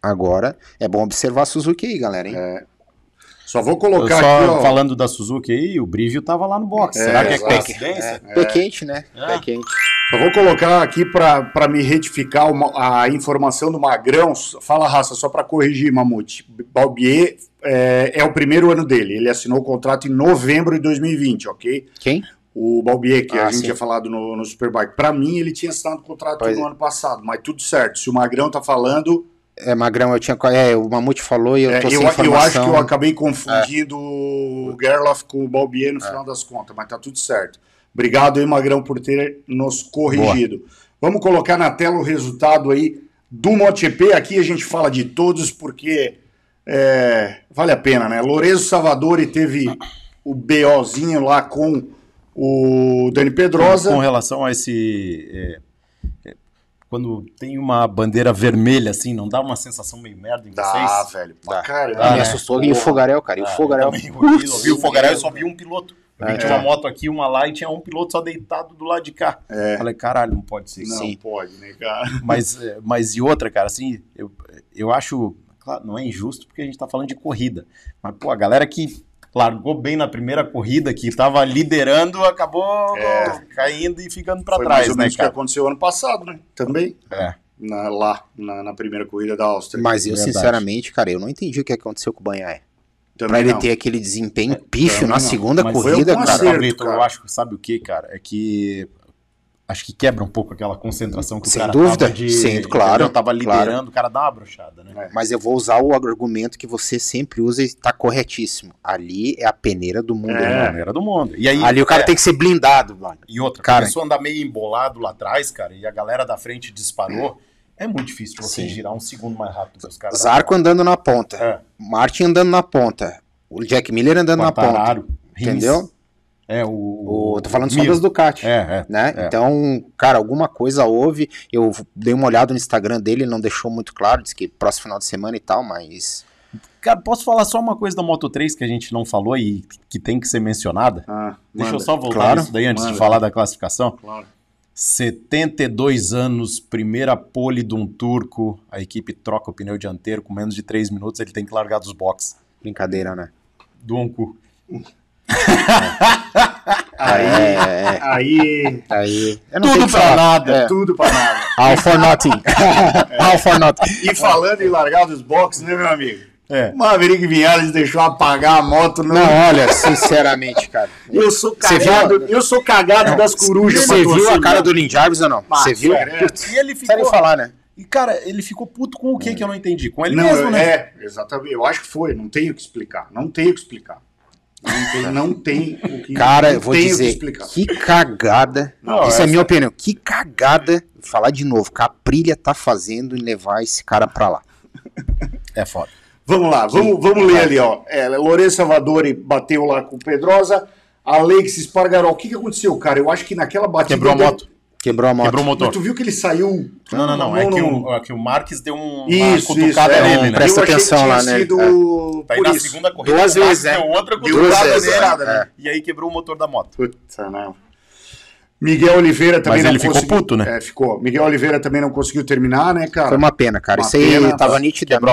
S3: agora, é bom observar a Suzuki aí, galera, hein?
S1: Só vou
S2: Eu
S1: colocar aqui,
S2: Só
S1: ó.
S2: falando da Suzuki aí, o Brivio tava lá no box. Será que é
S1: exato.
S2: coincidência?
S3: É, Pé quente, né? Pé quente.
S1: Só vou colocar aqui para me retificar uma- a informação do Magrão. Fala raça, só para corrigir, Mamute. Balbier é, é o primeiro ano dele. Ele assinou o contrato em novembro de 2020, ok?
S3: Quem?
S1: o Balbier, que a
S3: Ah,
S1: gente
S3: sim.
S1: tinha falado no, no Superbike. Pra mim, ele tinha assinado o contrato
S3: Pois
S1: no
S3: é.
S1: ano passado, mas tudo certo. Se o Magrão tá falando,
S3: É, Magrão, eu tinha. co- É, o Mamute falou e eu
S1: é,
S3: tô
S1: eu,
S3: sem
S1: eu acho
S3: informação. É.
S1: que eu acabei confundindo o Gerloff com o Balbier no final das contas, mas tá tudo certo. Obrigado aí, Magrão, por ter nos corrigido. Vamos colocar na tela o resultado aí do MotoGP. Aqui a gente fala de todos porque é, vale a pena, né? Lorenzo Salvadori teve o BOzinho lá com o Dani Pedrosa.
S2: Com relação a esse. é, é, quando tem uma bandeira vermelha, assim, não dá uma sensação meio merda em
S1: Dá,
S2: vocês?
S1: velho.
S3: Dá.
S1: Caramba.
S2: Ah,
S3: me
S2: né?
S3: assustou. E o Fogarel, cara. E o
S2: Ah,
S3: Fogarel.
S2: eu também, eu vi- eu vi o
S3: Putz,
S2: Fogarel, eu só vi um piloto. Eu vi
S3: É.
S2: que tinha uma moto aqui, uma lá, e tinha um piloto só deitado do lado de cá.
S3: É.
S2: Falei, caralho, não pode ser
S1: Não
S2: isso.
S1: pode, né, cara?
S2: Mas, é, mas e outra, cara, assim, eu, eu acho. Claro, não é injusto porque a gente tá falando de corrida. Mas, pô, a galera que largou bem na primeira corrida, que tava liderando, acabou caindo e ficando pra
S1: É. Foi mais
S2: trás,
S1: ou
S2: né,
S1: menos o que
S2: cara?
S1: aconteceu ano passado, né? Também.
S2: É.
S1: Na- lá, na, na primeira corrida da Áustria.
S3: Mas eu,
S2: Verdade.
S3: sinceramente, cara, eu não entendi o que aconteceu com o Banhaé. Pra
S1: Também
S3: ele
S1: não.
S3: ter aquele desempenho pífio
S1: também
S3: na
S1: não.
S3: segunda
S2: Mas
S3: corrida,
S1: eu não
S3: cara.
S1: acerto,
S2: Vitor,
S1: cara.
S2: eu acho que sabe o que, cara? É que acho que quebra um pouco aquela concentração que
S3: Sem
S2: o cara
S3: dúvida,
S2: tava de,
S3: sim, claro,
S2: entendeu? tava
S3: claro.
S2: liderando, o cara dá uma brochada, né?
S3: Mas eu vou usar o argumento que você sempre usa e tá corretíssimo. Ali é a peneira do mundo,
S1: É.
S3: irmão.
S2: Maneira do mundo. E aí
S3: Ali o cara
S2: é,
S3: tem que ser blindado, mano.
S2: e outra,
S3: Cara.
S2: começou a andar meio embolado lá atrás, cara, e a galera da frente disparou. É muito difícil você
S3: Sim.
S2: girar um segundo mais rápido que os caras.
S3: Zarco andando na ponta.
S2: É.
S3: Martin andando na ponta. O Jack Miller andando na ponta.
S2: Quartararo, É, Rins.
S3: Entendeu?
S2: É o,
S3: O, tô falando só
S2: Mir.
S3: das Ducati.
S2: É, é.
S3: né? Então, cara, alguma coisa houve. Eu dei uma olhada no Instagram dele, não deixou muito claro, disse que próximo final de semana e tal, mas.
S2: Cara, posso falar só uma coisa da Moto 3 que a gente não falou e que tem que ser mencionada?
S1: Ah,
S2: Deixa eu
S1: manda.
S2: só voltar
S3: Claro.
S2: nisso daí antes
S1: Manda.
S2: de falar da classificação.
S1: Claro.
S2: 72 anos, primeira pole de um turco. A equipe troca o pneu dianteiro com menos de 3 minutos, ele tem que largar dos boxes.
S3: Brincadeira, né?
S2: Do Oncu.
S1: Aí,
S3: É, é,
S1: aí,
S3: aí. Eu não tenho
S2: Tudo
S3: que
S2: pra
S3: falar.
S2: nada.
S3: É.
S1: tudo pra nada.
S3: All for nothing. All for nothing.
S1: E falando em largar dos boxes, né, meu amigo?
S2: É.
S1: Maverick Vinhales deixou apagar a moto. Não.
S3: Não, olha, sinceramente, cara.
S1: Eu sou
S3: Você
S1: cagado, eu sou cagado das corujas.
S3: Você
S1: pra
S3: viu a
S1: torcida.
S3: cara do Lin Jarvis ou não?
S1: Mas,
S3: Você viu?
S1: né? é.
S2: E ele
S3: Não precisa
S2: ficou.
S3: nem falar, né?
S2: E cara, ele ficou puto com o que que eu É. não entendi? Com ele
S1: Não,
S2: mesmo,
S1: eu-
S2: né?
S1: é, exatamente. Eu acho que foi. Não tenho o que explicar. Não tenho o que explicar. Não tem, não tem o que
S3: Cara,
S1: não
S3: eu vou
S1: tenho o
S3: dizer,
S1: que explicar.
S3: que cagada.
S2: Não,
S3: Isso é
S2: essa-
S3: minha opinião. Que cagada. Vou Falar de novo, Caprilha tá fazendo em levar esse cara pra lá.
S2: É foda.
S1: Vamos lá, vamos, vamos ler ali, ó. É, Lourenço Salvadori bateu lá com o Pedrosa. Alex Espargaró, o que, que aconteceu, cara? Eu acho que naquela batida.
S2: Quebrou a moto.
S3: Quebrou a moto.
S2: Quebrou o
S1: Mas
S2: motor.
S1: tu viu que ele saiu.
S2: Não, não, não.
S1: com a
S2: É
S1: mão
S2: que
S1: no-
S2: o, é que o Marques deu um,
S1: Isso,
S2: uma
S1: isso.
S2: cutucada
S1: é.
S2: nele, né?
S3: Presta
S1: Eu achei que
S3: atenção
S1: tinha
S3: lá nele,
S1: Sido
S2: Daí
S1: por
S2: na
S1: isso.
S2: segunda corrida,
S3: Duas
S2: o Marques
S3: vezes, né?
S2: é. deu outra
S1: Duas
S2: cutucada
S1: vezes,
S2: nele.
S1: é.
S2: E aí quebrou o motor da moto.
S1: Puta, não. Miguel Oliveira também
S2: Mas
S1: não
S2: ele ficou
S1: conseguiu-
S2: puto, né?
S1: É, ficou. Miguel Oliveira também não conseguiu terminar, né, cara?
S3: Foi uma pena, cara.
S1: Uma
S3: Isso aí
S1: pena,
S3: tava
S1: mas
S3: nitidamente.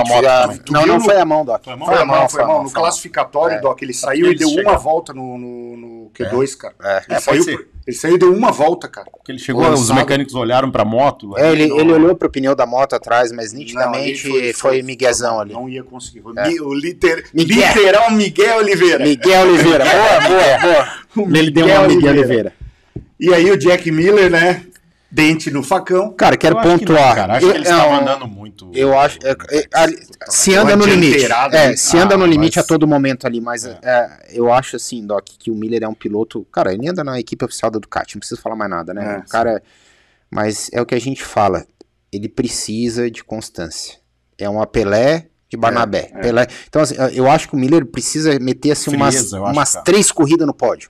S2: quebrou a moto
S3: já-
S2: também.
S1: Tu
S3: Não,
S1: viu
S3: não
S1: no-
S3: foi a mão, Doc.
S2: Foi a mão?
S1: Foi a mão, foi a mão. No
S3: foi a mão.
S1: classificatório, Doc, ele saiu e
S2: Eles
S1: deu uma
S2: chegaram.
S1: volta no, no, no Q2, cara.
S3: É.
S1: Ele,
S2: É,
S1: saiu,
S2: pode ser.
S1: por- ele saiu e deu uma volta, cara.
S2: Porque ele chegou, os
S1: Lançado.
S2: mecânicos olharam pra moto.
S3: É, ele, ele olhou pro pneu da moto atrás, mas nitidamente
S1: Não, ali
S3: foi, miguezão ali. É.
S1: Não ia conseguir. Foi Mi- O liter,
S3: Miguel.
S1: literal Miguel Oliveira.
S3: Miguel Oliveira, boa, boa, boa. Ele deu uma
S1: Miguel
S3: Miguel
S1: Oliveira.
S3: Oliveira.
S1: E aí o Jack Miller, né? Dente no facão.
S3: Cara, quero
S2: Eu acho que não,
S3: pontuar.
S2: cara, acho que eles
S3: Eu-
S2: estavam
S3: não,
S2: andando muito.
S3: Eu acho. é, é, ali- se anda no
S1: Uma
S3: limite.
S1: dianteirada
S3: É,
S1: ali.
S3: se anda
S2: Ah,
S3: no limite
S2: mas-
S3: a todo momento ali, mas é, eu acho assim, Doc, que o Miller é um piloto. Cara, ele anda na equipe oficial da Ducati, não preciso falar mais nada, né?
S1: É,
S3: o cara. Mas é o que a gente fala. Ele precisa de constância. É uma Pelé de
S2: É,
S3: Barnabé. Pelé. Então, assim, eu acho que o Miller precisa meter assim,
S2: Frieza, eu
S3: umas,
S2: acho,
S3: umas
S2: cara.
S3: três corridas no pódio.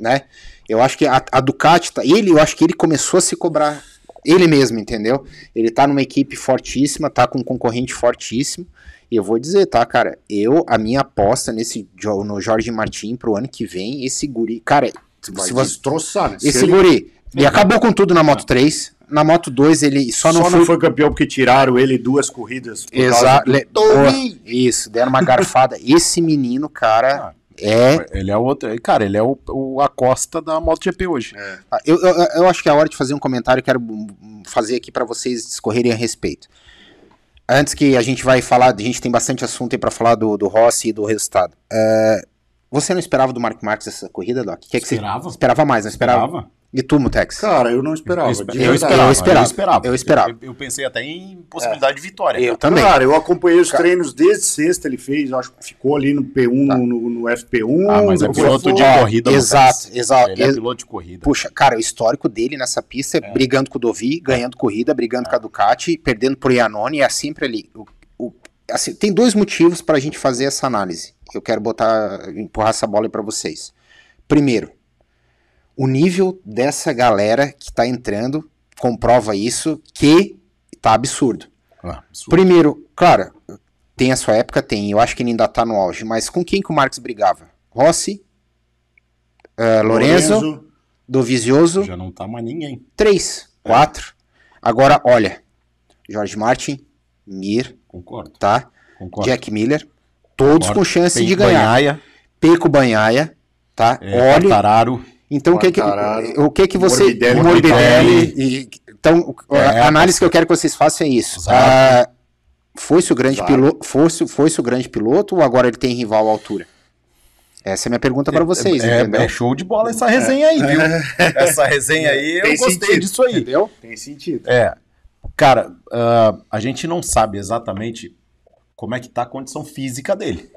S3: Né? Eu acho que a, a Ducati, tá, ele, eu acho que ele começou a se cobrar ele mesmo, entendeu? Ele tá numa equipe fortíssima, tá com um concorrente fortíssimo. E eu vou dizer, tá, cara, eu, a minha aposta nesse jo- no Jorge Martin pro ano que vem, esse guri, cara,
S1: Vai
S3: se você,
S1: destroçar, né? Se
S3: esse
S1: ele-
S3: guri, ele acabou com tudo na Moto 3, na Moto 2 ele só não foi...
S1: campeão porque tiraram ele duas corridas. por causa
S3: Exato,
S1: do-
S3: le- boa, isso, deram uma garfada. Esse menino,
S1: Ah.
S3: cara, é
S2: Ele é outro. Cara, ele é o, o Acosta da MotoGP hoje.
S3: Tá, Eu, eu, eu acho que é a hora de fazer um comentário que eu quero hum, fazer aqui para vocês discorrerem a respeito. Antes que a gente vai falar, a gente tem bastante assunto aí para falar do, do Rossi e do resultado. É, Você não esperava do Mark Marques essa corrida, Doc? Que é que você-
S2: Esperava.
S3: Esperava mais, não esperava?
S2: Esperava.
S3: E tu, Mutex?
S1: Cara, eu não esperava.
S2: Eu
S1: de
S2: espe-
S1: verdade.
S3: esperava, eu esperava, eu
S2: Eu
S3: esperava.
S2: Eu, eu pensei até em possibilidade de vitória. cara.
S3: Eu também.
S1: Cara, eu acompanhei os
S3: Cara. Tá.
S1: treinos desde sexta, ele fez, acho que ficou ali no P1, no, no- no FP1.
S2: Ah, mas é
S1: depois
S2: piloto
S1: foi-
S2: de
S1: Ah,
S2: corrida. não
S3: Exato,
S2: faz.
S3: exato.
S2: Ele é
S3: Ex-
S2: piloto de corrida.
S3: Puxa, cara, o histórico dele nessa pista é, brigando com o Dovi, ganhando corrida, brigando com a Ducati, perdendo pro Iannone, é sempre ali. O- o- assim, tem dois motivos pra gente fazer essa análise. Eu quero botar, empurrar essa bola aí pra vocês. Primeiro, o nível dessa galera que tá entrando comprova isso, que tá absurdo.
S2: Ah, absurdo.
S3: Primeiro, cara, tem a sua época, tem. Eu acho que ele ainda tá no auge, mas com quem que o Marx brigava? Rossi, eh, Lorenzo, Dovizioso,
S2: Já não tá mais ninguém.
S3: três, quatro. Agora, olha, Jorge Martin, Mir,
S2: Concordo.
S3: tá?
S2: Concordo.
S3: Jack Miller, todos
S2: Concordo.
S3: com chance
S2: Tem
S3: de ganhar.
S2: Banhaia,
S3: Peco Banhaia, tá?
S2: é,
S3: olha,
S2: Quartararo.
S3: então o que que,
S1: Quartararo,
S3: o que que você...
S1: Morbidelli.
S3: Morbidelli, e- então, a
S2: É,
S3: a análise que eu quero que vocês façam é isso.
S2: Exato.
S3: Ah, foi-se o grande
S1: Exato.
S3: piloto, foi-se, foi-se o grande piloto ou agora ele tem rival à altura? Essa é a minha pergunta pra vocês,
S2: é,
S3: entendeu?
S2: é show de bola essa resenha aí, viu? Essa resenha aí, eu
S1: É. Tem
S2: gostei
S1: sentido.
S2: disso aí.
S3: Entendeu?
S1: Tem sentido.
S2: É. Cara, ah, a gente não sabe exatamente como é que tá a condição física dele.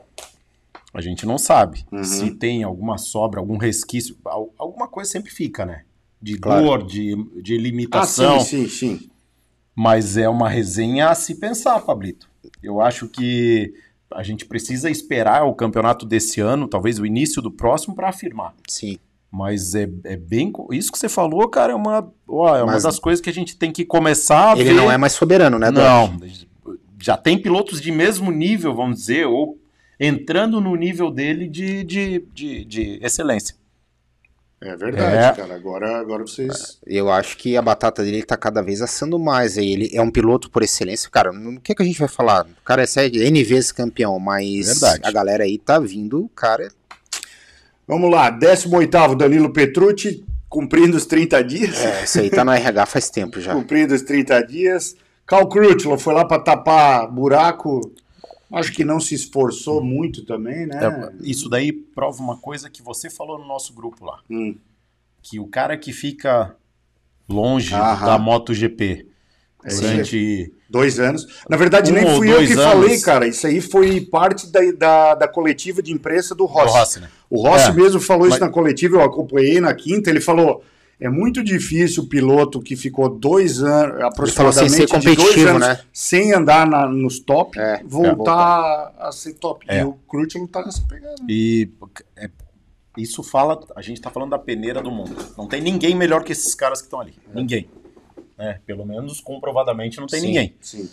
S2: A gente não sabe.
S3: Uhum.
S2: Se tem alguma sobra, algum resquício, al- alguma coisa sempre fica, né? De
S3: Claro.
S2: dor, de, de
S1: Ah,
S2: limitação.
S1: sim, sim, sim.
S2: Mas é uma resenha a se pensar, Pablito. Eu acho que a gente precisa esperar o campeonato desse ano, talvez o início do próximo, para afirmar.
S3: Sim.
S2: Mas é, é bem. co- Isso que você falou, cara, é uma, ó, é uma
S3: Mas-
S2: das coisas que a gente tem que começar a
S3: Ele
S2: ver.
S3: não é mais soberano, né, Doc?
S2: Não. Já tem pilotos de mesmo nível, vamos dizer, ou entrando no nível dele de, de, de, de excelência.
S1: É verdade,
S2: É.
S1: cara. Agora, agora vocês.
S3: Eu acho que a batata dele tá cada vez assando mais. aí. Ele é um piloto por excelência. Cara, no- o que, que a gente vai falar? O cara é sete- N vezes campeão, mas
S2: Verdade.
S3: a galera aí tá vindo, cara.
S1: Vamos lá, 18 Danilo Petrucci, cumprindo os 30 dias.
S3: É, isso aí tá no RH faz tempo
S2: É.
S3: já.
S1: Cumprindo os 30 dias. Cal Crutchlow foi lá para tapar buraco. Acho que não se esforçou muito também, né?
S2: É, Isso daí prova uma coisa que você falou no nosso grupo lá.
S1: Hum.
S2: Que o cara que fica longe
S1: Aham.
S2: da MotoGP
S1: É isso
S2: durante.
S1: Dois anos. Na verdade,
S2: Um
S1: nem
S2: ou
S1: fui eu
S2: dois
S1: que
S2: anos.
S1: falei, cara. Isso aí foi parte da, da, da coletiva de imprensa do Rossi.
S2: Rossi, né?
S1: O Rossi
S2: É,
S1: mesmo falou isso
S2: mas-
S1: na coletiva, eu acompanhei na quinta. Ele falou: é muito difícil o piloto que ficou dois anos, aproximadamente,
S3: sem ser
S1: de dois
S3: competitivo,
S1: anos,
S3: né?
S1: sem andar na- nos top,
S3: É,
S1: voltar a ser top.
S2: É.
S1: E o Crutch não tá nessa pegada.
S2: E é, isso fala. A gente tá falando da peneira do mundo. Não tem ninguém melhor que esses caras que estão ali. Ninguém. É, pelo menos comprovadamente não tem
S3: Sim.
S2: ninguém.
S1: Sim.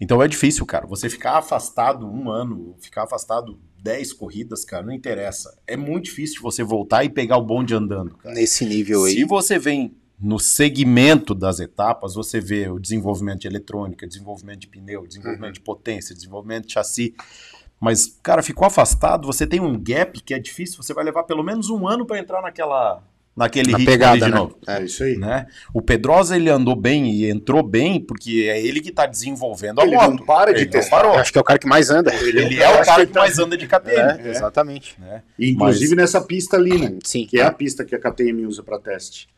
S2: Então é difícil, cara. Você ficar afastado um ano, ficar afastado 10 corridas, cara, não interessa. É muito difícil você voltar e pegar o bonde andando, cara.
S3: Nesse nível
S2: Se
S3: aí.
S2: você vem no segmento das etapas, você vê o desenvolvimento de eletrônica, desenvolvimento de pneu, desenvolvimento de potência, desenvolvimento de chassi. Mas, cara, ficou afastado, você tem um gap que é difícil, você vai levar pelo menos um ano para entrar naquela, naquele
S3: Na
S2: ritmo
S3: pegada,
S2: ali de
S3: né?
S2: novo
S1: É isso aí.
S2: né? O Pedrosa ele andou bem e entrou bem porque é ele que está desenvolvendo a
S1: Ele
S2: moto.
S1: não para de
S2: Ele não
S1: testar.
S2: parou.
S3: Eu acho que é o cara que mais anda.
S2: Ele é o cara que mais anda de KTM.
S3: É, exatamente.
S1: Inclusive nessa pista ali, né?
S3: Sim.
S1: Que é a pista que a KTM usa para teste.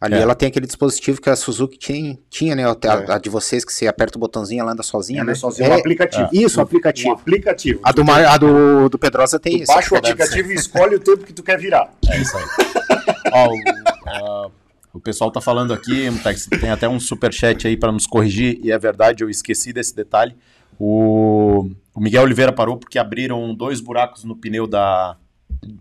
S3: Ali
S2: É.
S3: ela tem aquele dispositivo que a Suzuki tinha, tinha né? A,
S1: É.
S3: a de vocês, que você aperta o botãozinho, ela anda sozinha,
S1: Anda
S3: né?
S1: sozinho, um
S3: É,
S1: aplicativo.
S3: Isso, o
S1: Um
S3: aplicativo.
S1: aplicativo.
S3: A do, Mar- a do, do Pedrosa tem
S1: Tu
S3: isso. é
S1: baixa o é aplicativo e escolhe o tempo que tu quer virar.
S2: É isso aí. Ó, o, ó, o pessoal tá falando aqui, Mutex, tem até um superchat aí para nos corrigir, e é verdade, eu esqueci desse detalhe. O, o Miguel Oliveira parou porque abriram dois buracos no pneu da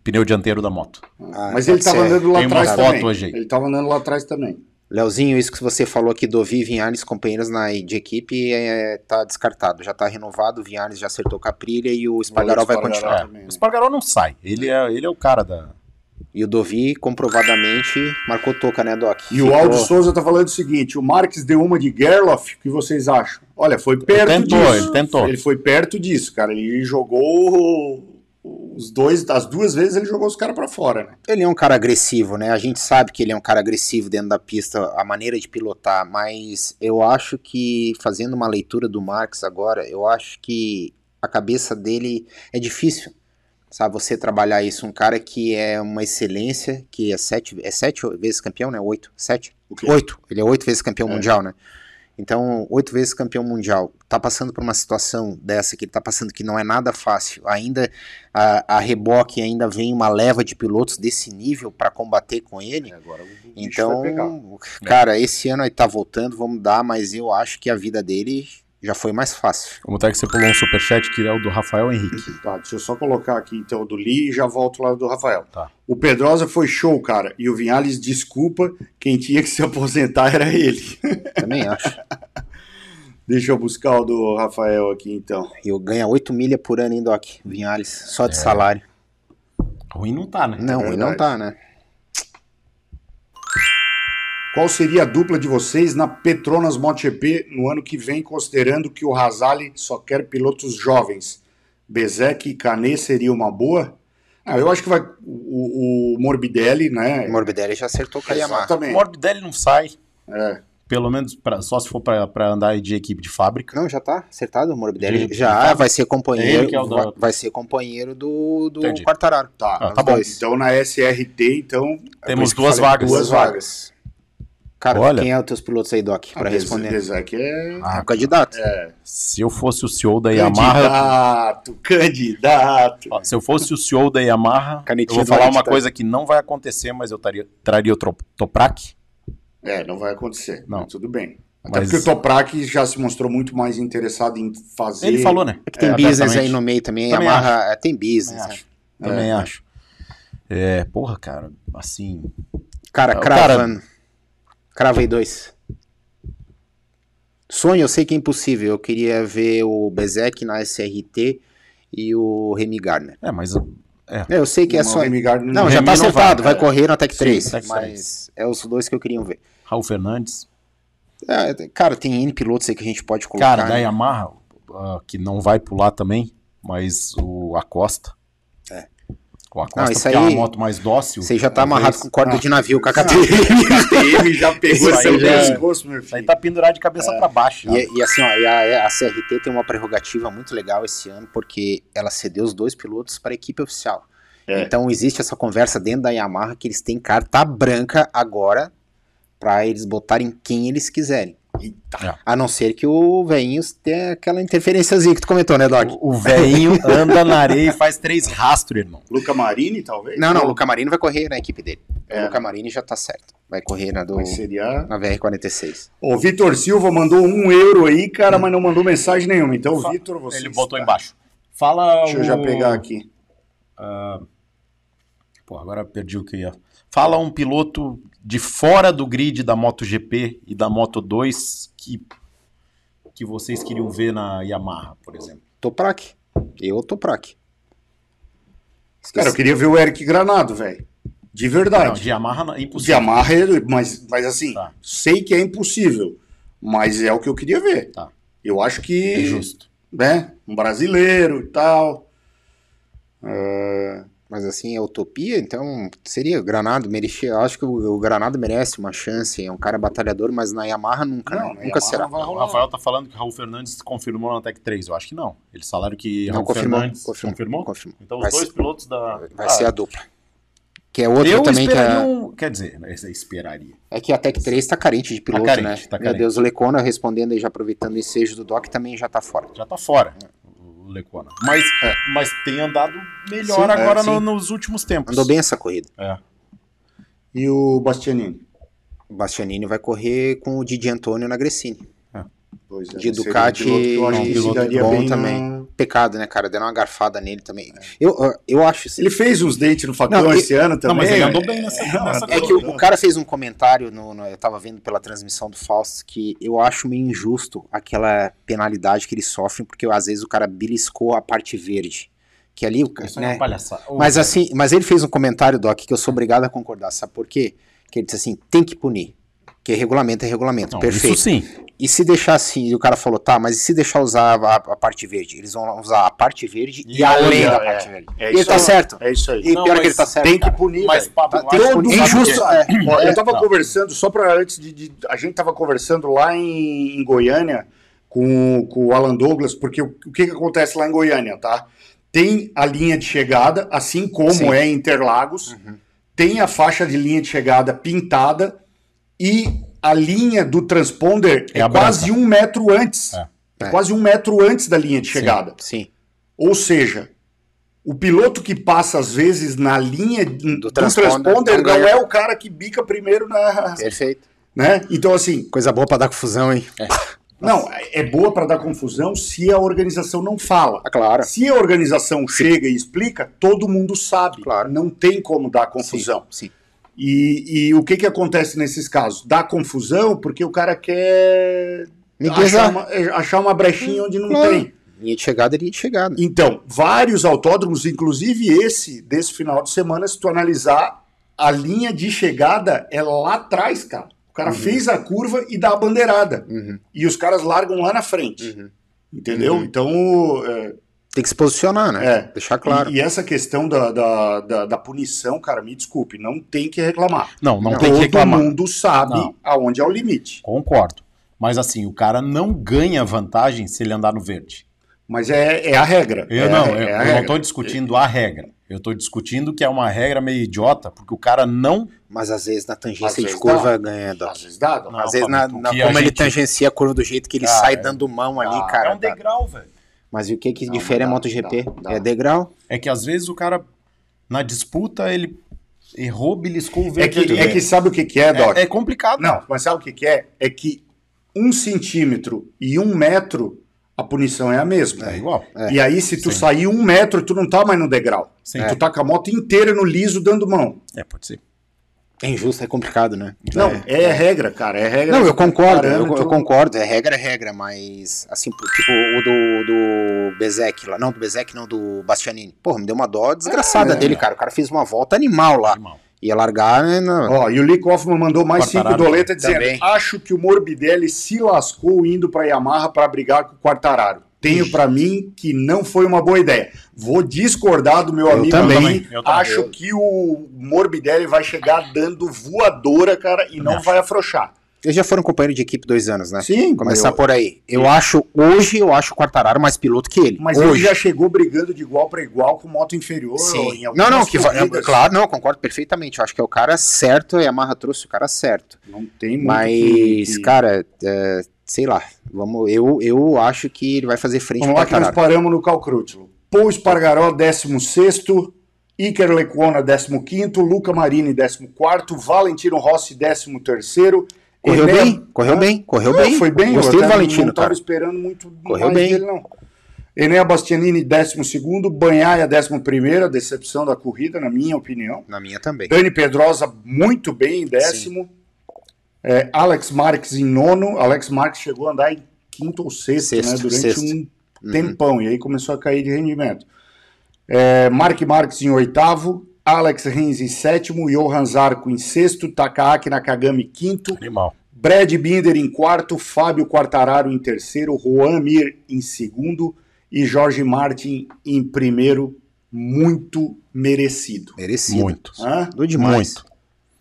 S2: pneu dianteiro da moto.
S3: Ah,
S1: Mas ele
S3: pode
S1: tava
S3: ser.
S1: andando lá
S2: Tem uma
S1: atrás
S2: foto
S1: também.
S2: hoje aí.
S1: Ele tava andando lá atrás também.
S3: Leozinho, isso que você falou aqui do Vi Vinhares, companheiros na, de equipe, é, tá descartado. Já tá renovado, o Vinhares já acertou com a Prilha e o Espargaró vai
S1: Espargaró.
S3: continuar.
S2: É,
S1: também, né?
S2: o Spargaró não sai, ele é, ele é o cara da,
S3: E o Dovi, comprovadamente, marcou toca, né, Doc?
S1: E o Aldo Souza tá falando o seguinte: o Marques deu uma de Gerloff, o que vocês acham? Olha, foi perto
S2: tentou,
S1: disso.
S2: ele tentou.
S1: Ele foi perto disso, cara. Ele jogou os dois, as duas vezes ele jogou os caras pra fora, né?
S3: Ele é um cara agressivo, né? A gente sabe que ele é um cara agressivo dentro da pista, a maneira de pilotar, mas eu acho que, fazendo uma leitura do Marx agora, eu acho que a cabeça dele é difícil. Sabe, você trabalhar isso, um cara que é uma excelência, que é sete, é sete vezes campeão, né? Oito, sete?
S1: quê?
S3: Oito, ele é oito vezes campeão mundial, né? Então, oito vezes campeão mundial, tá passando por uma situação dessa que ele tá passando que não é nada fácil, ainda a, a reboque, ainda vem uma leva de pilotos desse nível para combater com ele,
S1: É, Agora o bicho vai pegar.
S3: então, cara, esse ano ele tá voltando, vamos dar, mas eu acho que a vida dele já foi mais fácil.
S2: Como tá que você pulou um superchat que é o do Rafael Henrique?
S1: Tá, deixa eu só colocar aqui então o do Lee e já volto lá do Rafael.
S2: Tá.
S1: O Pedrosa foi show, cara. E o Vinhales, desculpa, quem tinha que se aposentar era ele.
S3: Também acho.
S1: Deixa eu buscar o do Rafael aqui então.
S3: E eu ganho 8 milha por ano em Doc, Vinhales, só
S2: É.
S3: de salário.
S2: Ruim não tá, né?
S3: Não, e não
S1: verdade.
S3: tá, né?
S1: Qual seria a dupla de vocês na Petronas MotoGP no ano que vem, considerando que o Razali só quer pilotos jovens? Bezek e Canet seria uma boa? Ah, eu acho que vai o, o Morbidelli, né?
S3: O Morbidelli é já acertou com a
S2: O
S3: Yamaha.
S1: Exatamente.
S2: Morbidelli não sai,
S1: É.
S2: pelo menos pra- só se for pra pra andar de equipe de fábrica.
S3: Não, já tá acertado o Morbidelli?
S2: Ele- tá
S3: já, vai ser companheiro,
S2: Ele que é o
S3: vai,
S2: do-
S3: vai ser companheiro do, do
S2: Entendi.
S3: Quartararo.
S1: Tá,
S2: Ah,
S3: os
S2: tá bom.
S3: dois.
S1: Então na SRT, então. por
S2: Temos
S1: isso que eu
S2: duas
S1: falei,
S2: vagas.
S1: Duas vagas.
S3: Cara,
S2: Olha. Ah.
S3: quem é os teus pilotos aí, Doc, pra
S1: Ah,
S3: responder?
S1: Bezek é.
S3: É o candidato.
S2: Se eu fosse o CEO da Yamaha,
S1: Candidato, candidato.
S2: Ó, se eu fosse o CEO da Yamaha,
S3: Canetinha
S2: eu
S3: do
S2: vou falar uma
S3: Einstein.
S2: coisa que não vai acontecer, mas eu taria- traria o Tro- Toprak.
S1: É, não vai acontecer.
S2: Não.
S1: Mas Tudo bem. Até
S2: Mas-
S1: porque o Toprak já se mostrou muito mais interessado em fazer.
S2: Ele falou, né?
S3: É que tem
S2: É,
S3: business aí
S2: abertamente.
S3: no meio também,
S2: Também
S3: Yamaha é, tem business.
S2: Também
S3: né?
S2: acho. Também acho. É, porra, cara, assim,
S3: Cara,
S2: É, o
S3: cravando. Crava aí dois. Sonho, eu sei que é impossível. Eu queria ver o Bezek na SRT e o Remy Gardner.
S2: é, mas
S3: É, Eu sei que é
S1: Não,
S3: sonho.
S1: Remy Gardner
S3: Não,
S2: o
S3: já
S2: Remy
S3: tá
S2: não vai,
S3: acertado. Vai,
S2: é.
S3: correr na Tech
S2: Sim,
S3: 3.
S2: Tech
S3: mas é os dois que eu queria ver.
S2: Raul Fernandes,
S3: É, tem- cara, tem N pilotos aí que a gente pode colocar.
S2: cara, da
S3: né?
S2: Yamaha, ah, que não vai pular também, mas o Acosta.
S3: É.
S2: O Acosta,
S3: Não, isso
S2: porque é
S3: aí-
S2: uma moto mais dócil.
S3: Você já tá
S2: talvez.
S3: amarrado com corda
S1: Ah.
S3: de navio, com a
S1: A TM já é- pegou
S2: Isso aí
S1: seu
S2: já-
S1: pescoço, meu
S2: Isso aí
S1: filho.
S2: tá pendurado de cabeça pra baixo. né?
S3: É. E, e assim, ó, e a, a CRT tem uma prerrogativa muito legal esse ano, porque ela cedeu os dois pilotos para a equipe oficial.
S1: É.
S3: Então existe essa conversa dentro da Yamaha que eles têm carta branca agora para eles botarem quem eles quiserem.
S2: É.
S3: A não ser que o veinho tenha aquela interferênciazinha que tu comentou, né, Doc?
S2: O velhinho anda na areia e faz três rastros, irmão.
S1: Luca Marini, talvez?
S3: Não, não, o Luca Marini vai correr na equipe dele.
S1: É.
S3: O Luca Marini já tá certo. Vai correr na, do,
S2: é
S1: Mas seria.
S3: na VR46.
S1: O Vitor Silva mandou um euro aí, cara, mas não mandou mensagem nenhuma. Então,
S2: Fa-
S1: Vitor, você.
S2: Ele
S1: está-
S2: botou
S3: tá.
S2: embaixo. Fala
S1: Deixa eu já
S2: o-
S1: pegar aqui.
S2: Pô, agora perdi o que eu ia. Fala um piloto de fora do grid da MotoGP e da Moto2 que, que vocês queriam ver na Yamaha, por exemplo.
S3: Toprak. Eu, Toprak.
S1: Cara, eu queria ver o Eric Granado, velho. De verdade.
S2: Não, de Yamaha não- é
S1: O
S2: impossível.
S1: Yamaha, ele- mas, mas assim,
S2: Tá.
S1: sei que é impossível, mas é o que eu queria ver.
S2: Tá.
S1: Eu acho que,
S2: É justo.
S1: né, um brasileiro e tal.
S3: Mas assim, é utopia, então seria o Granado, merecia. Eu acho que o, o Granado merece uma chance, é um cara batalhador, mas na Yamaha nunca, né?
S1: Não, na
S3: nunca
S1: Yamaha
S3: será.
S1: não vai
S2: O
S1: rolar.
S2: Rafael tá falando que Raul Fernandes confirmou na Tech 3. Eu acho que não. Eles falaram que
S3: Não,
S2: Raul
S3: confirmou,
S2: Fernandes
S3: confirmou,
S2: confirmou.
S3: confirmou.
S2: Então
S3: Vai
S2: os dois
S3: ser-
S2: pilotos da.
S3: Vai
S2: Ah,
S3: ser a dupla. Que é outra
S2: eu
S3: também que
S2: esperaria
S3: a,
S2: um... Quer dizer, esse aí esperaria.
S3: é que a Tech 3 tá carente de piloto,
S2: carente,
S3: né?
S2: tá
S3: Meu
S2: carente.
S3: Deus, o Lecona respondendo e já aproveitando o ensejo do Doc também já tá fora.
S2: Já tá fora. O Lecona. Mas, mas tem andado melhor
S1: É. Sim, é,
S2: agora
S1: sim.
S2: no- nos últimos tempos.
S3: Andou bem essa corrida.
S2: É.
S1: E o Bastianini?
S3: O Bastianini vai correr com o Didi Antônio na Gresini.
S1: Pois é,
S3: De
S1: seria um
S3: Ducati,
S1: piloto que eu acho
S3: um
S1: que se
S2: piloto
S1: daria
S3: bom
S1: bem
S3: também.
S1: na-
S3: Pecado, né, cara? Deram uma garfada nele também.
S2: É.
S3: Eu, eu acho. assim-
S1: Ele fez uns dentes no facão
S3: Não, ele-
S1: esse ano também.
S2: Não, mas ele andou
S1: é.
S2: bem nessa,
S1: nessa
S3: É que o, o cara fez um comentário, no, no- eu tava vendo pela transmissão do Fausto, que eu acho meio injusto aquela penalidade que eles sofrem, porque às vezes o cara beliscou a parte verde. Que ali o cara.
S2: Isso é uma palhaçada. Ô,
S3: Mas assim, mas ele fez um comentário, Doc, que eu sou obrigado a concordar. Sabe por quê? Que ele disse assim: tem que punir. Porque regulamento é regulamento.
S2: não,
S3: perfeito.
S2: Isso sim.
S3: E se deixar assim, e o cara falou, tá, mas e se deixar usar a, a parte verde? Eles vão usar a parte verde e,
S2: E
S3: além
S1: olha,
S3: da
S1: é,
S3: parte verde.
S1: é
S3: e ele
S1: isso
S3: tá
S1: aí.
S3: certo.
S1: É isso aí.
S3: E
S2: Não,
S3: pior
S2: mas
S3: que ele tá certo.
S1: Tem que
S3: cara.
S1: punir,
S2: Mas,
S1: velho.
S2: Pablo,
S3: Tá-
S2: eu acho
S1: todo
S2: que-
S1: mundo-
S2: sabe o
S3: Injusto,
S2: quê?
S3: é.
S1: Ó, eu tava
S2: Não.
S1: conversando, só para antes de, de- A gente tava conversando lá em, em Goiânia com, com o Alan Douglas, porque o, o que, que acontece lá em Goiânia, tá? tem a linha de chegada, assim como
S3: Sim. Uhum.
S1: é em Interlagos, tem a faixa de linha de chegada pintada e a linha do transponder
S2: É
S1: é,
S2: a branca.
S1: quase um metro antes.
S2: É.
S1: É.
S3: É.
S1: quase um metro antes da linha de chegada.
S3: Sim.
S1: Ou seja, o piloto que passa às vezes na linha do,
S3: transponder,
S1: transponder,
S3: não
S1: não
S3: ganha.
S1: é o cara que bica primeiro na,
S3: Perfeito.
S1: né? Então assim,
S3: Coisa boa pra dar confusão, hein?
S1: não, é é boa para dar confusão se a organização não fala.
S3: Ah, claro.
S1: Se a organização chega e explica, todo mundo sabe.
S3: Claro.
S1: Não tem como dar confusão.
S3: Sim. sim.
S1: E, e o que que acontece nesses casos? Dá confusão porque o cara quer
S3: Migueza,
S1: achar uma, é, achar uma brechinha onde não
S3: Claro.
S1: tem.
S3: linha de chegada, é linha de chegada.
S1: Então, vários autódromos, inclusive esse desse final de semana, se tu analisar, a linha de chegada é lá atrás, cara. O cara fez a curva e dá a bandeirada.
S3: Uhum.
S1: E os caras largam lá na frente.
S3: Uhum.
S1: Entendeu?
S3: Uhum.
S1: Então, é,
S3: Tem que se posicionar, né?
S1: É.
S3: Deixar claro.
S1: e, e essa questão da, da, da, da punição, cara, me desculpe, não tem que reclamar.
S2: Não, não,
S3: Não.
S2: tem que
S1: Todo
S2: reclamar.
S1: mundo sabe
S2: Não.
S1: aonde é o limite.
S2: Concordo. Mas assim, o cara não ganha vantagem se ele andar no verde.
S1: Mas é, é a regra.
S2: Eu
S1: É-
S2: não,
S1: é
S2: eu,
S1: a
S2: eu não
S1: regra.
S2: estou discutindo a regra. Eu estou discutindo que é uma regra meio idiota, porque o cara não.
S3: Mas às vezes na
S1: Às
S3: tangência de
S1: vezes
S3: curva ganha, Doc.
S1: Às vezes dá, dá.
S2: Não,
S3: às vezes, na,
S2: Fabito,
S3: na-
S2: que a
S3: como ele
S2: gente-
S3: tangencia a curva do jeito que ele
S2: Cara,
S3: sai
S2: é-
S3: dando mão ali,
S1: Ah,
S3: cara.
S2: é um
S3: dá-
S2: degrau, velho.
S3: Mas e o que que
S1: Não,
S3: difere a
S1: dá,
S3: MotoGP?
S1: dá, dá.
S3: É degrau?
S2: É que às vezes o cara, na disputa, ele errou, beliscou o
S1: É
S2: verde.
S1: que, é que sabe o que, que é, Doc?
S2: é, é complicado.
S1: Não, mas sabe o que, que é? É que um centímetro e um metro, a punição é a mesma.
S2: É igual.
S1: E aí, se tu
S2: Sim.
S1: sair um metro, tu não tá mais no degrau.
S2: Sim.
S1: Tu tá com a moto inteira no liso dando mão.
S2: É, pode ser.
S3: É injusto, é complicado, né?
S1: Não,
S3: É.
S1: é, regra, cara. É regra.
S3: Não, eu concordo, eu,
S1: Parâmetro-
S3: eu concordo, é regra, é regra, mas assim, por- tipo o do, do Bezek lá, não, do Bezek não, do Bastianini. Porra, me deu uma dó desgraçada
S1: É,
S3: dele, cara, o cara fez uma volta animal lá,
S2: Animal.
S3: ia largar, né, na-
S1: Ó, e o Lee Hoffman mandou mais cinco
S2: Quartararo
S1: doletas dizendo:
S3: também.
S1: Acho que o Morbidelli se lascou indo pra Yamaha pra brigar com o Quartararo. Tenho pra mim que não foi uma boa ideia. Vou discordar do meu
S3: Eu
S1: amigo
S3: também,
S1: Lee.
S2: eu também.
S1: Acho que o Morbidelli vai chegar dando voadora, cara, e não
S2: acho.
S1: vai afrouxar.
S3: Eles já foram companheiro de equipe dois anos, né?
S1: Sim,
S3: Começar
S1: meu,
S3: por aí. Eu acho, hoje, eu acho o Quartararo mais piloto que ele.
S1: Mas ele
S3: hoje.
S1: já chegou brigando de igual pra igual com moto inferior. ou em
S3: Sim.
S1: algumas
S3: Não, não, que vai, é,
S1: corridas.
S3: claro, não, concordo perfeitamente. Eu acho que é o cara certo, a Yamaha trouxe o cara certo.
S1: Não tem muito que-
S3: Mas,
S1: que-
S3: cara, é, sei lá, vamos, eu, eu acho que ele vai fazer frente
S1: Vamos
S3: pro
S1: lá que nós
S3: Quartararo.
S1: paramos no Calcrútilo. Paul Espargaró, 16, Iker Lecuona, 15, Luca Marini, 14, Valentino Rossi, 13.
S3: Correu
S1: Ené-
S3: bem, correu
S1: Hã?
S3: bem, correu
S1: Não,
S3: bem.
S1: É. Ah, Foi bem,
S3: Gostei
S1: eu
S3: do
S1: até
S3: Valentino,
S1: Não estava
S3: cara.
S1: esperando muito
S3: Correu
S1: mais
S3: bem.
S1: dele, não. Enea Bastianini, 12, Banhaia, 11, decepção da corrida, na minha opinião.
S3: Na minha também.
S1: Dani Pedrosa, muito bem, em décimo. É, Alex Marques em nono. Alex Marques chegou a andar em quinto ou sexto,
S3: Sexto,
S1: né? Durante
S3: sexto. Uhum.
S1: um tempão. E aí começou a cair de rendimento. É, Mark Marques em oitavo. Alex Rins em sétimo. Johan Zarco em sexto. Takaaki Nakagami quinto.
S2: Animal.
S1: Brad Binder em quarto. Fábio Quartararo em terceiro. Juan Mir em segundo. E Jorge Martin em primeiro. Muito merecido.
S3: Merecido.
S2: Muito.
S1: Hã?
S3: Do demais.
S2: Muito.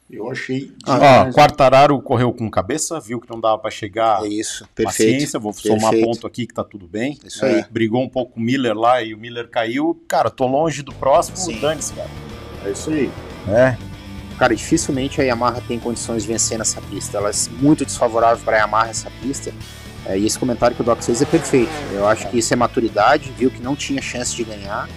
S1: Eu achei.
S3: Ah,
S2: Ó, Quartararo correu com cabeça, viu que não dava para chegar.
S3: É isso, perfeito.
S2: Paciência, vou somar
S3: perfeito.
S2: ponto aqui que tá tudo bem.
S3: Isso aí.
S2: É, Brigou um pouco com o Miller lá e o Miller caiu. Cara, tô longe do próximo,
S3: Sim.
S2: dane-se, cara.
S1: É isso aí.
S2: É,
S3: Cara, dificilmente a Yamaha tem condições de vencer nessa pista. Ela é muito desfavorável para a Yamaha essa pista. É, e esse comentário que o Doc fez é perfeito. Eu acho que isso é maturidade, viu que não tinha chance de ganhar.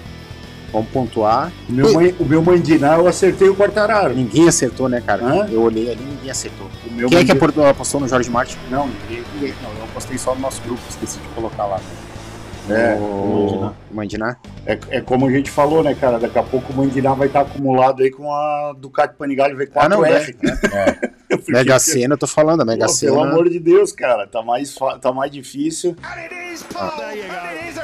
S3: Vamos pontuar.
S1: O meu, mãe, o meu Mandiná, eu acertei o Quartararo.
S3: Ninguém acertou, né, cara?
S1: Hã?
S3: Eu olhei ali, ninguém acertou.
S1: O meu
S3: Quem é que é
S1: Mandiná-
S3: aportou- apostou no Jorge Martin?
S1: Não, ninguém.
S2: não, eu postei só no nosso grupo, esqueci de colocar lá.
S1: É,
S3: o
S2: Mandiná.
S3: o Mandiná.
S1: é, é como a gente falou, né, cara? Daqui a pouco o Mandiná vai estar acumulado aí com a Ducati Panigale V4F.
S3: Ah, não, É.
S1: né? Eu fiquei- assim,
S3: Mega Sena, eu tô falando, a Mega né?"
S1: Pô, Pelo
S3: Sena.
S1: amor de Deus, cara. Tá mais, fa- tá mais difícil.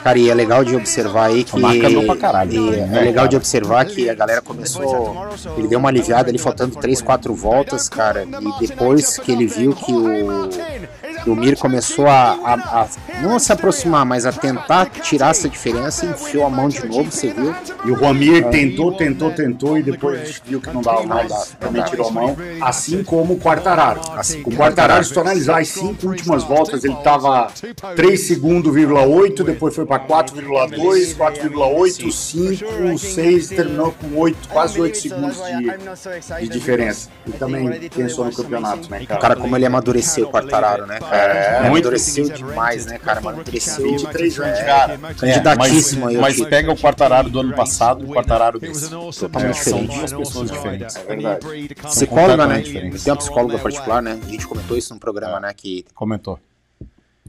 S3: Cara, e é legal de observar aí que.
S2: marca boa pra caralho,
S3: e
S2: né,
S3: é legal
S2: cara?
S3: de observar que a galera começou. Ele deu uma aliviada ali, faltando 3, 4 voltas, cara. E depois que ele viu que o o Mir começou a, a, a não se aproximar, mas a tentar tirar essa diferença, enfiou a mão de novo, você viu?
S1: E o Romir tentou, tentou, tentou e depois viu que não dava mais, também tirou a mão, assim como o Quartararo.
S3: Assim
S1: o
S3: como
S1: Ah, Quartararo, se tu analisar as cinco últimas voltas, ele estava 3 segundos, vírgula 8, depois foi para 4,2, 4,8, 5, 6, terminou com 8, quase 8 segundos de, de diferença. E também pensou no campeonato, né, cara?
S3: Cara, como ele amadureceu o Quartararo, né, cara?
S1: É,
S3: Ele
S2: muito.
S3: amadureceu demais, né, cara? Amadureceu
S1: 23 anos,
S3: é,
S1: cara.
S3: Candidatíssimo
S2: É, mas,
S3: aí,
S2: mas
S3: eu digo.
S2: pega o Quartararo do ano passado e o Quartararo desse.
S3: Totalmente
S2: São
S3: diferente.
S2: duas pessoas diferentes.
S1: É verdade.
S3: Psicóloga, né?
S2: um completamente É. diferentes.
S3: Tem uma psicóloga particular, né? A gente comentou isso num programa, né? Que
S2: Comentou.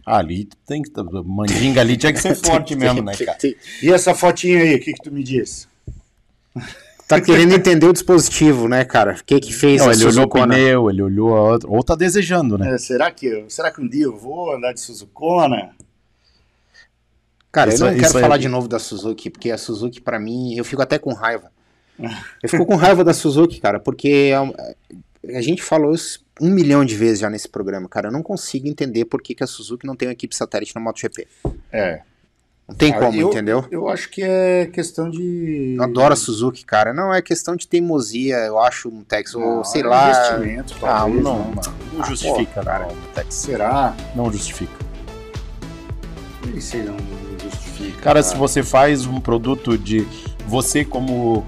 S2: Ah, Ali tem que. Mandinga ali tinha que ser forte mesmo, né, cara?
S1: E essa fotinha aí, o que, que tu me diz?
S3: tá querendo entender o dispositivo, né, cara? O que que fez
S2: Não,
S3: a
S2: ele olhou o
S3: Suzuka, né?
S2: pneu, ele olhou a outra. Ou tá desejando, né?
S1: É, será, que, eu- será que um dia eu vou andar de né? Suzukona?
S3: Cara,
S2: Isso
S3: eu
S2: aí-
S3: não quero
S2: isso aí.
S3: falar de novo da Suzuki, porque a Suzuki, pra mim, eu fico até com raiva. Eu fico com raiva da Suzuki, cara, porque é um, a, a gente falou isso um milhão de vezes já nesse programa, cara. Eu não consigo entender por que, que a Suzuki não tem uma equipe satélite no MotoGP.
S1: É.
S3: Não tem
S1: Ah,
S3: como,
S1: eu- Hum.
S3: entendeu?
S1: Eu acho que é questão de.
S3: Eu adoro a Suzuki, cara. Não, é questão de teimosia, eu acho, um Tex, ou
S1: Ah,
S3: sei
S1: é
S3: lá. um
S1: Investimento,
S2: Ah,
S1: talvez,
S2: não,
S1: né?
S2: Não justifica, cara.
S1: Será?
S2: Não justifica.
S1: Nem sei, não justifica. né?
S2: Cara, se você faz um produto de. Você, como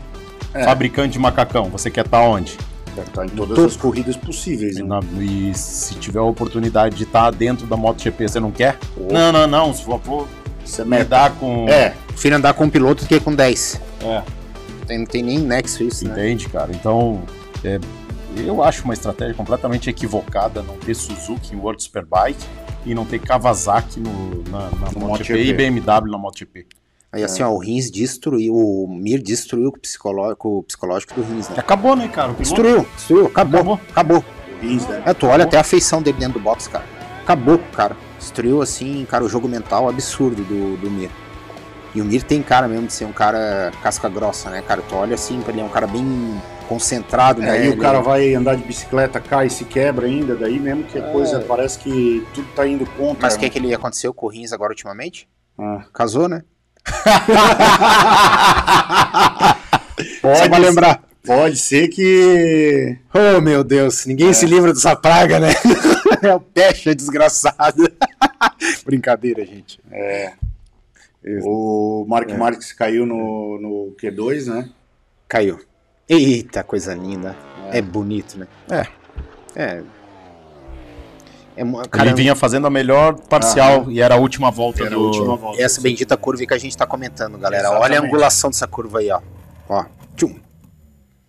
S2: fabricante de macacão, você quer estar onde?
S1: Deve estar em todas
S3: Tô-
S1: as corridas possíveis,
S2: E,
S1: né?
S2: na- e se tiver a oportunidade de estar dentro da MotoGP, você não quer? Não, não, não. Se for, for
S1: Isso é meta.
S2: medar com.
S3: Então,
S1: É,
S3: Prefiro andar com um piloto do que com 10.
S2: É.
S3: Tem- Não tem nem nexo isso, né?
S2: Entende, cara? Então, é, eu acho uma estratégia completamente equivocada não ter Suzuki em World Superbike e não ter Kawasaki no, na, na
S1: No
S2: MotoGP
S1: MotoGP.
S2: e BMW na MotoGP.
S3: Aí assim,
S1: É.
S3: ó, o Rins destruiu, o Mir destruiu o psicológico, o psicológico do Rins, né?
S2: Acabou, né, cara? O piloto
S3: Destruiu, destruiu, acabou,
S2: Acabou.
S3: acabou.
S1: Rins, né?
S3: É, tu olha até a feição dele dentro do box, cara. Acabou com o cara. Destruiu, assim, cara, o jogo mental absurdo do, do Mir. E o Mir tem cara mesmo de ser um cara casca grossa, né, cara? Tu olha assim, ele é um cara bem concentrado,
S1: É,
S3: né?
S1: aí
S3: Ele-
S1: o cara vai andar de bicicleta, cai e se quebra ainda, daí mesmo que a coisa parece que tudo tá indo contra.
S3: Mas o que,
S1: né?
S3: é que ele aconteceu com o Rins agora ultimamente?
S1: Ah.
S3: Casou, né? Só pra
S1: pode,
S3: lembrar.
S1: pode ser que.
S3: Oh, meu Deus, ninguém se livra dessa praga, né? é o peste é desgraçado. Brincadeira, gente.
S1: O Mark
S3: É.
S1: Marques caiu no, no Q2, né?
S3: Caiu. Eita, coisa linda. É, bonito, né? É. É. é mo- cara,
S2: Ele vinha fazendo a melhor parcial e Ah. era a última volta
S1: Era a
S2: do.
S1: última volta.
S3: essa bendita curva aí que a gente tá comentando, galera. Olha a
S1: Exatamente.
S3: angulação dessa curva aí, ó. Ó. Tchum.
S1: assim.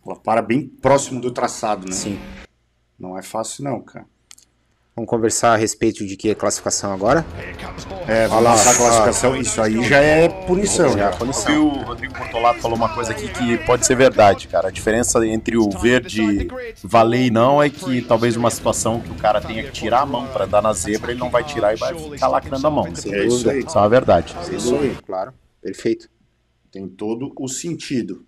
S1: Ela para bem próximo do traçado, né?
S3: Sim.
S1: Não é fácil, não, cara.
S3: Vamos conversar a respeito de que é classificação agora?
S1: É, vai lançar a classificação. Isso aí já é punição.
S3: Já,
S1: já.
S2: Eu vi o Rodrigo Portolato falou uma coisa aqui que pode ser verdade, cara. A diferença entre o verde valer e não é que talvez uma situação que o cara tenha que tirar a mão pra dar na zebra, ele não vai tirar e vai ficar lacrando a mão. Isso
S1: É isso aí.
S2: é uma verdade.
S1: Isso aí.
S3: Claro. Perfeito.
S1: Tem todo o sentido.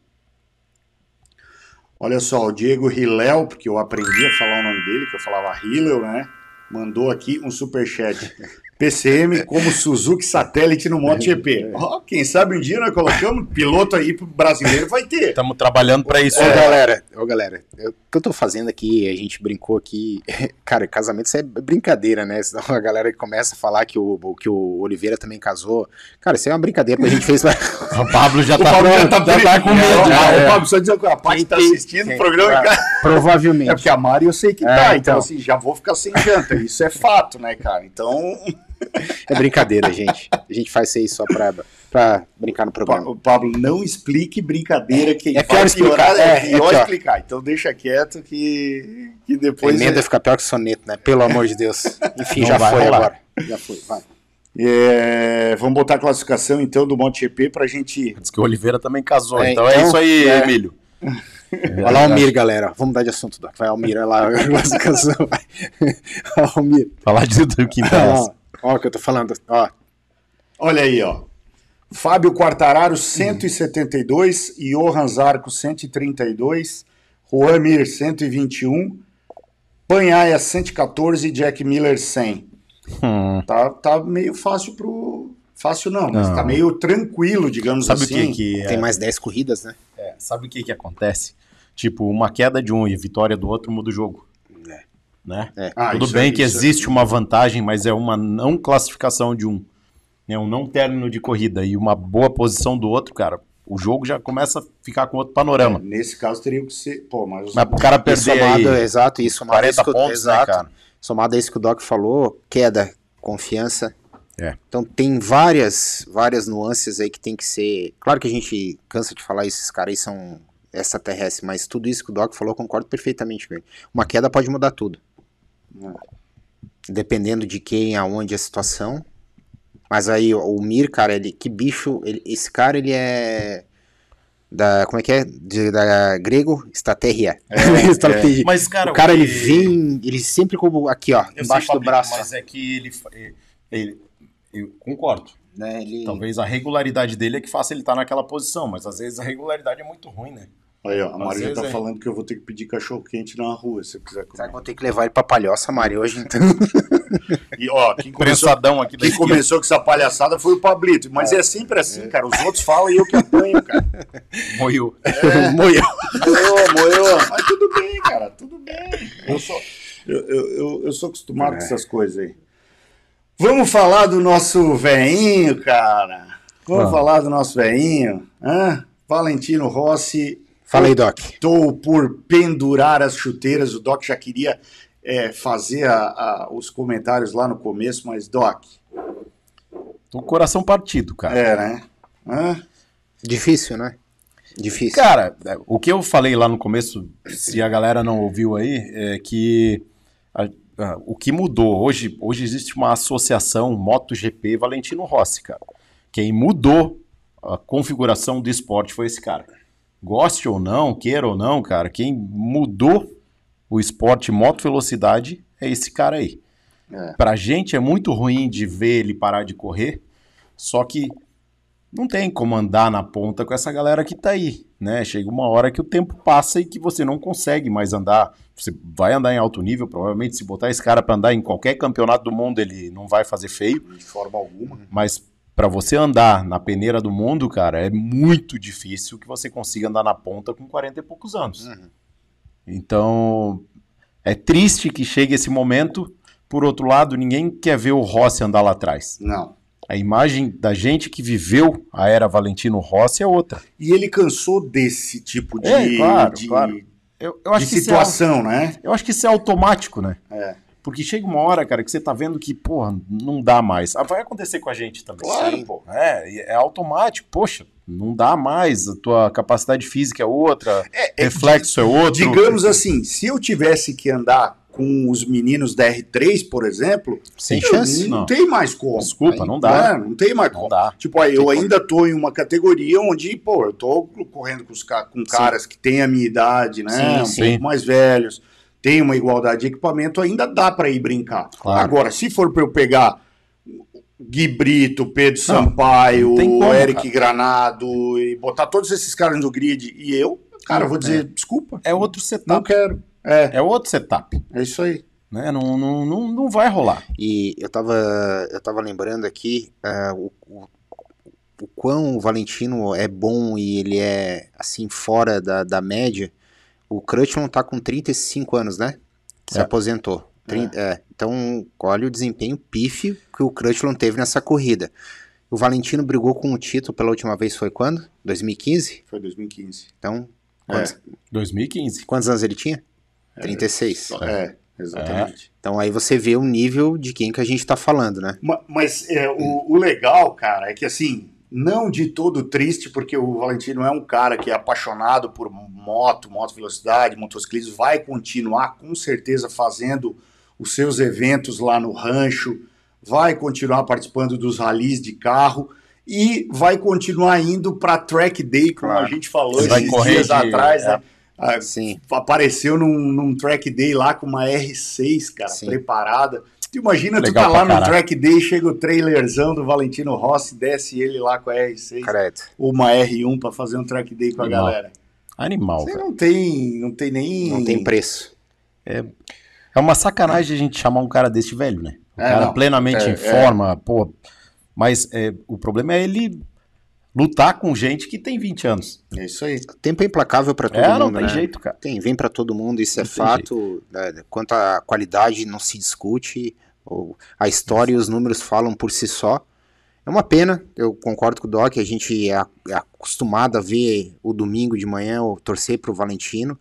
S1: Olha só, o Diego Hilel, porque eu aprendi a falar o nome dele, que eu falava Hilel, né? Mandou aqui um superchat. PCM como Suzuki Satélite no MotoGP. Ó, quem sabe um dia nós colocamos piloto aí pro brasileiro, vai ter.
S2: Estamos trabalhando pra isso.
S3: Ô,
S2: né?
S3: galera, ô, galera, eu- o que eu tô fazendo aqui, a gente brincou aqui, cara, casamento isso é brincadeira, né? Senão a galera começa a falar que o, que o Oliveira também casou. Cara, isso é uma brincadeira que a gente fez pra...
S2: O Pablo já tá, já tá com
S1: É,
S2: medo.
S1: ó,
S2: já.
S1: ó, o Pablo, só dizer que a parte tá assistindo o programa. cara. É
S3: Provavelmente.
S1: porque a Mari eu sei que
S3: É,
S1: tá, então.
S3: então.
S1: assim, já vou ficar sem janta. Isso é fato, né, cara? Então,
S3: É brincadeira, gente. A gente faz isso aí só pra, pra brincar no
S1: Pa-
S3: programa.
S1: o Pablo, não explique brincadeira que
S3: É pior explicar,
S1: é,
S3: é, é
S1: pior
S3: pior.
S1: explicar. Então deixa quieto que, que
S3: A
S1: depois.
S3: emenda fica pior que soneto, né? Pelo amor de Deus. Enfim,
S2: é. Não
S3: já
S2: vai
S3: foi
S2: rolar.
S3: agora. Já foi, vai.
S1: É, vamos botar a classificação então do MotoGP pra gente.
S2: Diz que o Oliveira também casou.
S3: É,
S2: então, é
S3: então,
S2: isso aí,
S3: é.
S2: Emílio.
S3: Olha
S2: tá.
S3: lá o Mir, galera. Vamos mudar de assunto, Doc. Vai, Almir, olha lá. Olha lá, Almir.
S2: Falar de do que
S3: Olha
S2: interessa.
S3: lá. Olha o que eu tô falando. Ó,
S1: Olha aí, ó. Fábio Quartararo, 172, Johan Zarco, 132, Juan um. Mir, 121, Panhaia, 114 e Jack Miller, 100.
S2: Hum.
S1: Tá, tá meio fácil pro. Fácil não, mas
S2: Não.
S1: tá meio tranquilo, digamos
S2: Sabe
S1: assim.
S2: o que, que é-
S3: Tem mais 10 corridas, né?
S2: é, Sabe o que, que acontece? Tipo, uma queda de um e vitória do outro muda o jogo.
S3: É.
S2: Né?
S1: Ah,
S2: Tudo
S1: isso
S2: bem
S1: aí,
S2: que
S1: isso aí.
S2: existe uma vantagem, mas é uma não classificação de um. Né? Um não término de corrida e uma boa posição do outro, cara. O jogo já começa a ficar com outro panorama.
S1: Nesse caso teria que ser. Pô, mas.
S2: Mas pro cara
S3: E
S2: perder
S3: somado,
S2: aí
S3: é exato, isso somado a
S2: 40
S3: isso que,
S2: pontos, né,
S3: exato,
S2: cara?
S3: somado a isso que o Doc falou, queda, confiança.
S2: É.
S3: Então tem várias, várias nuances aí que tem que ser. Claro que a gente cansa de falar isso, esses caras aí são extraterrestres, mas tudo isso que o Doc falou, eu concordo perfeitamente com ele. Uma queda pode mudar tudo. Dependendo de quem, aonde a situação. Mas aí o- o Mir, cara, ele que bicho, ele- esse cara ele é da, como é que é? De- da grego, estratégia. estratégia.
S2: Mas, cara,
S3: O cara, ele
S2: que-
S3: vem, ele sempre como aqui, ó,
S2: Eu
S3: embaixo
S2: sei,
S3: do
S2: Fabinho,
S3: braço.
S2: Mas é que ele, fa- ele- ele- Eu concordo.
S3: Né, ele-
S2: Talvez a regularidade dele é que faça ele estar naquela posição, mas às vezes a regularidade é muito ruim, né?
S1: Aí, ó, a Mari já
S2: vezes
S1: tá
S2: é.
S1: falando que eu vou ter que pedir cachorro quente na rua, se eu quiser
S3: Será que
S1: comer.
S3: eu tá, vou ter que levar ele pra palhoça, Mari, hoje? Então,
S1: E, ó, quem começou,
S2: Prensadão aqui da
S1: quem
S2: esquerda.
S1: começou com essa palhaçada foi o Pablito. Mas é, sempre assim, cara. Os outros falam e eu que apanho, cara.
S2: Moiu. É.
S3: Moio.
S1: Moeu, moeu. Mas tudo bem, cara, tudo bem. Eu sou, eu, eu, eu- eu sou acostumado com essas coisas aí. Vamos falar do nosso veinho, cara. Vamos
S2: Vamos.
S1: falar do nosso veinho. Hã? Valentino Rossi
S3: Fala aí, Doc.
S1: optou por pendurar as chuteiras. O Doc já queria eh, fazer a- a- os comentários lá no começo, mas Doc,
S2: Tô com o coração partido, cara.
S1: é, né? Hã?
S3: Difícil, né? Difícil.
S2: Cara, é, o que eu falei lá no começo, se a galera não ouviu aí, é que a- a- o que mudou hoje, hoje existe uma associação MotoGP Valentino Rossi, cara. Quem mudou a configuração do esporte foi esse cara. Goste ou não, queira ou não, cara, quem mudou o esporte moto velocidade é esse cara aí.
S1: É.
S2: Pra gente é muito ruim de ver ele parar de correr, só que não tem como andar na ponta com essa galera que tá aí, né? Chega uma hora que o tempo passa e que você não consegue mais andar. Você vai andar em alto nível, provavelmente se botar esse cara pra andar em qualquer campeonato do mundo, ele não vai fazer feio,
S1: De forma alguma. né?
S2: mas pra você andar na peneira do mundo, cara, é muito difícil que você consiga andar na ponta com 40 e poucos anos.
S3: Uhum.
S2: Então, é triste que chegue esse momento. Por outro lado, ninguém quer ver o Rossi andar lá atrás.
S1: Não.
S2: A imagem da gente que viveu a era Valentino Rossi é outra.
S1: E ele cansou desse tipo de,
S2: É, claro,
S1: de-
S2: claro. Eu, eu acho
S1: de
S2: que isso é
S1: situação, né?
S2: Eu acho que isso é automático, né?
S1: É.
S2: Porque chega uma hora, cara, que você tá vendo que, porra, não dá mais. Ah, Vai acontecer com a gente também.
S3: Claro,
S2: pô. É, e é automático. Poxa, não dá mais. A tua capacidade física é outra, reflexo é outro.
S1: Digamos assim, se eu tivesse que andar com os meninos da R3, por exemplo,
S2: Sem
S1: eu
S2: chance,
S1: não,
S2: assim, não.
S1: tem mais como.
S2: Desculpa,
S1: Aí,
S2: não dá.
S1: né? Não tem mais
S2: Não
S1: como.
S2: dá.
S1: Tipo, aí, eu ainda tô em uma categoria onde, pô, eu tô correndo com, os ca- com caras que têm a minha idade, né?
S2: Sim,
S1: um
S2: sim.
S1: pouco mais velhos, tem uma igualdade de equipamento, ainda dá para ir brincar.
S2: Claro.
S1: Agora, se for para eu pegar Gui Brito, Pedro
S2: Não,
S1: Sampaio,
S2: não tem como,
S1: Eric
S2: cara.
S1: Granado, e botar todos esses caras no grid e eu, cara, eu vou dizer, desculpa,
S2: É outro
S1: não
S2: setup.
S1: quero. É,
S2: É outro setup.
S1: é isso aí.
S2: Né? Não, não, não, não vai rolar.
S3: E eu tava, eu tava lembrando aqui ah, o, o, o quão o Valentino é bom e ele é, assim, fora da, da média. O Crutchlow tá com 35 anos, né? Se
S2: É.
S3: aposentou. Trin- é. Então, olha o desempenho pífio que o Crutchlow teve nessa corrida. O Valentino brigou com o título pela última vez foi quando? 2015?
S1: Foi 2015.
S3: Então,
S1: É.
S3: quantos,
S2: 2015.
S3: quantos anos ele tinha? 36.
S1: É, exatamente.
S3: Então aí você vê o nível de quem que a gente tá falando, né?
S1: Ma- Mas é, o, o legal, cara, é que assim, não de todo triste, porque o Valentino é um cara que é apaixonado por moto, moto velocidade, motociclismo, vai continuar com certeza fazendo os seus eventos lá no rancho, vai continuar participando dos ralis de carro e vai continuar indo para track day, como
S3: Claro.
S1: a gente falou
S2: Ele vai
S1: esses
S2: correr
S1: dias
S2: de-
S1: atrás,
S2: é.
S1: né? Ah,
S3: Sim.
S1: apareceu num, num track day lá com uma R6, cara,
S3: Sim.
S1: preparada. Tu imagina,
S2: Legal
S1: tu tá lá
S2: pra
S1: no
S2: caralho.
S1: track day, chega o trailerzão do Valentino Rossi, desce ele lá com a R6
S3: Correto.
S1: ou uma R1 pra fazer um track day com a
S2: Legal,
S1: galera.
S2: é Animal,
S1: Você
S2: velho.
S1: não tem, não tem nem...
S3: Não tem preço.
S2: É uma sacanagem a gente chamar um cara desse velho, né? O cara plenamente em forma, pô. Mas é, o problema é ele lutar com gente que tem 20 anos.
S1: É isso aí.
S3: O tempo é implacável para todo
S2: É,
S3: mundo.
S2: não tem
S3: né?
S2: jeito, cara.
S3: Tem, vem para todo mundo, isso é
S2: Não tem
S3: fato. né? Quanto à qualidade, não se discute. ou- A história e os números falam por si só. É uma pena, eu concordo com o Doc, a gente é a- é acostumado a ver o domingo de manhã, ou torcer pro Valentino.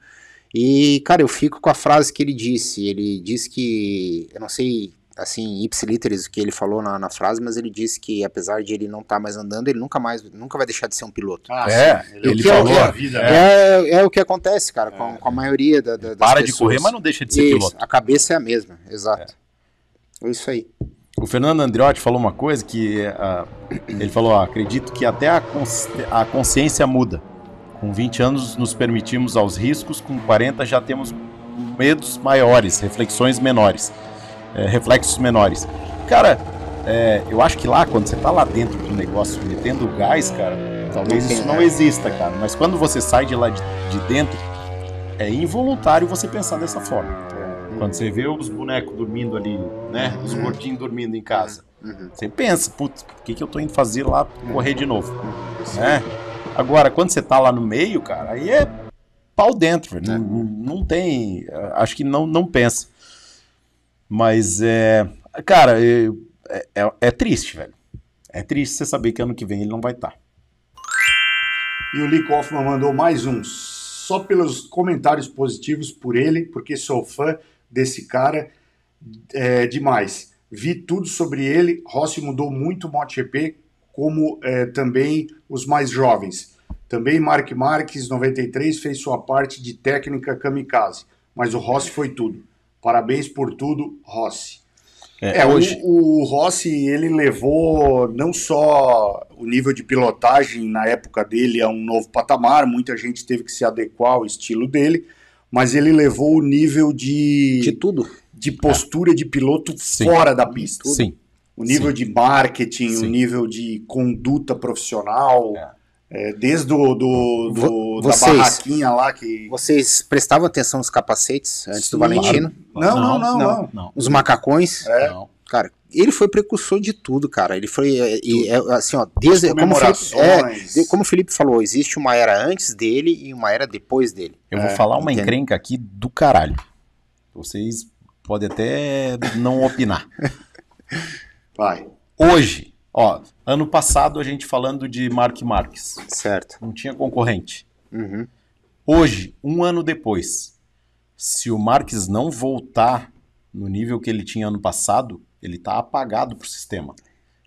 S3: E, cara, eu fico com a frase que ele disse. Ele disse que, eu não sei, assim, ipsiliteres o que ele falou na, na frase, mas ele disse que apesar de ele não estar mais andando, ele nunca mais, nunca vai deixar de ser um piloto.
S1: Ah,
S2: É,
S1: sim,
S2: ele
S1: é o que é
S2: falou.
S1: a vida, né?
S3: É, é o que acontece, cara, com, com a maioria da, da, das
S2: Para de
S3: pessoas.
S2: correr, mas não deixa de ser
S3: Isso,
S2: piloto.
S3: A cabeça é a mesma, exato. É isso aí.
S2: O Fernando Andriotti falou uma coisa que ah, ele falou: ah, acredito que até a, cons- a consciência muda. Com 20 anos nos permitimos aos riscos, com 40 já temos medos maiores, reflexões menores, eh, reflexos menores. Cara, eh, eu acho que lá, quando você tá lá dentro do negócio, metendo o gás, cara, talvez
S3: Não tem,
S2: isso não
S3: né?
S2: exista, cara. Mas quando você sai de lá de, de dentro, é involuntário você pensar dessa forma.
S3: É.
S2: Quando você vê os bonecos dormindo ali, né? Os gordinhos dormindo em casa.
S3: Uhum.
S2: Você pensa, putz, o que, que eu tô indo fazer lá correr de novo?
S3: Uhum.
S2: Né? Agora, quando você tá lá no meio, cara, aí é pau dentro,
S1: É.
S2: velho. Não, não tem. eh, Acho que não, não pensa. Mas é. Cara, é, é- é triste, velho. É triste você saber que ano que vem ele não vai tá. estar.
S1: E o Lee Kaufman mandou mais um. Só pelos comentários positivos por ele, porque sou fã desse cara é, demais. Vi tudo sobre ele. Rossi mudou muito o MotoGP, como é, também os mais jovens. Também Mark Marques, 93, fez sua parte de técnica kamikaze. Mas o Rossi foi tudo. Parabéns por tudo, Rossi. É, hoje. O, o Rossi, ele levou não só o nível de pilotagem na época dele a um novo patamar, muita gente teve que se adequar ao estilo dele, mas ele levou o nível
S3: De
S1: de,
S3: tudo.
S1: de postura de piloto
S2: Sim.
S1: fora da pista.
S2: Sim.
S1: O nível de marketing, o
S2: Sim.
S1: nível de conduta profissional,
S2: É.
S1: é, desde o do, do-
S3: Vo-
S1: da
S3: vocês.
S1: barraquinha lá que...
S3: Vocês prestavam atenção nos capacetes antes
S1: Sim,
S3: do Valentino?
S1: Não, não, não, não.
S2: não.
S3: Os macacões?
S1: É.
S2: não.
S3: Cara, ele foi precursor de tudo, cara. Ele foi, é, e, é, assim, ó, desde, como o Felipe, é,
S1: Comemorações.
S3: de- como o Felipe falou, existe uma era antes dele e uma era depois dele.
S2: Eu
S1: É,
S2: vou falar uma
S3: entendo.
S2: encrenca aqui do caralho. Vocês podem até não opinar.
S1: Vai.
S2: Hoje, ó, ano passado a gente falando de Mark Marques,
S3: Certo.
S2: não tinha concorrente.
S3: Uhum.
S2: Hoje, um ano depois, se o Marques não voltar no nível que ele tinha ano passado, ele tá apagado pro sistema.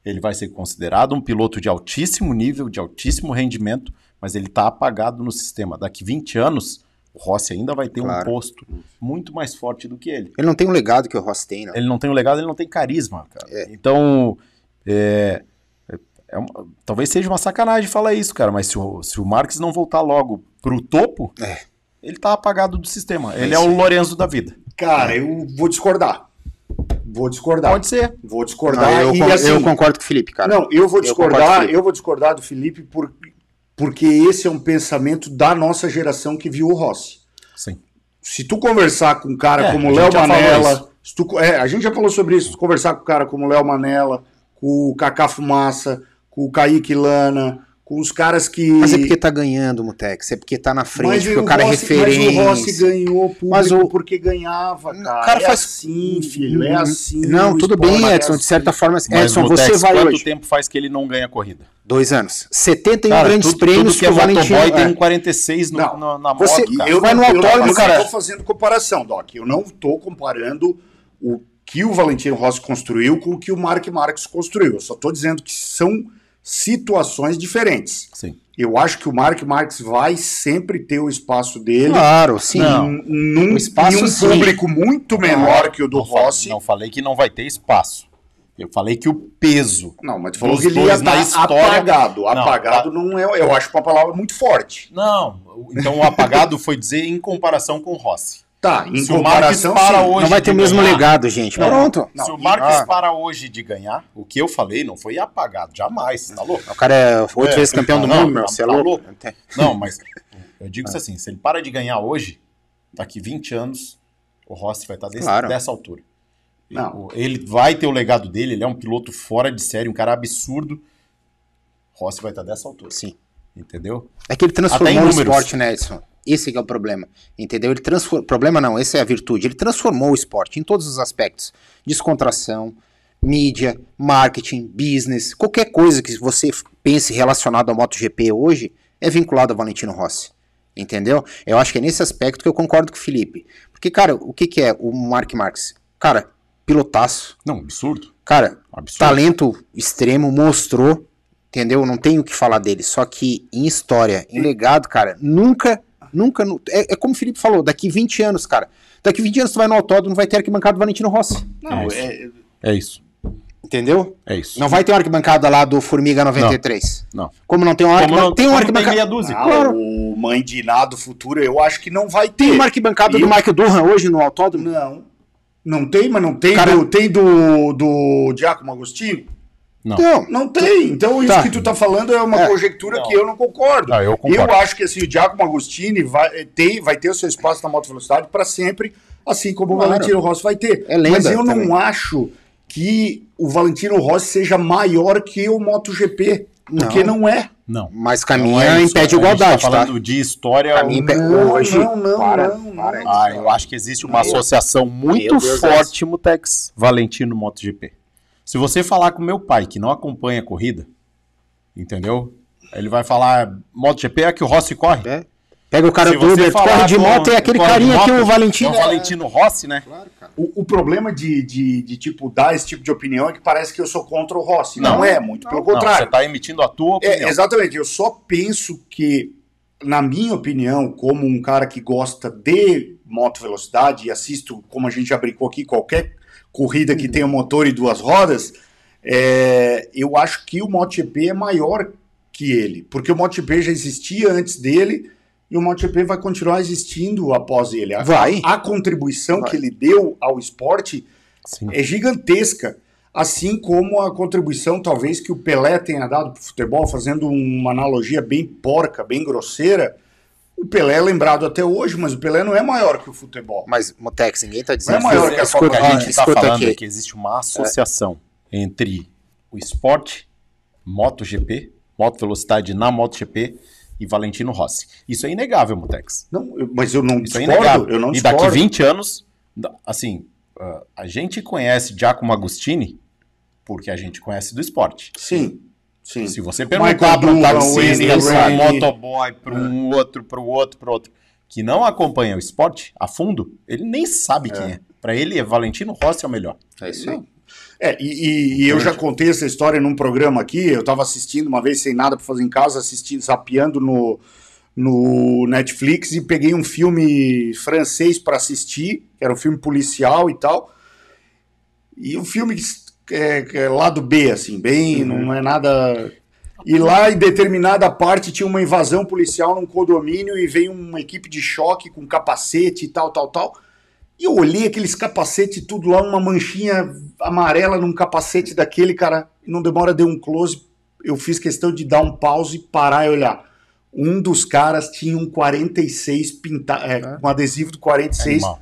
S2: Ele vai ser considerado um piloto de altíssimo nível, de altíssimo rendimento, mas ele tá apagado no sistema. Daqui 20 anos, o Rossi ainda vai ter
S3: Claro.
S2: um posto muito mais forte do que ele.
S3: Ele não tem o legado que o Ross tem, não.
S2: Ele não tem o legado, ele não tem carisma, cara. Então, é, é uma- talvez seja uma sacanagem falar isso, cara, mas se o, se o Marques não voltar logo pro topo,
S3: É.
S2: ele tá apagado do sistema.
S3: É
S2: ele é
S3: isso
S2: o Lorenzo da vida.
S1: Cara,
S3: É.
S1: eu vou discordar. Vou
S3: Tá.
S1: discordar.
S2: Pode ser.
S1: Vou
S3: Não,
S1: discordar.
S3: eu,
S1: e,
S3: con-
S1: assim,
S3: eu concordo com o Felipe, cara.
S1: Não, eu vou
S3: Eu concordo
S1: discordar,
S3: com
S1: eu,
S3: ele.
S1: vou discordar do Felipe por, porque esse é um pensamento da nossa geração que viu o Rossi.
S2: Sim.
S1: Se tu conversar com um cara
S2: É,
S1: como
S2: a
S1: o
S2: gente
S1: Léo
S2: já falou
S1: Manella,
S2: isso.
S1: se tu co- é, a gente já falou sobre isso, se tu conversar com um cara como o Léo Manella, com o Kaká Fumaça, com o Kaique Lana, com os caras que
S3: Mas é porque tá ganhando, Mutex. É porque tá na frente,
S1: Mas
S3: porque o cara
S1: Rossi,
S3: é referência.
S1: Mas o Rossi ganhou público
S3: Mas o-
S1: porque ganhava,
S3: O
S1: cara.
S3: cara
S1: é
S3: faz-
S1: assim, filho, é assim.
S3: Não,
S1: o
S3: tudo
S1: esporte
S3: bem,
S1: é
S3: Edson. De
S1: assim.
S3: certa forma,
S2: Uhum. Mas
S3: Edson,
S2: no
S3: você
S2: Tex,
S3: vai
S2: quanto
S3: hoje.
S2: tempo faz que ele não ganha corrida?
S3: Dois anos. 71
S2: Cara,
S3: grandes
S2: tudo,
S3: prêmios
S2: tudo que é
S3: o Valentino.
S2: motoboy tem
S3: é.
S2: um 46 no,
S1: Não,
S2: no- na moto,
S3: você-
S2: cara.
S1: Eu
S3: Vai
S1: não,
S3: no
S1: eu não-
S3: autódromo,
S1: eu
S3: cara.
S1: não tô fazendo comparação, Doc. Eu não tô comparando o que o Valentino Rossi construiu com o que o Mark Marques construiu. Eu só tô dizendo que são situações diferentes.
S2: Sim.
S1: Eu acho que o Mark Marques vai sempre ter o espaço dele.
S3: Claro, sim.
S2: Não.
S1: num- num,
S3: O espaço,
S1: em um
S3: sim.
S1: público muito menor que o do
S2: não, falei-
S1: Rossi.
S2: Não falei que não vai ter espaço. Eu falei que o peso
S1: Não, mas tu falou
S2: Dos
S1: que ele ia
S2: dois na
S1: estar
S2: história-
S1: apagado.
S2: Não, tá.
S1: apagado não é. Eu acho uma palavra muito forte.
S2: Não, o- então o apagado foi dizer em comparação com o Rossi.
S1: Tá, em
S2: Se o
S1: comparação.
S2: Marques para
S1: sim.
S2: hoje
S3: Não vai ter o
S2: de
S3: mesmo
S2: ganhar-
S3: legado, gente.
S2: Não.
S3: Pronto.
S2: se
S1: Não,
S2: o Marques
S3: ah.
S2: para hoje de ganhar, o que eu falei não foi apagado, jamais, tá louco?
S3: O cara é oito
S2: É,
S3: vezes campeão do
S2: não,
S3: mundo,
S2: não,
S3: meu. Você é
S2: tá
S3: louco.
S2: louco. Não, mas eu digo isso assim, se ele para de ganhar hoje, daqui 20 anos, o Rossi vai estar desse-
S3: Claro.
S2: dessa altura.
S1: Não.
S2: Ele vai ter o legado dele, ele é um piloto fora de série, um cara absurdo. Rossi vai estar dessa altura.
S3: Sim.
S2: Entendeu?
S3: É que ele transformou
S2: Até em
S3: o
S2: números.
S3: esporte, né, Edson? Esse que é o problema, entendeu? Ele transformou, problema não, essa é a virtude. Ele transformou o esporte em todos os aspectos. Descontração, mídia, marketing, business, qualquer coisa que você f- pense relacionado ao MotoGP hoje é vinculado a Valentino Rossi, entendeu? Eu acho que é nesse aspecto que eu concordo com o Felipe. Porque, cara, o que que é o Mark Marques? Cara, pilotaço,
S2: Não, absurdo.
S3: cara,
S2: Absurdo.
S3: talento extremo, mostrou, entendeu? Não tenho o que falar dele. Só que em história, em legado, cara, nunca, nunca. nu- É, é como o Felipe falou, daqui 20 anos, cara. Daqui 20 anos tu vai no autódromo, não vai ter arquibancada do Valentino Rossi.
S1: Não,
S2: É isso.
S1: é,
S2: É isso.
S3: Entendeu?
S2: É isso.
S3: Não vai ter uma arquibancada lá do Formiga 93.
S2: Não.
S3: Como não tem uma
S2: Como
S3: arquibancada.
S2: não,
S3: tem uma
S2: como tem
S3: arquibancada.
S2: meia dúzia.
S1: Ah,
S3: Claro.
S1: O Mãe de Nada Futura, eu acho que não vai ter.
S3: Tem uma arquibancada
S1: E-
S3: do Michael Durham hoje no autódromo?
S1: Não. Não tem, mas não tem.
S3: Cara-
S1: do, tem do, do Giacomo Agostinho?
S2: Não.
S3: Não.
S1: Não tem. Então, isso
S3: Tá.
S1: que tu tá falando é uma
S3: É.
S1: conjectura
S2: Não.
S1: que eu não concordo.
S2: Não, eu concordo.
S1: acho que assim, o Giacomo Agostini vai, eh, tem, vai ter o seu espaço na moto velocidade para sempre, assim como
S3: Claro.
S1: o Valentino Rossi vai ter.
S3: É lenda
S1: Mas eu não
S3: também.
S1: acho que o Valentino Rossi seja maior que o MotoGP. Porque não é.
S2: Não.
S3: Mas
S2: Não
S3: caminha
S2: é isso.
S3: impede
S2: A
S3: igualdade,
S2: gente tá
S3: tá?
S2: falando de história. um-
S3: Caminha impede.
S1: Não,
S3: Hoje.
S1: não, não,
S3: para,
S1: não,
S3: para,
S1: não.
S2: Ah, eu acho que existe uma associação muito
S3: Meu Deus,
S2: forte, Mutex, Valentino MotoGP. Se você falar com meu pai, que não acompanha a corrida, entendeu? Ele vai falar, MotoGP é a que o Rossi corre.
S3: É. Pega o cara
S2: Se
S3: do
S2: você
S3: Uber,
S2: falar
S3: corre de
S2: com-
S3: moto, é aquele
S2: corre de
S3: carinha que
S2: moto,
S3: o Valentino.
S2: É o Valentino Rossi, né?
S3: Claro, cara.
S1: O, o problema de, de, de, tipo, dar esse tipo de opinião é que parece que eu sou contra o Rossi. Não,
S2: Não.
S1: é, muito pelo
S2: Não, você
S1: contrário.
S2: está emitindo a tua opinião.
S1: É, exatamente. Eu só penso que, na minha opinião, como um cara que gosta de moto velocidade e assisto, como a gente já brincou aqui, qualquer corrida que tenha motor e duas rodas, é, eu acho que o MotoGP é maior que ele, porque o MotoGP já existia antes dele e o MotoGP vai continuar existindo após ele. A-
S3: Vai.
S1: A, a contribuição
S3: Vai.
S1: que ele deu ao esporte
S2: Sim.
S1: é gigantesca. Assim como a contribuição, talvez, que o Pelé tenha dado para o futebol, fazendo uma analogia bem porca, bem grosseira. O Pelé é lembrado até hoje, mas o Pelé não é maior que o futebol.
S3: Mas, Motex, ninguém tá dizendo.
S1: é maior que a
S2: O é que
S3: escuta,
S1: Copa
S2: a gente
S3: gente,
S2: está
S3: escuta
S2: falando
S3: aqui.
S2: é que existe uma associação entre o esporte, MotoGP, moto velocidade na MotoGP e Valentino Rossi. Isso é inegável, Mutex.
S1: Não, eu- mas eu não
S2: Isso é
S1: discordo.
S2: inegável.
S1: Eu não
S2: e daqui
S1: discordo.
S2: 20 anos, da- assim, ah, a gente conhece Giacomo Agostini porque a gente conhece do esporte.
S1: Sim, sim.
S2: Se você perguntar
S1: Michael
S2: para um
S1: Dunn,
S2: taxista,
S1: Wayne
S2: para um
S1: Rooney.
S2: motoboy, para um outro, para o outro, para outro, que não acompanha o esporte a fundo, ele nem sabe quem é. Para ele, é Valentino Rossi é o melhor.
S3: É isso aí.
S1: É, e, e- e eu já contei essa história num programa aqui. Eu estava assistindo uma vez sem nada para fazer em casa, assistindo, zapeando no, no Netflix e peguei um filme francês para assistir, que era um filme policial e tal. E um filme que s- é, que é lado B, assim, bem, não é nada. E lá em determinada parte tinha uma invasão policial num condomínio e veio uma equipe de choque com capacete e tal, tal, tal. E eu olhei aqueles capacetes tudo lá, uma manchinha amarela num capacete daquele, cara. Não demora, deu um close. Eu fiz questão de dar um pause, parar e olhar. Um dos caras tinha um 46 pintado, um adesivo do 46
S2: Animal.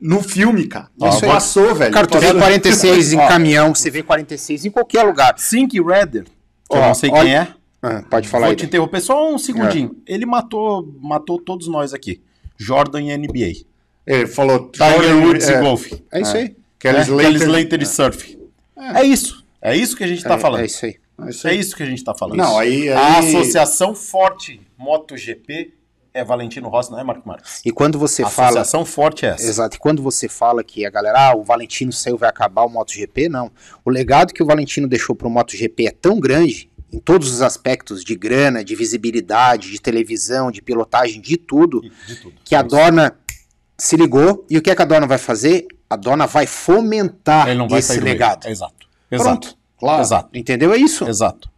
S1: no filme, cara.
S2: Ó,
S1: Isso
S2: vou-
S1: passou, velho.
S3: Cara, tu vê
S1: Passou.
S2: é
S3: 46 em
S1: Ó,
S3: caminhão, você vê 46 em qualquer lugar.
S2: Sink Redder, que eu
S3: Ó,
S2: não sei
S3: olha-
S2: quem é,
S3: Ah, pode falar
S2: vou
S3: aí.
S2: te interromper só um segundinho. Ele matou, matou todos nós aqui. Jordan e NBA.
S1: É, Ele falou
S2: Tiger
S1: Jordan,
S2: Woods
S1: é,
S2: e golfe.
S3: É isso aí.
S1: Kelly
S2: né?
S1: Slater. Ah,
S2: Kelly Slater e surf. É. isso. É isso que a gente tá
S3: É-
S2: falando.
S3: É
S2: É isso.
S3: isso aí.
S1: Isso aí.
S2: que a gente tá falando.
S1: Não, aí-
S2: A
S1: aí-
S2: associação forte MotoGP é Valentino Rossi, não é Marco Marques?
S3: E quando você
S2: A
S3: fala.
S2: associação forte é essa.
S3: Exato. E quando você fala que a galera, ah, o Valentino saiu, vai acabar o MotoGP, não. O legado que o Valentino deixou pro MotoGP é tão grande, em todos os aspectos, de grana, de visibilidade, de televisão, de pilotagem, de tudo,
S2: De tudo.
S3: que a Dorna se ligou. E o que, é que a Dorna vai fazer? A Dorna vai fomentar
S2: Ele não vai
S3: esse
S2: sair do meio.
S3: legado.
S2: Exato. Exato. Exato.
S3: Entendeu? É isso.
S2: Exato.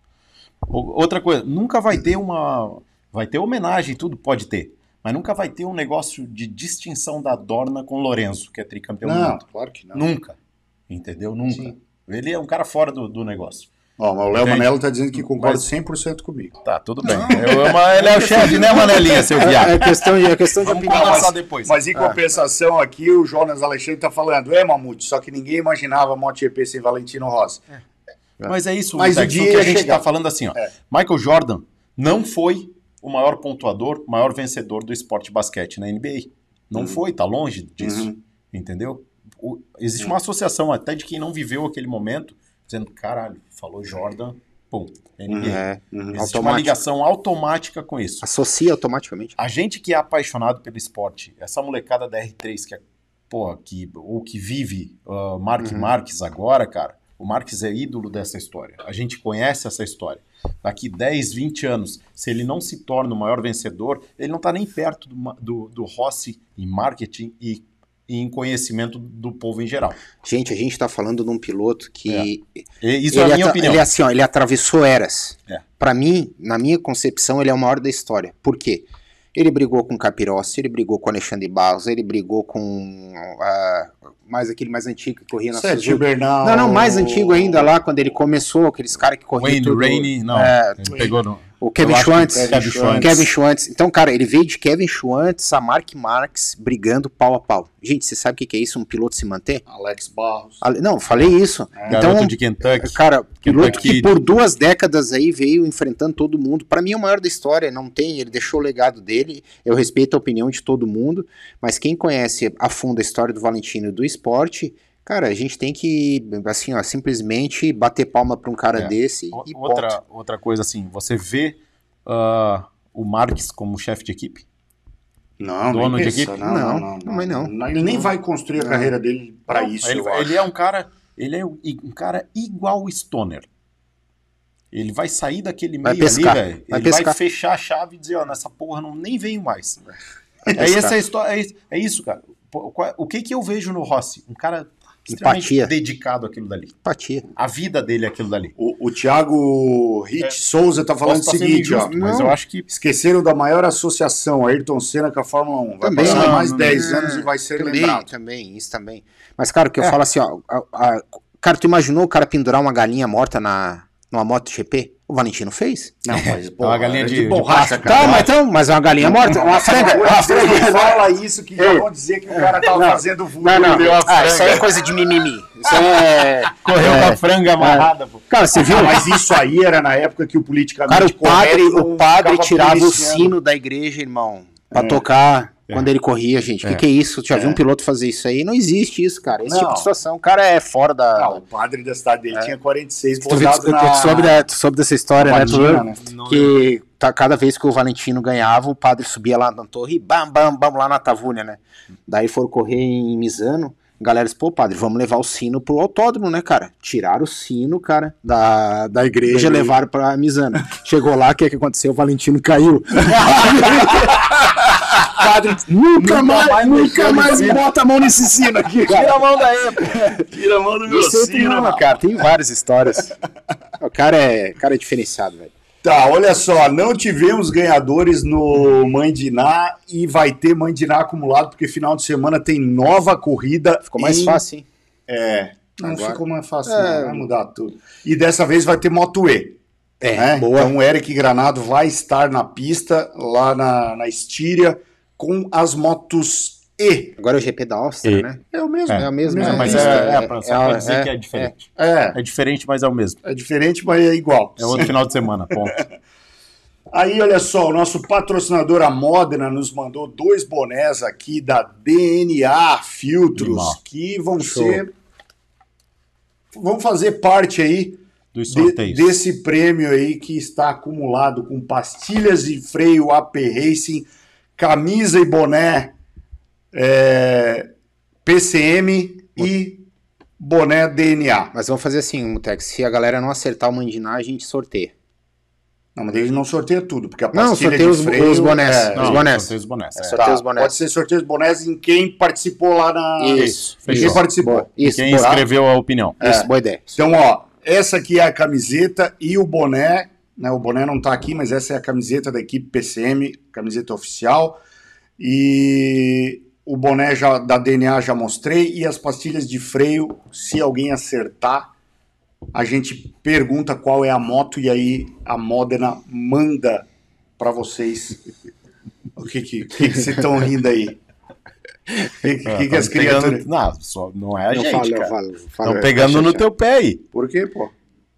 S2: O- Outra coisa, nunca vai ter uma. Vai ter homenagem, tudo pode ter. Mas nunca vai ter um negócio de distinção da Dorna com Lorenzo, que é tricampeão do
S1: Não,
S2: mundo.
S1: claro que não.
S2: Nunca. Entendeu? Nunca. Ele é um cara fora do, do negócio.
S1: Ó, mas o Léo
S2: Entende?
S1: Manelo tá dizendo que concorda
S2: Mas-
S1: 100% comigo.
S2: Tá, tudo bem. Eu, mas ele é o chefe, né, Manelinha, seu
S3: É,
S2: viado?
S3: é questão de, é questão de opinião.
S2: conversar depois.
S1: Mas em compensação aqui, o Jonas Alexandre tá falando, é Mamute, só que ninguém imaginava MotoGP sem Valentino Rossi.
S2: Mas é isso,
S1: Mas
S2: Mas
S1: o dia
S2: que a
S1: ia
S2: gente
S1: chegar.
S2: está falando assim, ó.
S1: É.
S2: Michael Jordan não foi o maior pontuador, o maior vencedor do esporte de basquete na NBA. Não
S1: Uhum.
S2: foi, tá longe disso. Entendeu? O-
S1: Uhum.
S2: existe uma associação até de quem não viveu aquele momento, dizendo, caralho, falou Jordan, pum,
S1: Uhum.
S2: NBA.
S3: É,
S2: Existe uma
S3: automático.
S2: ligação automática com isso.
S3: Associa automaticamente.
S2: A gente que é apaixonado pelo esporte, essa molecada da R3 que é, porra, que, ou que vive ah, Mark
S3: Uhum.
S2: Marques agora, cara, o Marques é ídolo dessa história. A gente conhece essa história. Daqui 10, 20 anos, se ele não se torna o maior vencedor, ele não tá nem perto do, Ma- do, do Rossi em marketing e, e em conhecimento do povo em geral.
S3: Gente, a gente tá falando de um piloto que.
S2: E É. isso é
S3: ele
S2: a minha
S3: atra-
S2: opinião.
S3: Ele, assim, ó, ele atravessou eras.
S2: É.
S3: Pra mim, na minha concepção, ele é o maior da história. Por quê? Ele brigou com o Capirossi, ele brigou com o Alexandre Barros, ele brigou com. ah, mais aquele mais antigo que corria na
S1: Sérgio
S3: Suzuki.
S1: Bernal.
S3: Não, não, mais antigo ainda lá, quando ele começou, aqueles caras que corriam.
S2: Wayne
S3: tudo.
S2: Rainey, não,
S3: É,
S2: ele pegou no...
S3: O Kevin
S2: Eu acho que
S3: Schwantz.
S2: Kevin Schwantz.
S3: Kevin Schwantz. Então, cara, ele veio de Kevin Schwantz a Mark Marx brigando pau a pau. Gente, você sabe o que que é isso? Um piloto se manter?
S1: Alex Barros.
S3: Ale- Não, falei isso.
S2: É, garoto
S3: Então,
S2: de Kentucky.
S3: cara, piloto
S2: Kentucky.
S3: que por duas décadas aí veio enfrentando todo mundo. Pra mim é o maior da história, não tem, ele deixou o legado dele. Eu respeito a opinião de todo mundo, mas quem conhece a fundo a história do Valentino e do esporte, cara, a gente tem que assim, ó, simplesmente bater palma pra um cara
S2: É.
S3: desse
S2: O-
S3: e ponto.
S2: outra, outra coisa assim, você vê ah, o Marques como chefe de equipe?
S1: Não,
S2: Dono
S1: nem
S2: de
S1: pensa,
S2: equipe?
S1: Não, não, não,
S3: Não, mas não.
S1: Ele nem
S3: Não.
S1: vai construir a carreira dele pra
S2: Não,
S1: isso,
S2: ele,
S1: eu acho.
S2: ele é um cara, ele é um um cara igual o Stoner. Ele vai sair daquele
S3: Vai
S2: meio
S3: pescar,
S2: ali, velho.
S3: vai
S2: Ele vai
S3: pescar.
S2: fechar a chave e dizer, ó, nessa porra não nem venho mais. É
S3: pescar.
S2: essa história, é, isso- é isso, cara. Pô, qual- é, O que que eu vejo no Rossi? Um cara extremamente
S3: Empatia.
S2: dedicado àquilo dali.
S3: Empatia.
S2: A vida dele é aquilo dali.
S1: O, o Thiago Hit
S2: É.
S1: Souza tá falando o
S2: Posso tá sendo
S1: seguinte, ó.
S2: injusto, mas eu acho
S3: É.
S2: que
S1: Esqueceram da maior associação, Ayrton Senna com a Fórmula 1. Vai
S3: Também,
S1: passar
S2: não,
S1: mais
S2: não,
S1: 10
S3: não.
S1: anos e vai ser
S3: também,
S1: lembrado. É.
S3: também, isso também. Mas, cara, o que eu falo assim, ó. a- a- cara, tu imaginou o cara pendurar uma galinha morta na, numa moto GP? O Valentino fez?
S1: Não, mas
S2: É uma galinha
S1: é
S2: de- de
S1: borracha,
S3: Tá, mas então, mas uma galinha morta, uma franga, uma franga.
S1: Não fala isso que já
S3: Ei.
S1: vão dizer que o cara tava
S3: Não.
S1: fazendo vulto
S3: Não, não.
S1: e deu a
S3: Ah, isso aí é
S1: franga.
S3: coisa de mimimi. Isso aí é.
S2: correu
S3: É.
S2: com a franga amarrada, pô.
S3: Cara, você viu?
S1: Ah, mas isso aí era na época que o politicamente
S3: Cara, o padre,
S1: correto
S3: o padre
S1: ficava
S3: tirava o
S1: policiando.
S3: sino da igreja, irmão, pra
S1: É.
S3: tocar quando ele corria, gente. O que, que é isso? Tu já viu um piloto fazer isso aí? Não existe isso, cara. Esse
S1: Não.
S3: tipo de situação. O cara é fora da.
S1: Não, Ah, o padre da cidade dele tinha 46
S3: É. Tu, vê,
S1: botados
S3: tu- tu
S1: na...
S3: soube, da- tu soube dessa história, né? Tu
S1: Imagina, né?
S3: que tá, cada vez que o Valentino ganhava, o padre subia lá na torre e bam, bam, bam, lá na Tavulha, né? Daí foram correr em Misano, a galera disse, pô, padre, vamos levar o sino pro autódromo, né, cara? Tiraram o sino, cara, da, da igreja, levaram pra Misano. Chegou lá, o que, que aconteceu? O Valentino caiu. padre, nunca, mais, nunca mais bota a mão nesse sino aqui, cara.
S2: Tira a mão daí, pô.
S1: Tira a mão do
S3: Não sei, tem uma, cara, tem várias histórias. O cara é, o cara é diferenciado, velho.
S1: Tá, olha só, não tivemos ganhadores no Mandiná e vai ter Mandiná acumulado, porque final de semana tem nova corrida.
S3: Ficou mais
S1: em-
S3: fácil, hein?
S1: É, não
S3: Agora.
S1: ficou mais fácil,
S3: É.
S1: não, vai mudar tudo. E dessa vez vai ter Moto E.
S3: É,
S1: né?
S3: boa.
S1: Então o Eric Granado vai estar na pista, lá na, na Estíria, com as motos E.
S3: Agora é o GP da Áustria,
S2: E-
S3: né?
S1: É o mesmo.
S3: É, a mesma.
S1: É,
S2: É, mas é,
S1: isso,
S2: é,
S3: é,
S2: pra-
S3: é
S2: só pra
S3: a-
S2: dizer
S3: é,
S2: que é diferente.
S1: É,
S2: É diferente, mas é o mesmo.
S1: é diferente, mas é igual.
S3: um
S2: É outro final de semana, ponto.
S1: Aí, olha só, o nosso patrocinador, a Modena, nos mandou dois bonés aqui da DNA Filtros,
S2: Animal.
S1: que vão
S3: Show.
S1: ser. vão fazer parte aí
S2: Dos
S1: de-
S2: sorteios.
S1: desse prêmio aí que está acumulado com pastilhas e freio AP Racing, camisa e boné é, PCM e boné DNA.
S3: Mas vamos fazer assim, Mutex. Se a galera não acertar o mandinar, a gente sorteia.
S1: Não, mas eles não sorteia tudo, porque a
S3: Não,
S1: pastilha
S3: sorteia
S1: de
S3: os-
S1: freio,
S3: os bonés.
S1: é,
S3: Os bonés.
S2: sorteio dos bonés.
S3: É,
S2: É.
S3: sorteio os bonés.
S1: Tá, Pode ser sorteio os bonés em quem participou lá na.
S3: Isso,
S1: Em
S2: fechou.
S1: Quem participou.
S3: Boa. Isso,
S2: Ah,
S3: É.
S2: Quem
S3: boa,
S2: escreveu a opinião.
S3: isso, boa ideia.
S1: Então, ó, essa aqui é a camiseta e o boné, né? O boné não tá aqui, mas essa é a camiseta da equipe PCM, camiseta oficial. E o boné já, da DNA já mostrei e as pastilhas de freio, se alguém acertar, a gente pergunta qual é a moto e aí a Modena manda para vocês. O que que, que que vocês estão rindo aí? O que, que,
S2: Ah,
S1: que, que
S2: tão
S1: as
S2: pegando-
S1: criaturas...
S2: Não, só, não é a
S3: Não
S2: gente,
S3: fala, não
S2: cara.
S3: fala, não fala,
S2: Estão
S3: é,
S2: pegando
S3: deixa,
S2: no
S3: deixa.
S2: teu pé aí.
S1: Por quê, pô?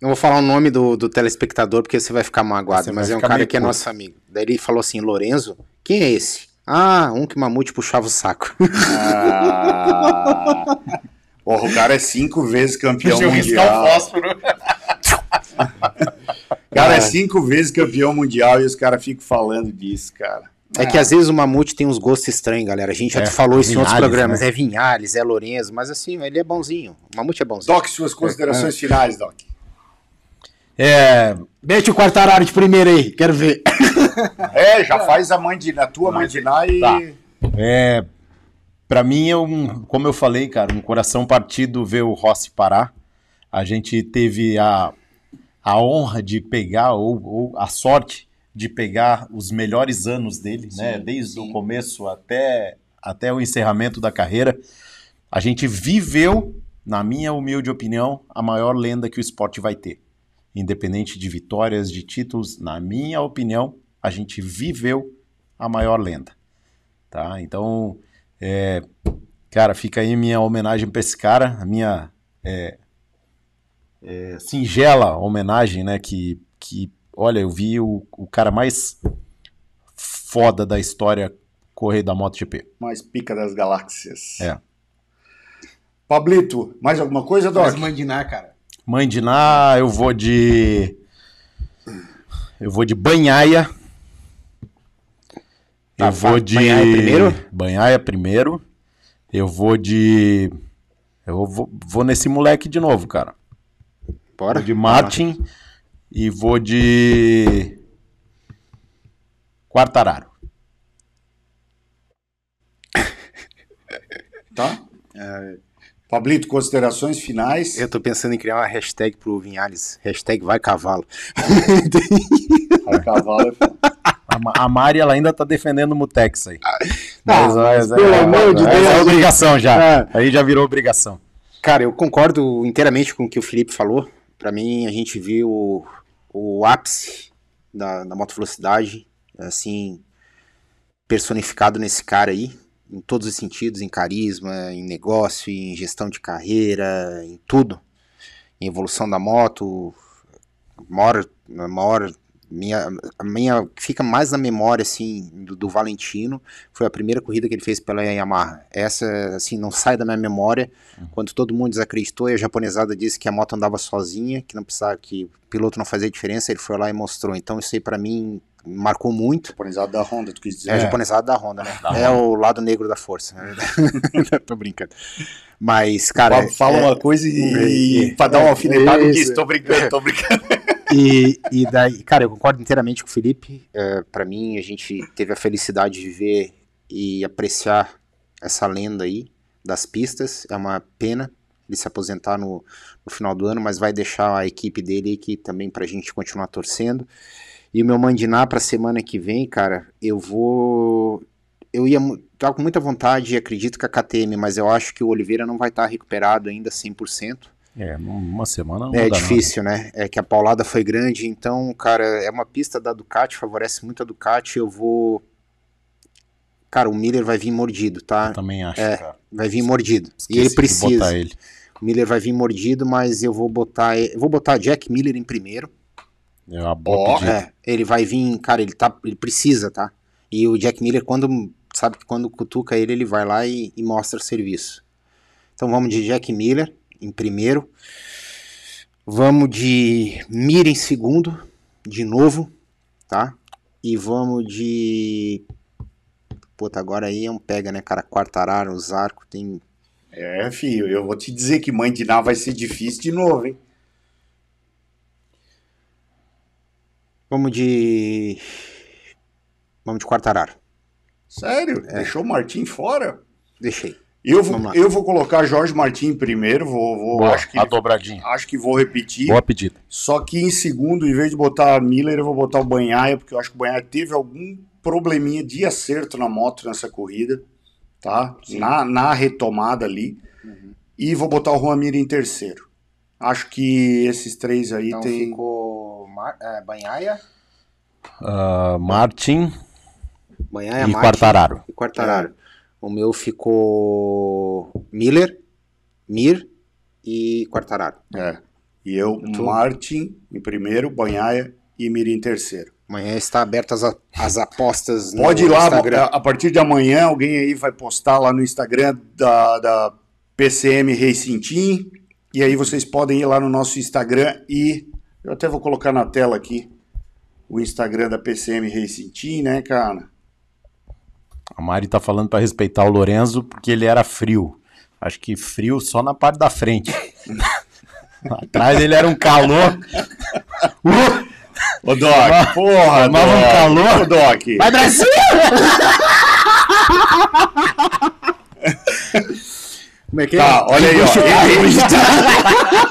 S3: Não vou falar o nome do, do telespectador porque você vai ficar magoado,
S2: Você
S3: mas
S2: vai
S3: é um
S2: ficar
S3: cara
S2: meio
S3: que é
S2: puto.
S3: nosso amigo. Daí ele falou assim: Lorenzo, quem é esse? Ah, um que mamute puxava o saco.
S1: Ah... Porra, o cara é cinco vezes campeão mundial.
S2: fósforo.
S1: O cara é cinco vezes campeão mundial e os caras ficam falando disso, cara.
S3: É que às vezes o mamute tem uns gostos estranhos, galera. A gente já
S2: É,
S3: falou isso em outros
S2: Vinhales,
S3: programas.
S2: né?
S3: É Vinhales, é Lorenzo, mas assim, ele é bonzinho. O mamute é bonzinho.
S1: Doc, suas considerações finais, Doc.
S2: É,
S3: Mete o quartararo de primeira aí, quero ver.
S1: É, já faz a mãe de, a tua mãe de lá e...
S2: Tá. É, para mim é um, como eu falei, cara, um coração partido ver o Rossi parar. A gente teve a, a honra de pegar ou, ou a sorte de pegar os melhores anos dele, né? Desde o começo até até o encerramento da carreira. A gente viveu, na minha humilde opinião, a maior lenda que o esporte vai ter. Independente de vitórias, de títulos, na minha opinião, a gente viveu a maior lenda tá? Então, é, cara, fica aí minha homenagem para esse cara, a minha é, é, singela homenagem, né? Que, que olha, eu vi o, o cara mais foda da história correr da MotoGP.
S1: mais pica das galáxias.
S2: É.
S1: Pablito, mais alguma coisa, Doc?
S7: Faz mandinar, cara.
S2: Mãe de Ná, eu vou de. Eu vou de Banhaia.
S3: Tá,
S2: eu vou
S3: vai,
S2: de.
S3: Banhaia primeiro?
S2: Banhaia primeiro. Eu vou de. Eu vou, vou nesse moleque de novo, cara.
S3: Bora.
S2: Vou de Martin e vou de. Quartararo.
S1: Tá? Pablito, considerações finais.
S3: Eu tô pensando em criar uma hashtag pro Vinhales. Hashtag vai cavalo.
S1: A cavalo é foda.
S2: A, Ma- a Mari ela ainda tá defendendo o Mutex aí.
S3: Ah,
S2: mas,
S3: pelo amor de Deus,
S2: É
S3: gente.
S2: obrigação já.
S3: É.
S2: Aí já virou obrigação.
S3: Cara, eu concordo inteiramente com o que o Felipe falou. Pra mim, a gente viu o, o ápice da, da moto velocidade, assim, personificado nesse cara aí, em todos os sentidos, em carisma, em negócio, em gestão de carreira, em tudo. Em evolução da moto, maior, maior minha, a minha que fica mais na memória assim do, do Valentino foi a primeira corrida que ele fez pela Yamaha. Essa assim não sai da minha memória. Quando todo mundo desacreditou e a japonesada disse que a moto andava sozinha, que não precisava que o piloto não fazia diferença, ele foi lá e mostrou. Então isso aí pra mim marcou muito.
S1: Japonesado da Honda, tu quis dizer.
S3: É, a japonesada da Honda, né? é o lado negro da força. né? Tô brincando. Mas, cara.
S1: Fala- Fala
S3: é-
S1: uma coisa
S2: É.
S1: e, pra dar uma alfinetada disso. Tô brincando, tô brincando.
S3: e, e daí, cara, eu concordo inteiramente com o Felipe. É, para mim, a gente teve a felicidade de ver e apreciar essa lenda aí das pistas. É uma pena ele se aposentar no, no final do ano, mas vai deixar a equipe dele aí que também pra gente continuar torcendo. E o meu mandinar pra semana que vem, cara, eu vou. Eu ia. mu- Tava com muita vontade e acredito que a KTM, mas eu acho que o Oliveira não vai estar recuperado ainda 100%.
S2: É, uma semana não
S3: É
S2: muda nada.
S3: difícil, né? É que a paulada foi grande, então, cara, é uma pista da Ducati, favorece muito a Ducati. Eu vou. Cara, o Miller vai vir mordido, tá?
S2: Eu também acho,
S3: É,
S2: cara.
S3: Vai vir mordido.
S2: Então, Esqueci
S3: e ele
S2: de
S3: precisa.
S2: botar ele.
S3: O Miller vai vir mordido, mas eu vou botar. Eu vou botar Jack Miller em primeiro.
S2: É uma boa
S1: Ó,
S2: pedida.
S3: É, ele vai vir, cara, ele tá. Ele precisa, tá? E o Jack Miller, quando. Sabe que quando cutuca ele, ele vai lá e, e mostra serviço. Então vamos de Jack Miller em primeiro. Vamos de Mira em segundo, de novo, tá? E vamos de. Puta, agora aí é um pega, né, cara? Quartararo, os arcos, tem.
S1: É, filho, eu vou te dizer que mãe de Ná vai ser difícil de novo, hein?
S3: Vamos de. Vamos de Quartararo.
S1: Sério? Deixou o Martim fora?
S3: Deixei.
S1: Eu
S3: É. Vamos
S1: vou,
S3: lá.
S1: eu vou colocar Jorge Martim em primeiro, vou, vou,
S2: Boa,
S1: acho, que,
S2: a dobradinha.
S1: acho que vou repetir.
S2: Boa pedida.
S1: Só que em segundo, em vez de botar a Miller, eu vou botar o Banhaia, porque eu acho que o Banhaia teve algum probleminha de acerto na moto nessa corrida,
S3: Uhum.
S1: tá? Na, na retomada ali. E vou botar o Juan Mir em terceiro. Acho que esses três aí
S3: Então
S1: tem.
S3: ficou Mar, é, Banhaia,
S2: Ah, Martin
S3: Banhaia
S2: e
S3: Martin
S2: Quartararo.
S3: é e Quartararo. O meu ficou Miller, Mir e Quartararo.
S1: É. E eu,
S3: Então
S1: Martin em primeiro, Banhaia e Miri em terceiro.
S3: Amanhã está abertas a- as apostas no
S1: Pode ir lá,
S3: Instagram.
S1: a a partir de amanhã alguém aí vai postar lá no Instagram da, da PCM Racing Team. E aí vocês podem ir lá no nosso Instagram e. Eu até vou colocar na tela aqui o Instagram da PCM Racing Team, né, cara?
S2: A Mari tá falando pra respeitar o Lorenzo porque ele era frio. Acho que frio só na parte da frente. Atrás ele era um calor. Uh,
S1: Ô, Doc, porra,
S2: Tomava um
S1: Doc.
S2: calor.
S1: Ô, Doc.
S3: Vai, Brasil! Como é que é?
S1: Tá, olha aí, ó.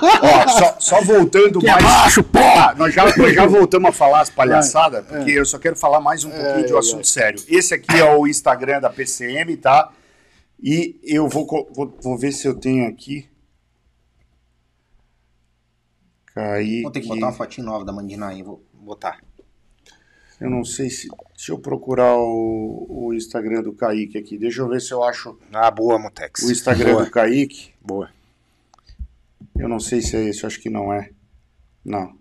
S1: Ó, só, só voltando
S3: é
S1: mais. Ah, nós já, nós já voltamos a falar as
S3: é.
S1: palhaçadas, porque eu só quero falar mais um pouquinho de um assunto sério. Esse aqui é o Instagram da PCM, tá? E eu vou, co- vou, vou ver se eu tenho aqui. Kaique.
S3: Vou ter que botar uma fotinho nova da Mandinain, vou botar.
S1: Eu não sei se. Deixa eu procurar o, o Instagram do Kaique aqui. Deixa eu ver se eu acho
S3: Ah, boa, Mutex.
S1: o Instagram
S3: boa.
S1: do Kaique.
S3: boa.
S1: Eu não sei se é esse, eu acho que não é. Não.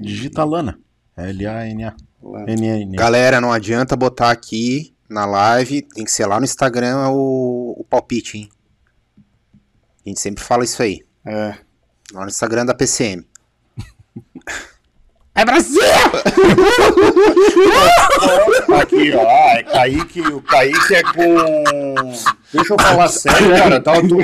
S2: Digita Lana. L-A-N-A.
S1: Lá.
S2: N-A-N-A.
S3: Galera, não adianta botar aqui na live, tem que ser lá no Instagram é o, o palpite, hein? A gente sempre fala isso aí.
S1: É.
S3: Lá no Instagram da PCM. É Brasil!
S1: Aqui, ó. Ah, é Kaique. O Kaique é com. Deixa eu falar sério, cara. eu Tava tu...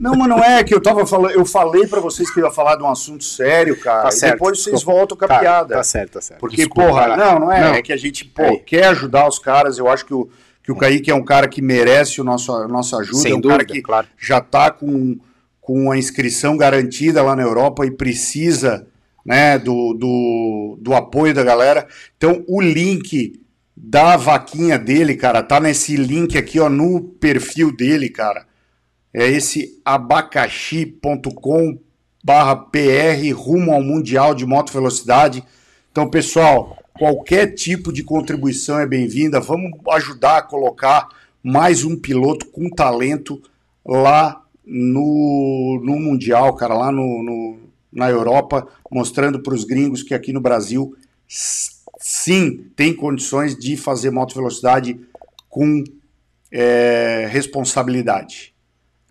S1: Não, mas não é que eu tava falando. Eu falei pra vocês que eu ia falar de um assunto sério, cara.
S3: Tá
S1: E
S3: certo,
S1: depois vocês
S3: desculpa.
S1: voltam com a piada.
S3: Tá certo, tá certo.
S1: Porque, porra, não, não é. É que a gente pô,
S3: Aí.
S1: quer ajudar os caras. Eu acho que o, que o Kaique é um cara que merece o nosso, a nossa ajuda.
S3: Sem
S1: é um cara
S3: dúvida,
S1: que
S3: claro.
S1: já tá com, com a inscrição garantida lá na Europa e precisa né, do, do, do apoio da galera. Então, o link da vaquinha dele, cara, tá nesse link aqui, ó, no perfil dele, cara. É esse abacaxi.com barra PR rumo ao Mundial de Moto Velocidade. Então, pessoal, qualquer tipo de contribuição é bem-vinda. Vamos ajudar a colocar mais um piloto com talento lá no, no Mundial, cara, lá no, no- na Europa, mostrando para os gringos que aqui no Brasil s- sim tem condições de fazer moto velocidade com eh, responsabilidade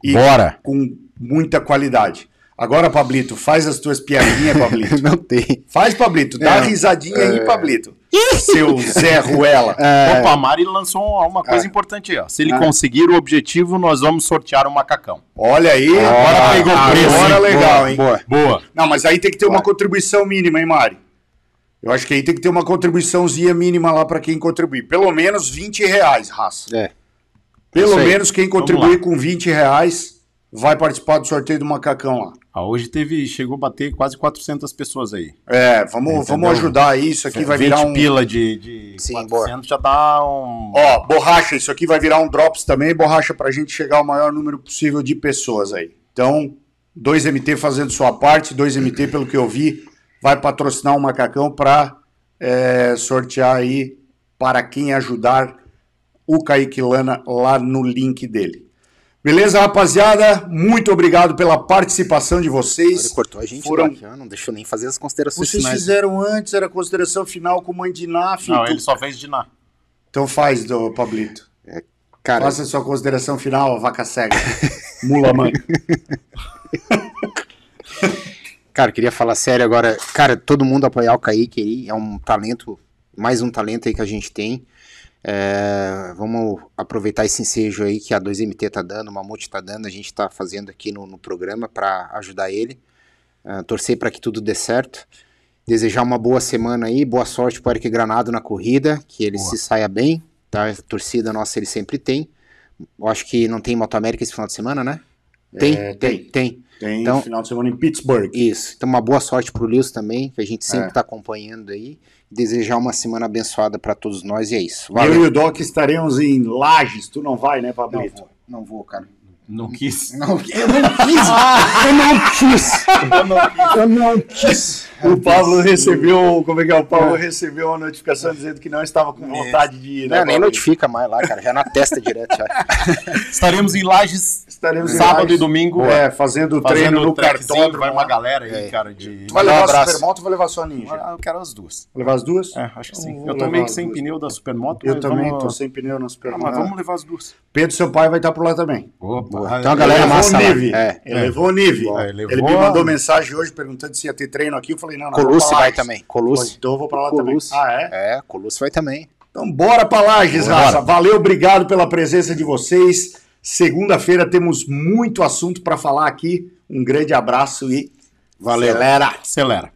S1: e
S2: Bora!
S1: com muita qualidade. Agora, Pablito, faz as tuas piadinhas, Pablito.
S3: Não É. tem.
S1: Faz, Pablito. Dá risadinha aí, Pablito. Seu Zé Ruela.
S3: É.
S2: Opa, a Mari lançou uma coisa importante aí, ó. Se ele conseguir o objetivo, nós vamos sortear um macacão.
S1: Olha aí.
S2: Agora
S1: Agora
S2: pegou o preço,
S1: Agora
S2: hein?
S1: Ah, legal,
S3: tá, Boa,
S1: hein?
S3: boa.
S2: Boa.
S1: Não, mas aí tem que ter uma contribuição mínima, hein, Mari? Eu acho que aí tem que ter uma contribuiçãozinha mínima lá para quem contribuir. Pelo menos 20 reais, raça.
S3: É.
S1: Pelo
S2: Isso aí.
S1: menos quem
S2: Vamos
S1: contribuir com 20 reais vai participar do sorteio do macacão lá.
S2: Ah, hoje teve, chegou a bater quase 400 pessoas aí.
S1: É, vamos, vamos ajudar aí. Isso
S3: É,
S1: aqui vai
S2: 20
S1: virar um.
S2: pila de, de
S3: Sim,
S2: 400
S3: boa.
S2: já dá um...
S1: Ó, borracha, isso aqui vai virar um drops também, borracha, pra gente chegar ao maior número possível de pessoas aí. Então, 2MT fazendo sua parte, 2MT, pelo que eu vi, vai patrocinar um macacão pra é, sortear aí para quem ajudar o Kaique Lana lá no link dele. Beleza, rapaziada? Muito obrigado pela participação de vocês.
S3: Ele cortou a gente,
S1: Foram-
S3: lá, já não deixou nem fazer as considerações
S1: Vocês
S3: finais.
S1: fizeram antes, era consideração final com o Mandiná, filho.
S2: Não, ele só fez de nada.
S1: Então faz, do Pablito.
S3: Cara,
S1: Faça sua consideração final, vaca cega. Mula mãe.
S3: Cara, queria falar sério agora. Cara, todo mundo apoiar o Kaique aí. É um talento, mais um talento aí que a gente tem. É, vamos aproveitar esse ensejo aí que a 2MT tá dando, o Mamute tá dando, a gente tá fazendo aqui no, no programa para ajudar ele. É, torcer para que tudo dê certo. Desejar uma boa semana aí, boa sorte pro Eric Granado na corrida, que ele se saia bem, tá? A torcida nossa ele sempre tem. Eu acho que não tem Moto América esse final de semana, né? Tem, tem, tem.
S1: Tem
S3: Então-
S1: final de semana em Pittsburgh.
S3: Isso. Então, uma boa sorte pro Lewis também, que a gente sempre
S1: É.
S3: está acompanhando aí. desejar uma semana abençoada para todos nós e é isso.
S1: Eu e o Doc estaremos em Lages. Tu não vai, né,
S3: Não
S1: Pablito?
S3: vou, não vou, cara.
S2: Não quis.
S3: Não, eu não quis! eu não quis! Eu não quis!
S1: O Pablo recebeu, como é que é? O Pablo recebeu uma notificação dizendo que não estava com vontade de ir. né,
S3: Não, nem
S1: Pablo?
S3: notifica mais lá, cara. Já é na testa direto. Já.
S2: Estaremos em Lages
S1: Estaremos em
S2: sábado
S1: Lages.
S2: e domingo.
S1: É, fazendo o treino
S2: fazendo
S1: no
S2: o trequezinho,
S1: cartódromo.
S2: Vai uma
S1: lá.
S2: galera aí,
S3: É.
S2: cara, de...
S1: Tu vai
S3: Mandar
S1: levar
S3: um
S1: a
S3: abraço.
S1: Supermoto ou vai levar só a Ninja?
S2: Ah, Eu quero as duas.
S1: Vai levar as duas?
S2: É, acho que sim.
S1: Vou
S2: Eu tô
S1: levar
S2: meio que
S1: as
S2: sem
S1: duas.
S2: pneu da Supermoto.
S1: Eu
S2: mas
S1: também
S2: vamos...
S1: tô sem pneu no
S2: Ah,
S1: Supermoto.
S2: mas vamos levar as duas.
S1: Pedro, seu pai, vai estar por lá também.
S2: Opa,
S3: Então a galera
S1: Elevou
S3: massa
S1: o
S3: lá.
S1: nível.
S3: É.
S1: Ele levou o nível.
S2: É,
S1: Ele
S2: levou
S1: me
S2: a-
S1: mandou mensagem hoje perguntando se ia ter treino aqui. Eu falei, não, não. vou
S3: Colucci
S1: pra
S3: vai
S1: Lages.
S3: também. Colucci.
S1: Pô, Então eu vou pra lá
S3: Colucci.
S1: também. Ah, é?
S3: É, Colucci vai também.
S1: Então bora pra Lages,
S2: Bora.
S1: raça. Valeu, obrigado pela presença de vocês. Segunda-feira temos muito assunto para falar aqui. Um grande abraço e
S3: Valeu.
S1: Acelera.
S2: Acelera.